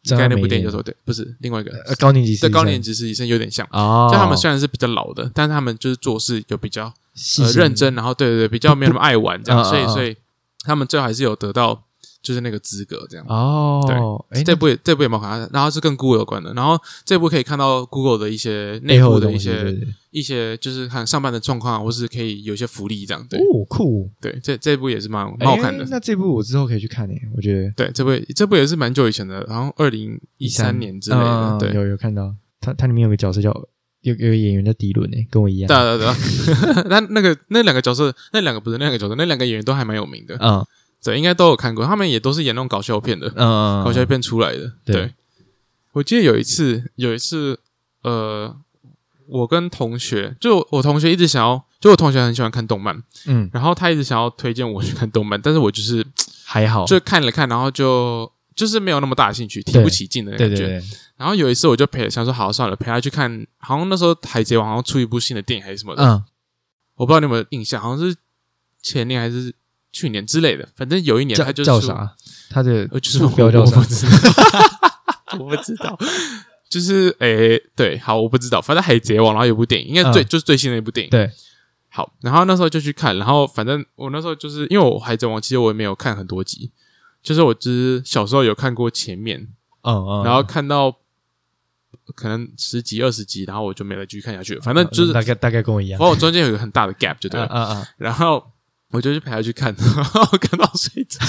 [SPEAKER 1] 真
[SPEAKER 2] 该
[SPEAKER 1] 爱
[SPEAKER 2] 那
[SPEAKER 1] 每
[SPEAKER 2] 部
[SPEAKER 1] 一
[SPEAKER 2] 电影
[SPEAKER 1] 天
[SPEAKER 2] 叫什么？对，不是另外一个，
[SPEAKER 1] 呃高年级实
[SPEAKER 2] 这
[SPEAKER 1] 习
[SPEAKER 2] 高年
[SPEAKER 1] 级
[SPEAKER 2] 级实习生有点像。
[SPEAKER 1] 哦，
[SPEAKER 2] 就他们虽然是比较老的，但是他们就是做事有比较
[SPEAKER 1] 细
[SPEAKER 2] 呃
[SPEAKER 1] 心
[SPEAKER 2] 认真，然后对对对，比较没有那么爱玩这
[SPEAKER 1] 嗯
[SPEAKER 2] 样，
[SPEAKER 1] 嗯
[SPEAKER 2] 所以
[SPEAKER 1] 嗯
[SPEAKER 2] 所以他们最后还是有得到就是那个资格这样。
[SPEAKER 1] 哦，哎，
[SPEAKER 2] 这部也这部也蛮好看的，然后是跟 Google 有关的，然后这部可以看到 Google 的一些
[SPEAKER 1] 那背
[SPEAKER 2] 内
[SPEAKER 1] 后
[SPEAKER 2] 部的一
[SPEAKER 1] 东西
[SPEAKER 2] 些
[SPEAKER 1] 对对对
[SPEAKER 2] 一些就是看上班的状况啊，或是可以有一些福利这样。对、
[SPEAKER 1] 哦，酷，
[SPEAKER 2] 对，这这部也是蛮蛮
[SPEAKER 1] 哎
[SPEAKER 2] 好看的。
[SPEAKER 1] 那这部我之后可以去看诶，我觉得
[SPEAKER 2] 对，这部也这部也是蛮久以前的，然后二零一三年之类的。
[SPEAKER 1] 嗯
[SPEAKER 2] 对，
[SPEAKER 1] 有有看到，它它里面有个角色叫有有个演员叫迪伦诶，跟我一样，
[SPEAKER 2] 对对对，啊 [laughs] 那那个那两个角色，那两个不是那两个角色，那两个演员都还蛮有名的，
[SPEAKER 1] 嗯
[SPEAKER 2] 对，应该都有看过，他们也都是演那种搞笑片的，
[SPEAKER 1] 嗯，
[SPEAKER 2] 搞笑片出来的。
[SPEAKER 1] 对
[SPEAKER 2] 对，我记得有一次，有一次，呃，我跟同学，就我我同学一直想要，就我同学很喜欢看动漫，
[SPEAKER 1] 嗯
[SPEAKER 2] 然后他一直想要推荐我去看动漫，但是我就是
[SPEAKER 1] 还好，
[SPEAKER 2] 就看了看，然后就就是没有那么大的兴趣，提不起劲的感
[SPEAKER 1] 对
[SPEAKER 2] 觉。
[SPEAKER 1] 对对，
[SPEAKER 2] 然后有一次我就陪想说好算了，陪他去看，好像那时候海贼王好像出一部新的电影还是什么的，
[SPEAKER 1] 嗯
[SPEAKER 2] 我不知道你有没有印象，好像是前年还是去年之类的，反正有一年
[SPEAKER 1] 叫
[SPEAKER 2] 他就
[SPEAKER 1] 叫
[SPEAKER 2] 出？
[SPEAKER 1] 啥？他的
[SPEAKER 2] 呃，就是
[SPEAKER 1] 副标叫
[SPEAKER 2] 我
[SPEAKER 1] 啥
[SPEAKER 2] 不？知道，我不知道。 [laughs] 就是诶、对，好，我不知道，反正《海贼王》然后有部电影，应该最、
[SPEAKER 1] 嗯
[SPEAKER 2] 就是最新的一部电影。
[SPEAKER 1] 对，
[SPEAKER 2] 好，然后那时候就去看，然后反正我那时候就是因为我《海贼王》其实我也没有看很多集，就是我只是小时候有看过前面，
[SPEAKER 1] 嗯嗯，
[SPEAKER 2] 然后看到可能十集二十集，然后我就没再继续看下去了。反正就是，
[SPEAKER 1] 嗯大
[SPEAKER 2] 反
[SPEAKER 1] 概大概跟我一样，
[SPEAKER 2] 正我中间有一个很大的 gap 就对了。
[SPEAKER 1] 啊啊，
[SPEAKER 2] 然后我就去陪他去看， [laughs] 然后看到睡着，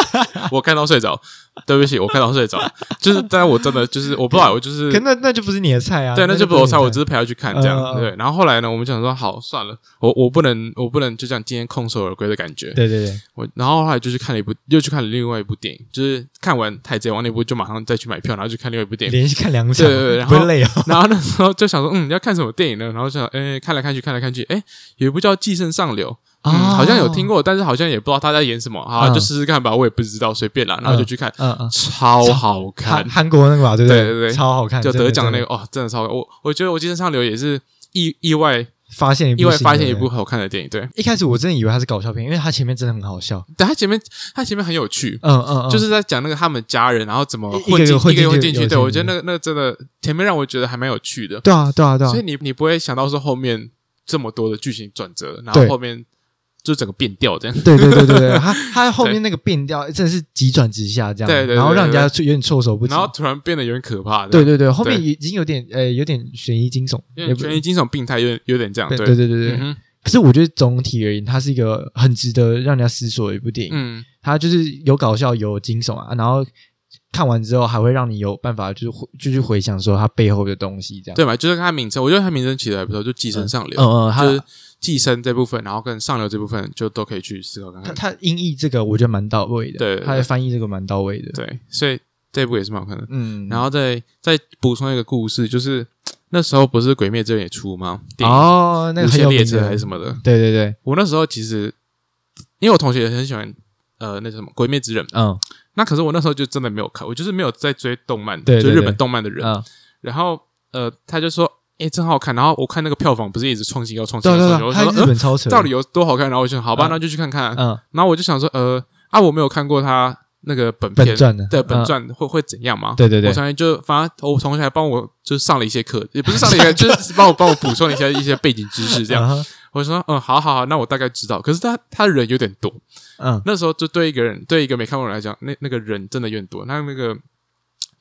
[SPEAKER 2] [laughs] 我看到睡着，对不起，我看到睡着， [laughs] 就是，但我真的就是我不知道，我就是
[SPEAKER 1] 可那那就不是你的菜啊，
[SPEAKER 2] 对，那就不
[SPEAKER 1] 不
[SPEAKER 2] 是我
[SPEAKER 1] 你
[SPEAKER 2] 猜，
[SPEAKER 1] 的
[SPEAKER 2] 我只是陪他去看这样
[SPEAKER 1] 嗯嗯，嗯
[SPEAKER 2] 对。然后后来呢，我们想说，好，算了，我我不能，我不能就这样今天空手而归的感觉。
[SPEAKER 1] 对对对，
[SPEAKER 2] 我然后后来就去看了一部，又去看了另外一部电影，就是看完《海贼王》那部，就马上再去买票，然后去看另外一部电影。
[SPEAKER 1] 连续看两场，
[SPEAKER 2] 对对对然
[SPEAKER 1] 不
[SPEAKER 2] 后
[SPEAKER 1] 会累哦。
[SPEAKER 2] 然后那时候就想说，嗯，要看什么电影呢？然后想，哎，看来看去，看来看去，哎，有一部叫《寄生上流》，嗯，好像有
[SPEAKER 1] 啊
[SPEAKER 2] 听过，但是好像也不知道他在演什么，好，
[SPEAKER 1] 哦嗯
[SPEAKER 2] 就试试看吧，我也不知道，随便啦，然后就去看，
[SPEAKER 1] 嗯嗯，
[SPEAKER 2] 超好
[SPEAKER 1] 韩
[SPEAKER 2] 看，
[SPEAKER 1] 韩国那个吧，对不
[SPEAKER 2] 对对对
[SPEAKER 1] 超好看，
[SPEAKER 2] 就得奖那
[SPEAKER 1] 个，
[SPEAKER 2] 个，哦，真的超好看，我我觉得我今天上流也是意意外
[SPEAKER 1] 发现一部
[SPEAKER 2] 意外
[SPEAKER 1] 新的
[SPEAKER 2] 发现一部。好看的电影，对，
[SPEAKER 1] 一开始我真的以为它是搞笑片，因为它前面真的很好笑。
[SPEAKER 2] 但他前面他前面很有趣。
[SPEAKER 1] 嗯嗯，嗯
[SPEAKER 2] 就是在讲那个他们家人，然后怎么
[SPEAKER 1] 一
[SPEAKER 2] 混进
[SPEAKER 1] 一个一个
[SPEAKER 2] 一个
[SPEAKER 1] 混
[SPEAKER 2] 混
[SPEAKER 1] 进
[SPEAKER 2] 进
[SPEAKER 1] 去
[SPEAKER 2] 去。对
[SPEAKER 1] 有
[SPEAKER 2] 我觉
[SPEAKER 1] 进
[SPEAKER 2] 得那个那个真的前面让我觉得还蛮有趣的，
[SPEAKER 1] 对啊对啊对啊
[SPEAKER 2] 所以，你你不会想到说后面这么多的剧情转折，然后
[SPEAKER 1] 对
[SPEAKER 2] 后面就整个变调这样。
[SPEAKER 1] 对对对对
[SPEAKER 2] [laughs]
[SPEAKER 1] 对，它它啊后面那个变调真的是急转直下这样，
[SPEAKER 2] 对对对
[SPEAKER 1] 然后让人家
[SPEAKER 2] 对
[SPEAKER 1] 就有点措手不及
[SPEAKER 2] 然。后突然变得有点可怕，
[SPEAKER 1] 对，对对，后面
[SPEAKER 2] 对
[SPEAKER 1] 已经有点呃有点悬疑惊悚，
[SPEAKER 2] 有
[SPEAKER 1] 也
[SPEAKER 2] 点
[SPEAKER 1] 不
[SPEAKER 2] 权益精神病态，有点有点这样，
[SPEAKER 1] 对对对对
[SPEAKER 2] 嗯
[SPEAKER 1] 对。
[SPEAKER 2] 哼
[SPEAKER 1] 可是我觉得总体而言，它是一个很值得让人家思索的一部电影。
[SPEAKER 2] 嗯，
[SPEAKER 1] 它就是有搞笑有惊悚啊，然后看完之后还会让你有办法就是回就去回想说它背后的东西这样。
[SPEAKER 2] 对嘛，就是看它名称，我觉得它名称起的还不错，就寄生上流，
[SPEAKER 1] 嗯嗯，它
[SPEAKER 2] 就是寄生这部分，然后跟上流这部分就都可以去思考看
[SPEAKER 1] 他
[SPEAKER 2] 看。
[SPEAKER 1] 他音译这个我觉得蛮到位的，
[SPEAKER 2] 对对对
[SPEAKER 1] 他的翻译这个蛮到位的，
[SPEAKER 2] 对，所以这部也是蛮好看的。
[SPEAKER 1] 嗯，
[SPEAKER 2] 然后再再补充一个故事，就是那时候不是《鬼灭之刃》也出吗？电影
[SPEAKER 1] 哦，那个
[SPEAKER 2] 无
[SPEAKER 1] 很
[SPEAKER 2] 限
[SPEAKER 1] 有
[SPEAKER 2] 列
[SPEAKER 1] 名
[SPEAKER 2] 车
[SPEAKER 1] 的
[SPEAKER 2] 还是什么的。
[SPEAKER 1] 对对对，
[SPEAKER 2] 我那时候其实因为我同学也很喜欢呃那叫什么《鬼灭之刃》，
[SPEAKER 1] 嗯
[SPEAKER 2] 那可是我那时候就真的没有看，我就是没有在追动漫，
[SPEAKER 1] 对对
[SPEAKER 2] 就日
[SPEAKER 1] 对
[SPEAKER 2] 本动漫的人。
[SPEAKER 1] 嗯，
[SPEAKER 2] 然后呃，他就说：“诶，真好看。”然后我看那个票房不是一直创新高、创新
[SPEAKER 1] 对
[SPEAKER 2] 高、
[SPEAKER 1] 对
[SPEAKER 2] 创新高，
[SPEAKER 1] 对，
[SPEAKER 2] 我
[SPEAKER 1] 他
[SPEAKER 2] 想
[SPEAKER 1] 日
[SPEAKER 2] 说、
[SPEAKER 1] 本超扯，
[SPEAKER 2] 呃、到底有多好看？然后我就想，好吧，
[SPEAKER 1] 嗯
[SPEAKER 2] 那就去看看。
[SPEAKER 1] 嗯
[SPEAKER 2] 然后我就想说，呃啊，我没有看过他那个本
[SPEAKER 1] 本
[SPEAKER 2] 片
[SPEAKER 1] 传的
[SPEAKER 2] 对本
[SPEAKER 1] 嗯
[SPEAKER 2] 传会、会怎样吗？
[SPEAKER 1] 对对对
[SPEAKER 2] 我同学就反正哦我同学还帮我就是上了一些课，也不是上了一
[SPEAKER 1] [laughs]
[SPEAKER 2] 个，就是帮我帮我补充了一些一些背景知识这样。
[SPEAKER 1] 样，
[SPEAKER 2] 我说，嗯，好好好，那我大概知道。可是他他人有点多，
[SPEAKER 1] 嗯
[SPEAKER 2] 那时候就对一个人，对一个没看过人来讲，那那个人真的有点多。那那个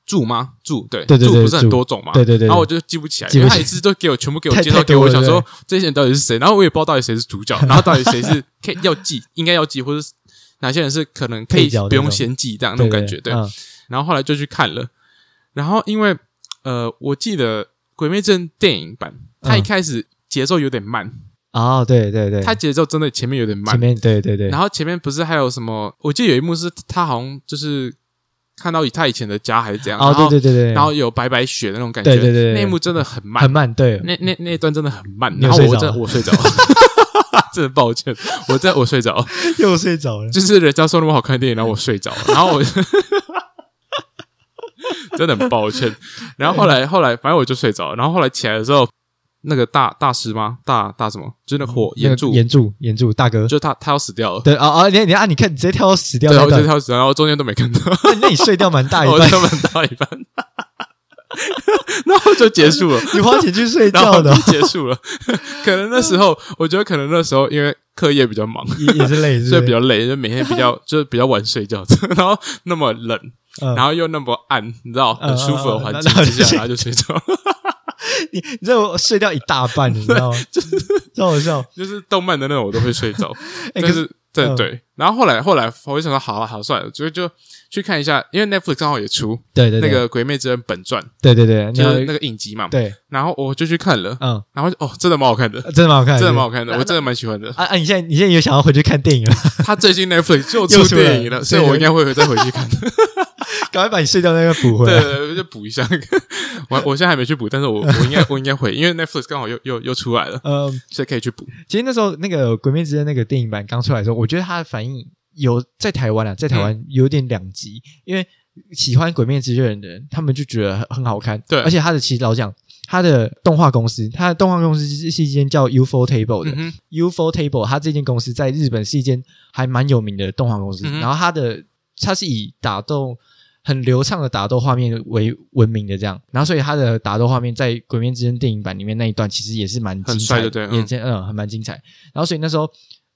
[SPEAKER 2] 柱吗？柱对，
[SPEAKER 1] 对对对
[SPEAKER 2] 柱不是很多种嘛？
[SPEAKER 1] 对对对对
[SPEAKER 2] 然后我就记不起来，
[SPEAKER 1] 记
[SPEAKER 2] 因
[SPEAKER 1] 不
[SPEAKER 2] 为
[SPEAKER 1] 起来
[SPEAKER 2] 他一次都给我全部给我
[SPEAKER 1] 太
[SPEAKER 2] 介绍
[SPEAKER 1] 太
[SPEAKER 2] 给
[SPEAKER 1] 多
[SPEAKER 2] 我，
[SPEAKER 1] 了
[SPEAKER 2] 想说
[SPEAKER 1] 对
[SPEAKER 2] 这些人到底是谁，然后我也不知道到底谁是
[SPEAKER 1] [laughs]
[SPEAKER 2] 主角，然后到底谁是可以要记，应该要记，或者是哪些人是可能可以
[SPEAKER 1] 配角那
[SPEAKER 2] 不用
[SPEAKER 1] 种
[SPEAKER 2] 先记这样那
[SPEAKER 1] 对
[SPEAKER 2] 种
[SPEAKER 1] 对
[SPEAKER 2] 感觉。对，
[SPEAKER 1] 嗯
[SPEAKER 2] 然后后来就去看了，然后因为呃，我记得《鬼灭之刃》电影版，它一
[SPEAKER 1] 嗯
[SPEAKER 2] 开始节奏有点慢，
[SPEAKER 1] 哦，对对对，
[SPEAKER 2] 它节奏真的前面有点慢
[SPEAKER 1] 前，面对对对，
[SPEAKER 2] 然
[SPEAKER 1] 后
[SPEAKER 2] 后前面不是还有什么？我记得有一幕是他好像就是看到以他以前的家还是怎样，
[SPEAKER 1] 哦
[SPEAKER 2] 然后
[SPEAKER 1] 对对对对，
[SPEAKER 2] 然后有白白雪那种感觉，
[SPEAKER 1] 对对对对
[SPEAKER 2] 那一幕真的很慢，
[SPEAKER 1] 很慢，对，
[SPEAKER 2] 那那那一段真的很慢，
[SPEAKER 1] 你有
[SPEAKER 2] 然后
[SPEAKER 1] 睡
[SPEAKER 2] 我
[SPEAKER 1] 着
[SPEAKER 2] 真的我睡着， [laughs] 了，真的抱歉，我在我睡着，
[SPEAKER 1] 又睡着了，
[SPEAKER 2] 就是人家说那么好看的电影，然后我睡着，了，然后我 [laughs] 真的很抱歉，然后后来后来反正我就睡着，了，然后后来起来的时候，那个大大师吗？大大什么？就是那个火
[SPEAKER 1] 嗯那个
[SPEAKER 2] 岩柱，
[SPEAKER 1] 岩柱岩柱大哥
[SPEAKER 2] 就，是他他要死掉了。
[SPEAKER 1] 对啊啊，你你啊，你看你直接跳到死掉
[SPEAKER 2] 对，
[SPEAKER 1] 那
[SPEAKER 2] 我就
[SPEAKER 1] 段， [laughs]
[SPEAKER 2] 跳死，然后中间都没看到。
[SPEAKER 1] 啊那你那你睡掉蛮大一
[SPEAKER 2] 我
[SPEAKER 1] 半，
[SPEAKER 2] 他们到一半， [laughs] 然后就结束了。
[SPEAKER 1] 你花钱去睡
[SPEAKER 2] 然后
[SPEAKER 1] 觉的
[SPEAKER 2] 就结束了，可能那时候，我觉得可能那时候因为课业比较忙，
[SPEAKER 1] 也也是累是不是，
[SPEAKER 2] 所以比较累，就每天比较就是比较晚睡觉， [laughs] 然后那么冷，
[SPEAKER 1] 嗯
[SPEAKER 2] 然后又那么暗，你知道，
[SPEAKER 1] 嗯
[SPEAKER 2] 很舒服的环境
[SPEAKER 1] 嗯嗯嗯
[SPEAKER 2] 之下，然后就睡觉，
[SPEAKER 1] 你你知道我睡掉一大半，你知道吗？超好笑。
[SPEAKER 2] [laughs] 就是动漫的那种我都会睡着，
[SPEAKER 1] 哎，
[SPEAKER 2] 但
[SPEAKER 1] 可是
[SPEAKER 2] 是对
[SPEAKER 1] 嗯
[SPEAKER 2] 对。然后后来后来我就想说，好啊好算了，就就去看一下，因为 Netflix 刚好也出
[SPEAKER 1] 对对
[SPEAKER 2] 那
[SPEAKER 1] 对
[SPEAKER 2] 个《鬼灭之刃本传》，
[SPEAKER 1] 对对对，你
[SPEAKER 2] 就
[SPEAKER 1] 要
[SPEAKER 2] 是那个影集嘛，
[SPEAKER 1] 对，
[SPEAKER 2] 然后我就去看了，
[SPEAKER 1] 嗯，哎
[SPEAKER 2] 然后就哦，真的蛮好看的，
[SPEAKER 1] 真的蛮好看，
[SPEAKER 2] 真的蛮
[SPEAKER 1] 好
[SPEAKER 2] 好看的，我真的蛮喜欢的。 [laughs]
[SPEAKER 1] 啊啊！你现在你现在有想要回去看电影了， [laughs]
[SPEAKER 2] 他最近 Netflix 又
[SPEAKER 1] 又
[SPEAKER 2] 出
[SPEAKER 1] 出了
[SPEAKER 2] 电影了，所以
[SPEAKER 1] 对
[SPEAKER 2] 我应该会再回
[SPEAKER 1] [laughs]
[SPEAKER 2] 去看。
[SPEAKER 1] 赶快把你睡觉那个补回
[SPEAKER 2] 对
[SPEAKER 1] 来。
[SPEAKER 2] 对对，就补一下。 [laughs] 我我现在还没去补，但是我我应该我应该会，因为 Netflix 刚好又又又出来了，
[SPEAKER 1] 嗯，
[SPEAKER 2] 所以可以去补。
[SPEAKER 1] 其实那时候那个《鬼灭之刃》那个电影版刚出来的时候，我觉得它的反应有在台湾啊，在台湾有点两极，因为喜欢《鬼灭之刃》的人，他们就觉得很很好看，
[SPEAKER 2] 对
[SPEAKER 1] 而且它的其实老讲，它的动画公司，它的动画公司是是一间叫 UFO Table 的、
[SPEAKER 2] 嗯哼，
[SPEAKER 1] UFO Table，它这间公司在日本是一间还蛮有名的动画公司，
[SPEAKER 2] 嗯哼
[SPEAKER 1] 然后它的它是以打斗。很流畅的打斗画面为闻名的这样，然后所以它的打斗画面在《鬼灭之刃》电影版里面那一段其实也是蛮
[SPEAKER 2] 很
[SPEAKER 1] 精彩
[SPEAKER 2] 帅
[SPEAKER 1] 的，
[SPEAKER 2] 对不对嗯
[SPEAKER 1] 也真嗯还蛮精彩。然后所以那时候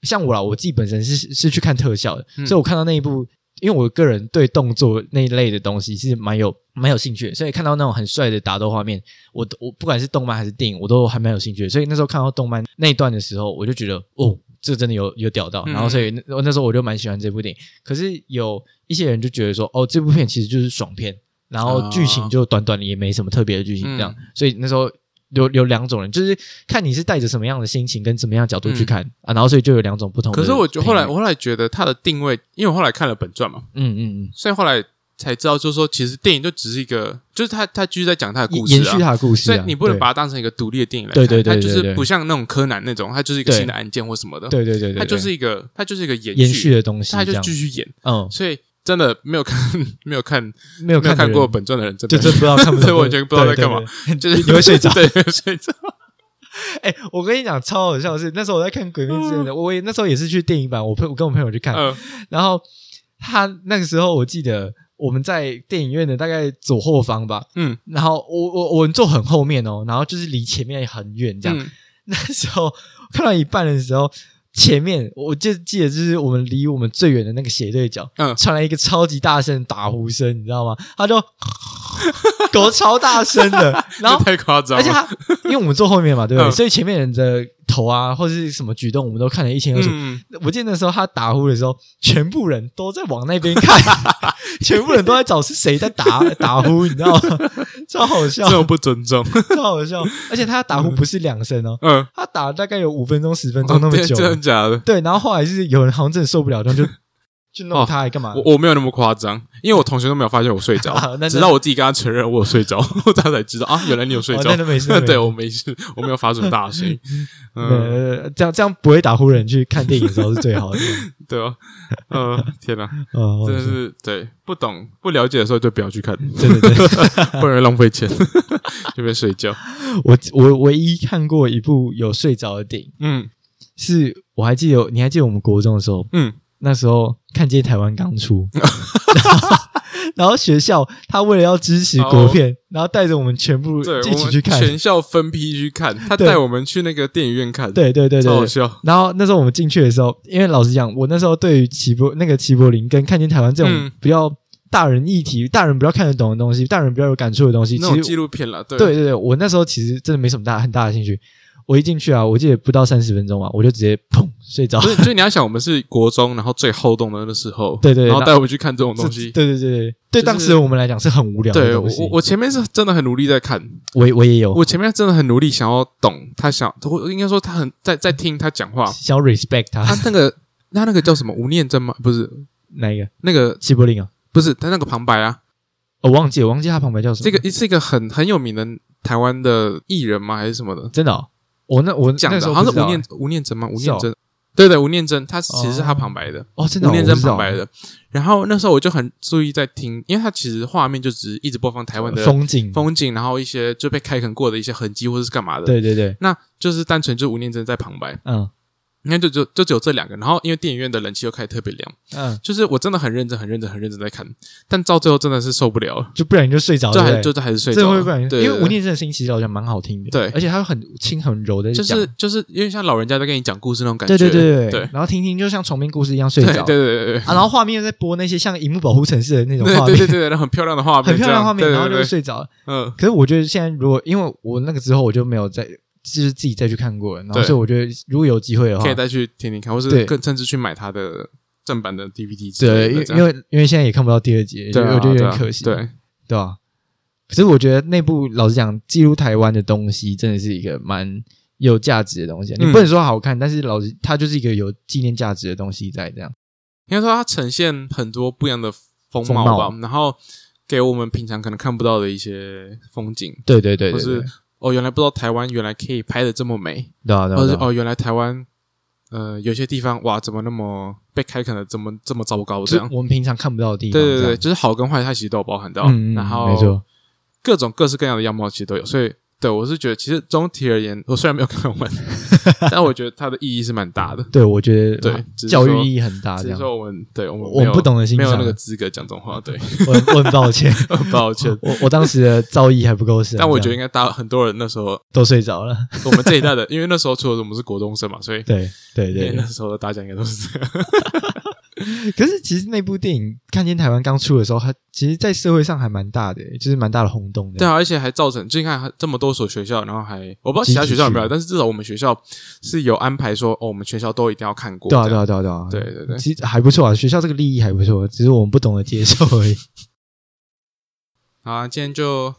[SPEAKER 1] 像我啦，我自己本身是是去看特效的，
[SPEAKER 2] 嗯
[SPEAKER 1] 所以我看到那一部，因为我个人对动作那一类的东西是蛮有蛮有兴趣的，所以看到那种很帅的打斗画面，我我不管是动漫还是电影，我都还蛮有兴趣的。所以那时候看到动漫那一段的时候，我就觉得哦，这真的有有屌到。
[SPEAKER 2] 嗯
[SPEAKER 1] 然后所以那那时候我就蛮喜欢这部电影。可是有一些人就觉得说，哦，这部片其实就是爽片，然后剧
[SPEAKER 2] 啊
[SPEAKER 1] 情就短短的，也没什么特别的剧情
[SPEAKER 2] 嗯
[SPEAKER 1] 这样。所以那时候有有两种人，就是看你是带着什么样的心情跟什么样的角度去看、啊，然后所以就有两种不同的
[SPEAKER 2] 嗯可
[SPEAKER 1] 评语。
[SPEAKER 2] 是我觉后来我后来觉得它的定位，因为我后来看了本传嘛，
[SPEAKER 1] 嗯嗯嗯，
[SPEAKER 2] 所以后来才知道，就是说其实电影就只是一个，就是他他继续在讲他的故事、啊，
[SPEAKER 1] 延续他的故事、
[SPEAKER 2] 所
[SPEAKER 1] 啊，
[SPEAKER 2] 以你不能
[SPEAKER 1] 对
[SPEAKER 2] 把它当成一个独立的电影来看，
[SPEAKER 1] 对对对
[SPEAKER 2] 它就
[SPEAKER 1] 对
[SPEAKER 2] 是
[SPEAKER 1] 对
[SPEAKER 2] 不像那种柯南那种，它就是一个
[SPEAKER 1] 对
[SPEAKER 2] 新的案件或什么的，
[SPEAKER 1] 对对对对对，
[SPEAKER 2] 它就是一个它就是一个延
[SPEAKER 1] 延续的东西，
[SPEAKER 2] 它
[SPEAKER 1] 这
[SPEAKER 2] 就
[SPEAKER 1] 样
[SPEAKER 2] 继续演，
[SPEAKER 1] 嗯，
[SPEAKER 2] 所以真的没有看没有看
[SPEAKER 1] 没有
[SPEAKER 2] 没有
[SPEAKER 1] 看的
[SPEAKER 2] 看
[SPEAKER 1] 人
[SPEAKER 2] 过，本传的人，真
[SPEAKER 1] 就
[SPEAKER 2] 的
[SPEAKER 1] 真不知道看不懂，
[SPEAKER 2] 所以我觉得不知道在
[SPEAKER 1] 对
[SPEAKER 2] 干嘛。
[SPEAKER 1] 对对
[SPEAKER 2] 就是
[SPEAKER 1] 你会睡着
[SPEAKER 2] [laughs] 对，
[SPEAKER 1] [laughs]
[SPEAKER 2] 睡着。
[SPEAKER 1] 哎、我跟你讲，超好笑的是，那时候我在看《鬼灭之刃》的，我也那时候也是去电影版，我朋我跟我朋友去看，
[SPEAKER 2] 嗯
[SPEAKER 1] 然后他那个时候我记得我们在电影院的大概左后方吧，
[SPEAKER 2] 嗯，
[SPEAKER 1] 然后我我我们坐很后面哦，然后就是离前面很远这样。
[SPEAKER 2] 嗯
[SPEAKER 1] [laughs] 那时候看到一半的时候，前面我就记得就是我们离我们最远的那个斜对角，
[SPEAKER 2] 嗯
[SPEAKER 1] 传来一个超级大声的打呼声，你知道吗？他就 [laughs] 狗超大声
[SPEAKER 2] [laughs]
[SPEAKER 1] 的，然后
[SPEAKER 2] 这太夸张
[SPEAKER 1] 而且
[SPEAKER 2] 了，
[SPEAKER 1] 他，因为我们坐后面嘛，对不对？
[SPEAKER 2] 嗯
[SPEAKER 1] 所以前面人的头啊，或者是什么举动，我们都看得一清二楚。
[SPEAKER 2] 嗯，
[SPEAKER 1] 我记得那时候他打呼的时候，全部人都在往那边
[SPEAKER 2] [laughs]
[SPEAKER 1] 看，全部人都在找是谁在打打呼，你知道吗？超好 [laughs] 笑
[SPEAKER 2] 这，种不尊重，
[SPEAKER 1] 超好笑！而且他打呼不是两声哦，
[SPEAKER 2] 嗯，
[SPEAKER 1] 他打了大概有五分钟、十分钟那么
[SPEAKER 2] 对
[SPEAKER 1] 久。
[SPEAKER 2] 真的
[SPEAKER 1] [laughs]
[SPEAKER 2] 假的？
[SPEAKER 1] 对，然后后来是有人好像真的受不了，然后就去弄他，还干嘛？
[SPEAKER 2] 我我没有那么夸张，因为我同学都没有发现我睡
[SPEAKER 1] [laughs]
[SPEAKER 2] 着
[SPEAKER 1] 啊那，那
[SPEAKER 2] 直到我自己跟他承认我有睡着，我他才知道啊，原来你有睡
[SPEAKER 1] 哦
[SPEAKER 2] 着 [laughs]
[SPEAKER 1] 那。都没事，那都没事
[SPEAKER 2] 对我没事，我没有发出
[SPEAKER 1] [laughs]
[SPEAKER 2] 大声音。嗯，
[SPEAKER 1] 呃，这样这样不会打呼的人去看电影的时候是最好的。
[SPEAKER 2] 对哦，呃，天哪，
[SPEAKER 1] 哦，
[SPEAKER 2] 真的是对不懂不了解的时候就不要去看，
[SPEAKER 1] 对对对。
[SPEAKER 2] 不然浪费钱， [laughs] 就边睡觉。
[SPEAKER 1] 我我唯一看过一部有睡着的电影，
[SPEAKER 2] 嗯
[SPEAKER 1] 是我还记得有，你还记得我们国中的时候，
[SPEAKER 2] 嗯，
[SPEAKER 1] 那时候看见台湾刚出，然后然后学校他为了要支持国片，然后带着我们全部
[SPEAKER 2] 对，
[SPEAKER 1] 一
[SPEAKER 2] 我
[SPEAKER 1] 起
[SPEAKER 2] 们
[SPEAKER 1] 去看，
[SPEAKER 2] 全校分批去看，他
[SPEAKER 1] 对
[SPEAKER 2] 带我们去那个电影院看，，
[SPEAKER 1] 对对对对
[SPEAKER 2] 超好
[SPEAKER 1] 对。
[SPEAKER 2] 笑。
[SPEAKER 1] 然后那时候我们进去的时候，因为老实讲，我那时候对于齐柏那个齐柏林跟看见台湾这种
[SPEAKER 2] 嗯
[SPEAKER 1] 比较大人议题、大人比较看得懂的东西、大人比较有感触的东西，
[SPEAKER 2] 那种
[SPEAKER 1] 其
[SPEAKER 2] 纪
[SPEAKER 1] 实
[SPEAKER 2] 录片了，对
[SPEAKER 1] 对对对，我那时候其实真的没什么大很大的兴趣。我一进去啊，我记得不到三十分钟啊，我就直接砰睡着
[SPEAKER 2] 不。是，就你要想，我们是国中，然后最后动的那时候，
[SPEAKER 1] 对对对
[SPEAKER 2] 然后带我们去看这种东西。
[SPEAKER 1] 对对对对，对
[SPEAKER 2] 就是
[SPEAKER 1] 当时的我们来讲是很无聊的
[SPEAKER 2] 对
[SPEAKER 1] 东
[SPEAKER 2] 我
[SPEAKER 1] 西。哦
[SPEAKER 2] 我前面是真的很努力在看，
[SPEAKER 1] 我我也有
[SPEAKER 2] 我前面真的很努力想要懂他想，我应该说他很在在听
[SPEAKER 1] [laughs]
[SPEAKER 2] 他讲话，
[SPEAKER 1] 想要 respect
[SPEAKER 2] 他
[SPEAKER 1] 他
[SPEAKER 2] 那个他那个叫什么吴念真吗？不是
[SPEAKER 1] 哪一个
[SPEAKER 2] 那个
[SPEAKER 1] 齐柏林啊，
[SPEAKER 2] 不是他那个旁白啊，
[SPEAKER 1] 我忘记我忘记他旁白叫什么。
[SPEAKER 2] 这个是一个很很有名的台湾的艺人吗？还是什么的？
[SPEAKER 1] 真的哦，我那我
[SPEAKER 2] 讲
[SPEAKER 1] 那时
[SPEAKER 2] 的
[SPEAKER 1] 候
[SPEAKER 2] 好像
[SPEAKER 1] 不知道
[SPEAKER 2] 是吴
[SPEAKER 1] 啊
[SPEAKER 2] 念吴念真吗？吴
[SPEAKER 1] 是哦
[SPEAKER 2] 念真，对对，吴念真，他其实是他
[SPEAKER 1] 哦
[SPEAKER 2] 旁白的。
[SPEAKER 1] 哦，真的哦
[SPEAKER 2] 吴念
[SPEAKER 1] 我
[SPEAKER 2] 真
[SPEAKER 1] 不知道
[SPEAKER 2] 旁白的。然后那时候我就很注意在听，因为他其实画面就只是一直播放台湾的
[SPEAKER 1] 风景，
[SPEAKER 2] 风景，然后一些就被开垦过的一些痕迹或者是干嘛的。
[SPEAKER 1] 对对对，
[SPEAKER 2] 那就是单纯就吴念真在旁白，
[SPEAKER 1] 嗯
[SPEAKER 2] 应该就就就只有这两个。然后因为电影院的冷气又开得特别凉，
[SPEAKER 1] 嗯，
[SPEAKER 2] 就是我真的很认真、很认真、很认真在看，但到最后真的是受不了了，
[SPEAKER 1] 就不然你就睡着
[SPEAKER 2] 就
[SPEAKER 1] 了
[SPEAKER 2] 还，就还是睡
[SPEAKER 1] 这
[SPEAKER 2] 着
[SPEAKER 1] 会
[SPEAKER 2] 了。
[SPEAKER 1] 不然，
[SPEAKER 2] 对，
[SPEAKER 1] 因为
[SPEAKER 2] 对
[SPEAKER 1] 吴念真的声音其实好像蛮好听的，
[SPEAKER 2] 对
[SPEAKER 1] 而且他很轻很柔的
[SPEAKER 2] 对就
[SPEAKER 1] 讲，
[SPEAKER 2] 是就是因为像老人家在跟你讲故事那种感觉，
[SPEAKER 1] 对对对
[SPEAKER 2] 对
[SPEAKER 1] 然后听听就像重编故事一样睡
[SPEAKER 2] 对对
[SPEAKER 1] 着，
[SPEAKER 2] 对对对
[SPEAKER 1] 啊，然后画面又在播那些像荧幕保护城市的那种画
[SPEAKER 2] 对对对
[SPEAKER 1] 面，
[SPEAKER 2] 对，然后很漂亮的画面，
[SPEAKER 1] 很漂亮的画面，
[SPEAKER 2] 这
[SPEAKER 1] 然
[SPEAKER 2] 样
[SPEAKER 1] 后
[SPEAKER 2] 对
[SPEAKER 1] 就
[SPEAKER 2] 对
[SPEAKER 1] 会
[SPEAKER 2] 对，
[SPEAKER 1] 睡着了。
[SPEAKER 2] 嗯，
[SPEAKER 1] 可是我觉得现在如果因为我那个之后我就没有再就是自己再去看过了，然后
[SPEAKER 2] 对
[SPEAKER 1] 所以我觉得如果有机会的话
[SPEAKER 2] 可以，再去听听看，或
[SPEAKER 1] 对
[SPEAKER 2] 是更甚至去买他的正版的 DVD 之
[SPEAKER 1] 对，
[SPEAKER 2] 类
[SPEAKER 1] 因
[SPEAKER 2] 的
[SPEAKER 1] 为
[SPEAKER 2] 这
[SPEAKER 1] 因
[SPEAKER 2] 样。
[SPEAKER 1] 为因为现在也看不到第二集，
[SPEAKER 2] 对啊，
[SPEAKER 1] 我觉得有
[SPEAKER 2] 对
[SPEAKER 1] 点
[SPEAKER 2] 啊
[SPEAKER 1] 可惜，
[SPEAKER 2] 对，
[SPEAKER 1] 对啊。可是我觉得那部老实讲，记录台湾的东西真的是一个蛮有价值的东西啊。你
[SPEAKER 2] 嗯
[SPEAKER 1] 不能说好看，但是老实它就是一个有纪念价值的东西在这样。
[SPEAKER 2] 应该说它呈现很多不一样的风
[SPEAKER 1] 风
[SPEAKER 2] 貌吧，
[SPEAKER 1] 貌
[SPEAKER 2] 然后给我们平常可能看不到的一些风景，
[SPEAKER 1] 对对对
[SPEAKER 2] 或
[SPEAKER 1] 对对
[SPEAKER 2] 是，哦，原来不知道台湾原来可以拍的这么美，
[SPEAKER 1] 对啊对啊
[SPEAKER 2] 或
[SPEAKER 1] 对
[SPEAKER 2] 者是
[SPEAKER 1] 啊。
[SPEAKER 2] 哦，原来台湾呃有些地方哇，怎么那么被开垦的这么这么糟糕这
[SPEAKER 1] 是
[SPEAKER 2] 样？
[SPEAKER 1] 我们平常看不到的地方。
[SPEAKER 2] 对对
[SPEAKER 1] 这
[SPEAKER 2] 对，
[SPEAKER 1] 样，
[SPEAKER 2] 就是好跟坏，它其实都有包含到，
[SPEAKER 1] 嗯嗯，
[SPEAKER 2] 然
[SPEAKER 1] 嗯没
[SPEAKER 2] 后
[SPEAKER 1] 错，
[SPEAKER 2] 各种各式各样的样貌其实都有，所以对我是觉得，其实总体而言，我虽然没有看
[SPEAKER 1] [laughs]
[SPEAKER 2] 完，但我觉得它的意义是蛮大的。
[SPEAKER 1] 对我觉得
[SPEAKER 2] 对
[SPEAKER 1] 啊
[SPEAKER 2] 只是
[SPEAKER 1] 教育
[SPEAKER 2] 说
[SPEAKER 1] 意义很大，
[SPEAKER 2] 只
[SPEAKER 1] 这
[SPEAKER 2] 是
[SPEAKER 1] 样。
[SPEAKER 2] 说我们对我们
[SPEAKER 1] 我
[SPEAKER 2] 没有
[SPEAKER 1] 不懂得欣
[SPEAKER 2] 没有
[SPEAKER 1] 赏
[SPEAKER 2] 那个资格讲这种话，对， [laughs]
[SPEAKER 1] 我很我很抱歉，
[SPEAKER 2] 抱歉。
[SPEAKER 1] 我我当时的造诣还不够深，
[SPEAKER 2] 但我
[SPEAKER 1] 哦
[SPEAKER 2] 觉
[SPEAKER 1] 这
[SPEAKER 2] 得
[SPEAKER 1] 样
[SPEAKER 2] 应该大很多人那时候，
[SPEAKER 1] 都睡着
[SPEAKER 2] [laughs]
[SPEAKER 1] 了。
[SPEAKER 2] 我们这一代的，因为那时候除了我们是国中生嘛，所以
[SPEAKER 1] 对对 [laughs] 对
[SPEAKER 2] 那
[SPEAKER 1] 对，
[SPEAKER 2] 时候的大家应该都是这样。
[SPEAKER 1] 可是其实那部电影看见台湾刚出的时候，它其实，在社会上还蛮大的，就是蛮大的轰动的。
[SPEAKER 2] 对啊，而且还造成，就你看这么多所学校，然后还我不知道其他学校有没有，但是至少我们学校是有安排说，哦，我们全校都一定要看过。
[SPEAKER 1] 对啊，
[SPEAKER 2] 这
[SPEAKER 1] 对啊，
[SPEAKER 2] 样
[SPEAKER 1] 对啊，对啊，
[SPEAKER 2] 对对对
[SPEAKER 1] 其实还不错啊，学校这个利益还不错，只是我们不懂得接受而
[SPEAKER 2] [laughs]
[SPEAKER 1] 已。
[SPEAKER 2] 好啊，今天就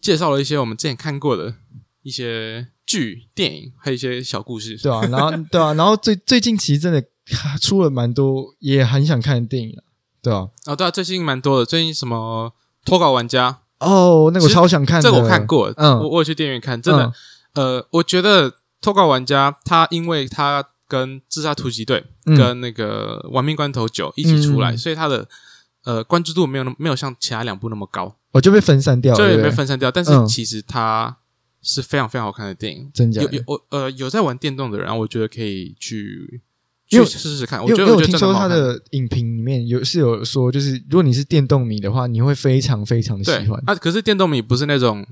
[SPEAKER 2] 介绍了一些我们之前看过的一些剧、电影，还有一些小故事。
[SPEAKER 1] 对啊，然后对啊，然后最最近其实真的哈出了蛮多也很想看的电影啊，对啊。
[SPEAKER 2] 哦，对啊，最近蛮多的，最近什么《脱稿玩家
[SPEAKER 1] 哦，那个我
[SPEAKER 2] 其实
[SPEAKER 1] 超想看》的，
[SPEAKER 2] 这个我看过，
[SPEAKER 1] 嗯
[SPEAKER 2] 我我有去电影院看，真的
[SPEAKER 1] 嗯，
[SPEAKER 2] 呃，我觉得《脱稿玩家》他因为他跟《自杀突击队》
[SPEAKER 1] 嗯
[SPEAKER 2] 跟那个《亡命关头九》一起出来，
[SPEAKER 1] 嗯
[SPEAKER 2] 所以他的呃关注度没有那么没有像其他两部那么高，
[SPEAKER 1] 我就被分散掉了，
[SPEAKER 2] 就也
[SPEAKER 1] 对不
[SPEAKER 2] 被
[SPEAKER 1] 对
[SPEAKER 2] 分散掉。但
[SPEAKER 1] 嗯
[SPEAKER 2] 是其实它是非常非常好看的电影，
[SPEAKER 1] 真假
[SPEAKER 2] 有
[SPEAKER 1] 的？
[SPEAKER 2] 有我呃有在玩电动的人，然后我觉得可以去
[SPEAKER 1] 因
[SPEAKER 2] 去
[SPEAKER 1] 为
[SPEAKER 2] 试试看。我
[SPEAKER 1] 因为
[SPEAKER 2] 觉
[SPEAKER 1] 因为
[SPEAKER 2] 得我
[SPEAKER 1] 我
[SPEAKER 2] 觉得
[SPEAKER 1] 听
[SPEAKER 2] 真的
[SPEAKER 1] 说
[SPEAKER 2] 蛮
[SPEAKER 1] 他
[SPEAKER 2] 好看
[SPEAKER 1] 的影评里面有是有说，就是如果你是电动迷的话，你会非常非常的
[SPEAKER 2] 对
[SPEAKER 1] 喜欢，
[SPEAKER 2] 啊，可是电动迷不是那种，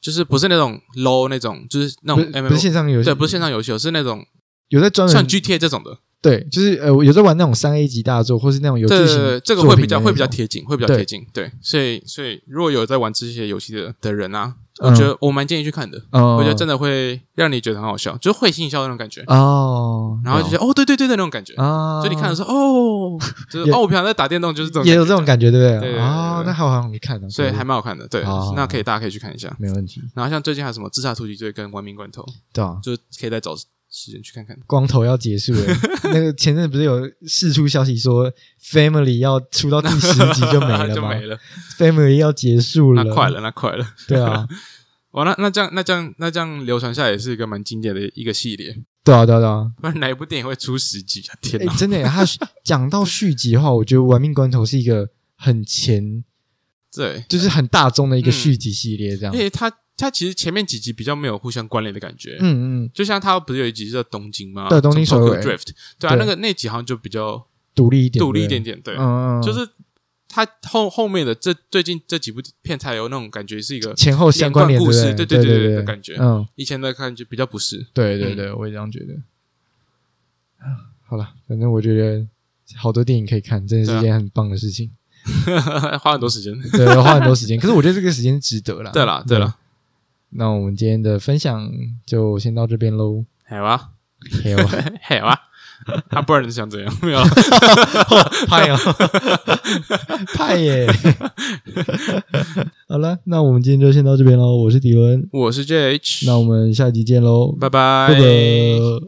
[SPEAKER 2] 就是不是那种 low 那种，就是那
[SPEAKER 1] 不
[SPEAKER 2] 种
[SPEAKER 1] 是
[SPEAKER 2] M
[SPEAKER 1] 不是线上游戏，嗯
[SPEAKER 2] 对，不是线上游戏，是那种
[SPEAKER 1] 有在专
[SPEAKER 2] 像
[SPEAKER 1] 门
[SPEAKER 2] GTA 这种的。
[SPEAKER 1] 对，就是呃有在玩那种三 A 级大作，或是那种有
[SPEAKER 2] 对
[SPEAKER 1] 剧
[SPEAKER 2] 对
[SPEAKER 1] 情
[SPEAKER 2] 对，这个
[SPEAKER 1] 作
[SPEAKER 2] 会
[SPEAKER 1] 品
[SPEAKER 2] 比较
[SPEAKER 1] 的那
[SPEAKER 2] 会比较
[SPEAKER 1] 种
[SPEAKER 2] 贴近，会比较
[SPEAKER 1] 对
[SPEAKER 2] 贴近。对，所以所以如果有在玩这些游戏的的人啊，
[SPEAKER 1] 嗯
[SPEAKER 2] 我觉得我蛮建议去看的。
[SPEAKER 1] 哦，
[SPEAKER 2] 我觉得真的会让你觉得很好笑，就是会心一笑的那种感觉，
[SPEAKER 1] 哦，
[SPEAKER 2] 然后就觉得哦，对对对对那种感觉。
[SPEAKER 1] 啊，
[SPEAKER 2] 就你看的时候，哦，就
[SPEAKER 1] [laughs]
[SPEAKER 2] 是
[SPEAKER 1] 也
[SPEAKER 2] 哦，我平常在打电动，就是这种
[SPEAKER 1] 也有
[SPEAKER 2] 感
[SPEAKER 1] 这
[SPEAKER 2] 觉
[SPEAKER 1] 种感觉，对不
[SPEAKER 2] 对对
[SPEAKER 1] 对？
[SPEAKER 2] 对
[SPEAKER 1] 哦，
[SPEAKER 2] 对
[SPEAKER 1] 那好好你看啊，
[SPEAKER 2] 所以
[SPEAKER 1] 可
[SPEAKER 2] 还蛮好看的。对
[SPEAKER 1] 哦，
[SPEAKER 2] 那可以大家可以去看一下。
[SPEAKER 1] 没问题，
[SPEAKER 2] 然后像最近还有什么《自杀突击队》跟《亡命关头》，
[SPEAKER 1] 对啊。
[SPEAKER 2] 就是可以再找时间去看看。
[SPEAKER 1] [laughs] 光头要结束了，那个前阵子不是有释出消息说 Family 要出到第十集就没了
[SPEAKER 2] [laughs] 就
[SPEAKER 1] 吗
[SPEAKER 2] 没了，
[SPEAKER 1] ？Family 要结束了，
[SPEAKER 2] 那快，了，那快了。
[SPEAKER 1] 对啊，
[SPEAKER 2] 哇，那那这样，那这样，那这样流传下来也是一个蛮经典的一个系列。
[SPEAKER 1] 对啊，对啊，对
[SPEAKER 2] [laughs]
[SPEAKER 1] 啊。
[SPEAKER 2] 不然哪一部电影会出十集啊？天
[SPEAKER 1] 哎、
[SPEAKER 2] 哪！
[SPEAKER 1] 真的耶，他讲到续集的话，我觉得《玩命关头》是一个很前，
[SPEAKER 2] 对，
[SPEAKER 1] 就是很大众的一个续集系列，这样
[SPEAKER 2] 因。为它它其实前面几集比较没有互相关联的感觉。
[SPEAKER 1] 嗯嗯，
[SPEAKER 2] 就像它不是有一集是叫东京吗？
[SPEAKER 1] 对东京
[SPEAKER 2] 从
[SPEAKER 1] 首
[SPEAKER 2] Tokyo
[SPEAKER 1] 尾
[SPEAKER 2] Drift，对啊，
[SPEAKER 1] 对
[SPEAKER 2] 那个那集好像就比较
[SPEAKER 1] 独立一点，
[SPEAKER 2] 独立一点
[SPEAKER 1] 对
[SPEAKER 2] 点，对
[SPEAKER 1] 不对，，嗯，嗯嗯
[SPEAKER 2] 就是它后后面的这最近这几部片才有那种感觉，是一个
[SPEAKER 1] 前后相关联，
[SPEAKER 2] 连贯故事
[SPEAKER 1] 对不对
[SPEAKER 2] 对对对
[SPEAKER 1] 对
[SPEAKER 2] 对的感觉
[SPEAKER 1] 嗯，
[SPEAKER 2] 以前的感觉比较不是。 [laughs]
[SPEAKER 1] 对对对，我也这样觉得。好了，反正我觉得好多电影可以看，真的是一
[SPEAKER 2] 对啊
[SPEAKER 1] 件很棒的事情。
[SPEAKER 2] 花很多时间。
[SPEAKER 1] 对，花很多
[SPEAKER 2] [laughs]
[SPEAKER 1] 时间，可是我觉得这个时间值得啦。
[SPEAKER 2] 对啊啦，对啦，
[SPEAKER 1] 那我们今天的分享就先到这边
[SPEAKER 2] [laughs]
[SPEAKER 1] 喽。
[SPEAKER 2] 还有啊，
[SPEAKER 1] 还有，
[SPEAKER 2] 还有啊，他不然你想怎样？没有 [laughs] 啊，
[SPEAKER 1] 派哦， [laughs] 派耶！ [laughs] 好了，那我们今天就先到这边喽。我是迪伦，
[SPEAKER 2] 我是 JH，
[SPEAKER 1] 那我们下集见喽，
[SPEAKER 2] 拜拜。
[SPEAKER 1] 拜拜。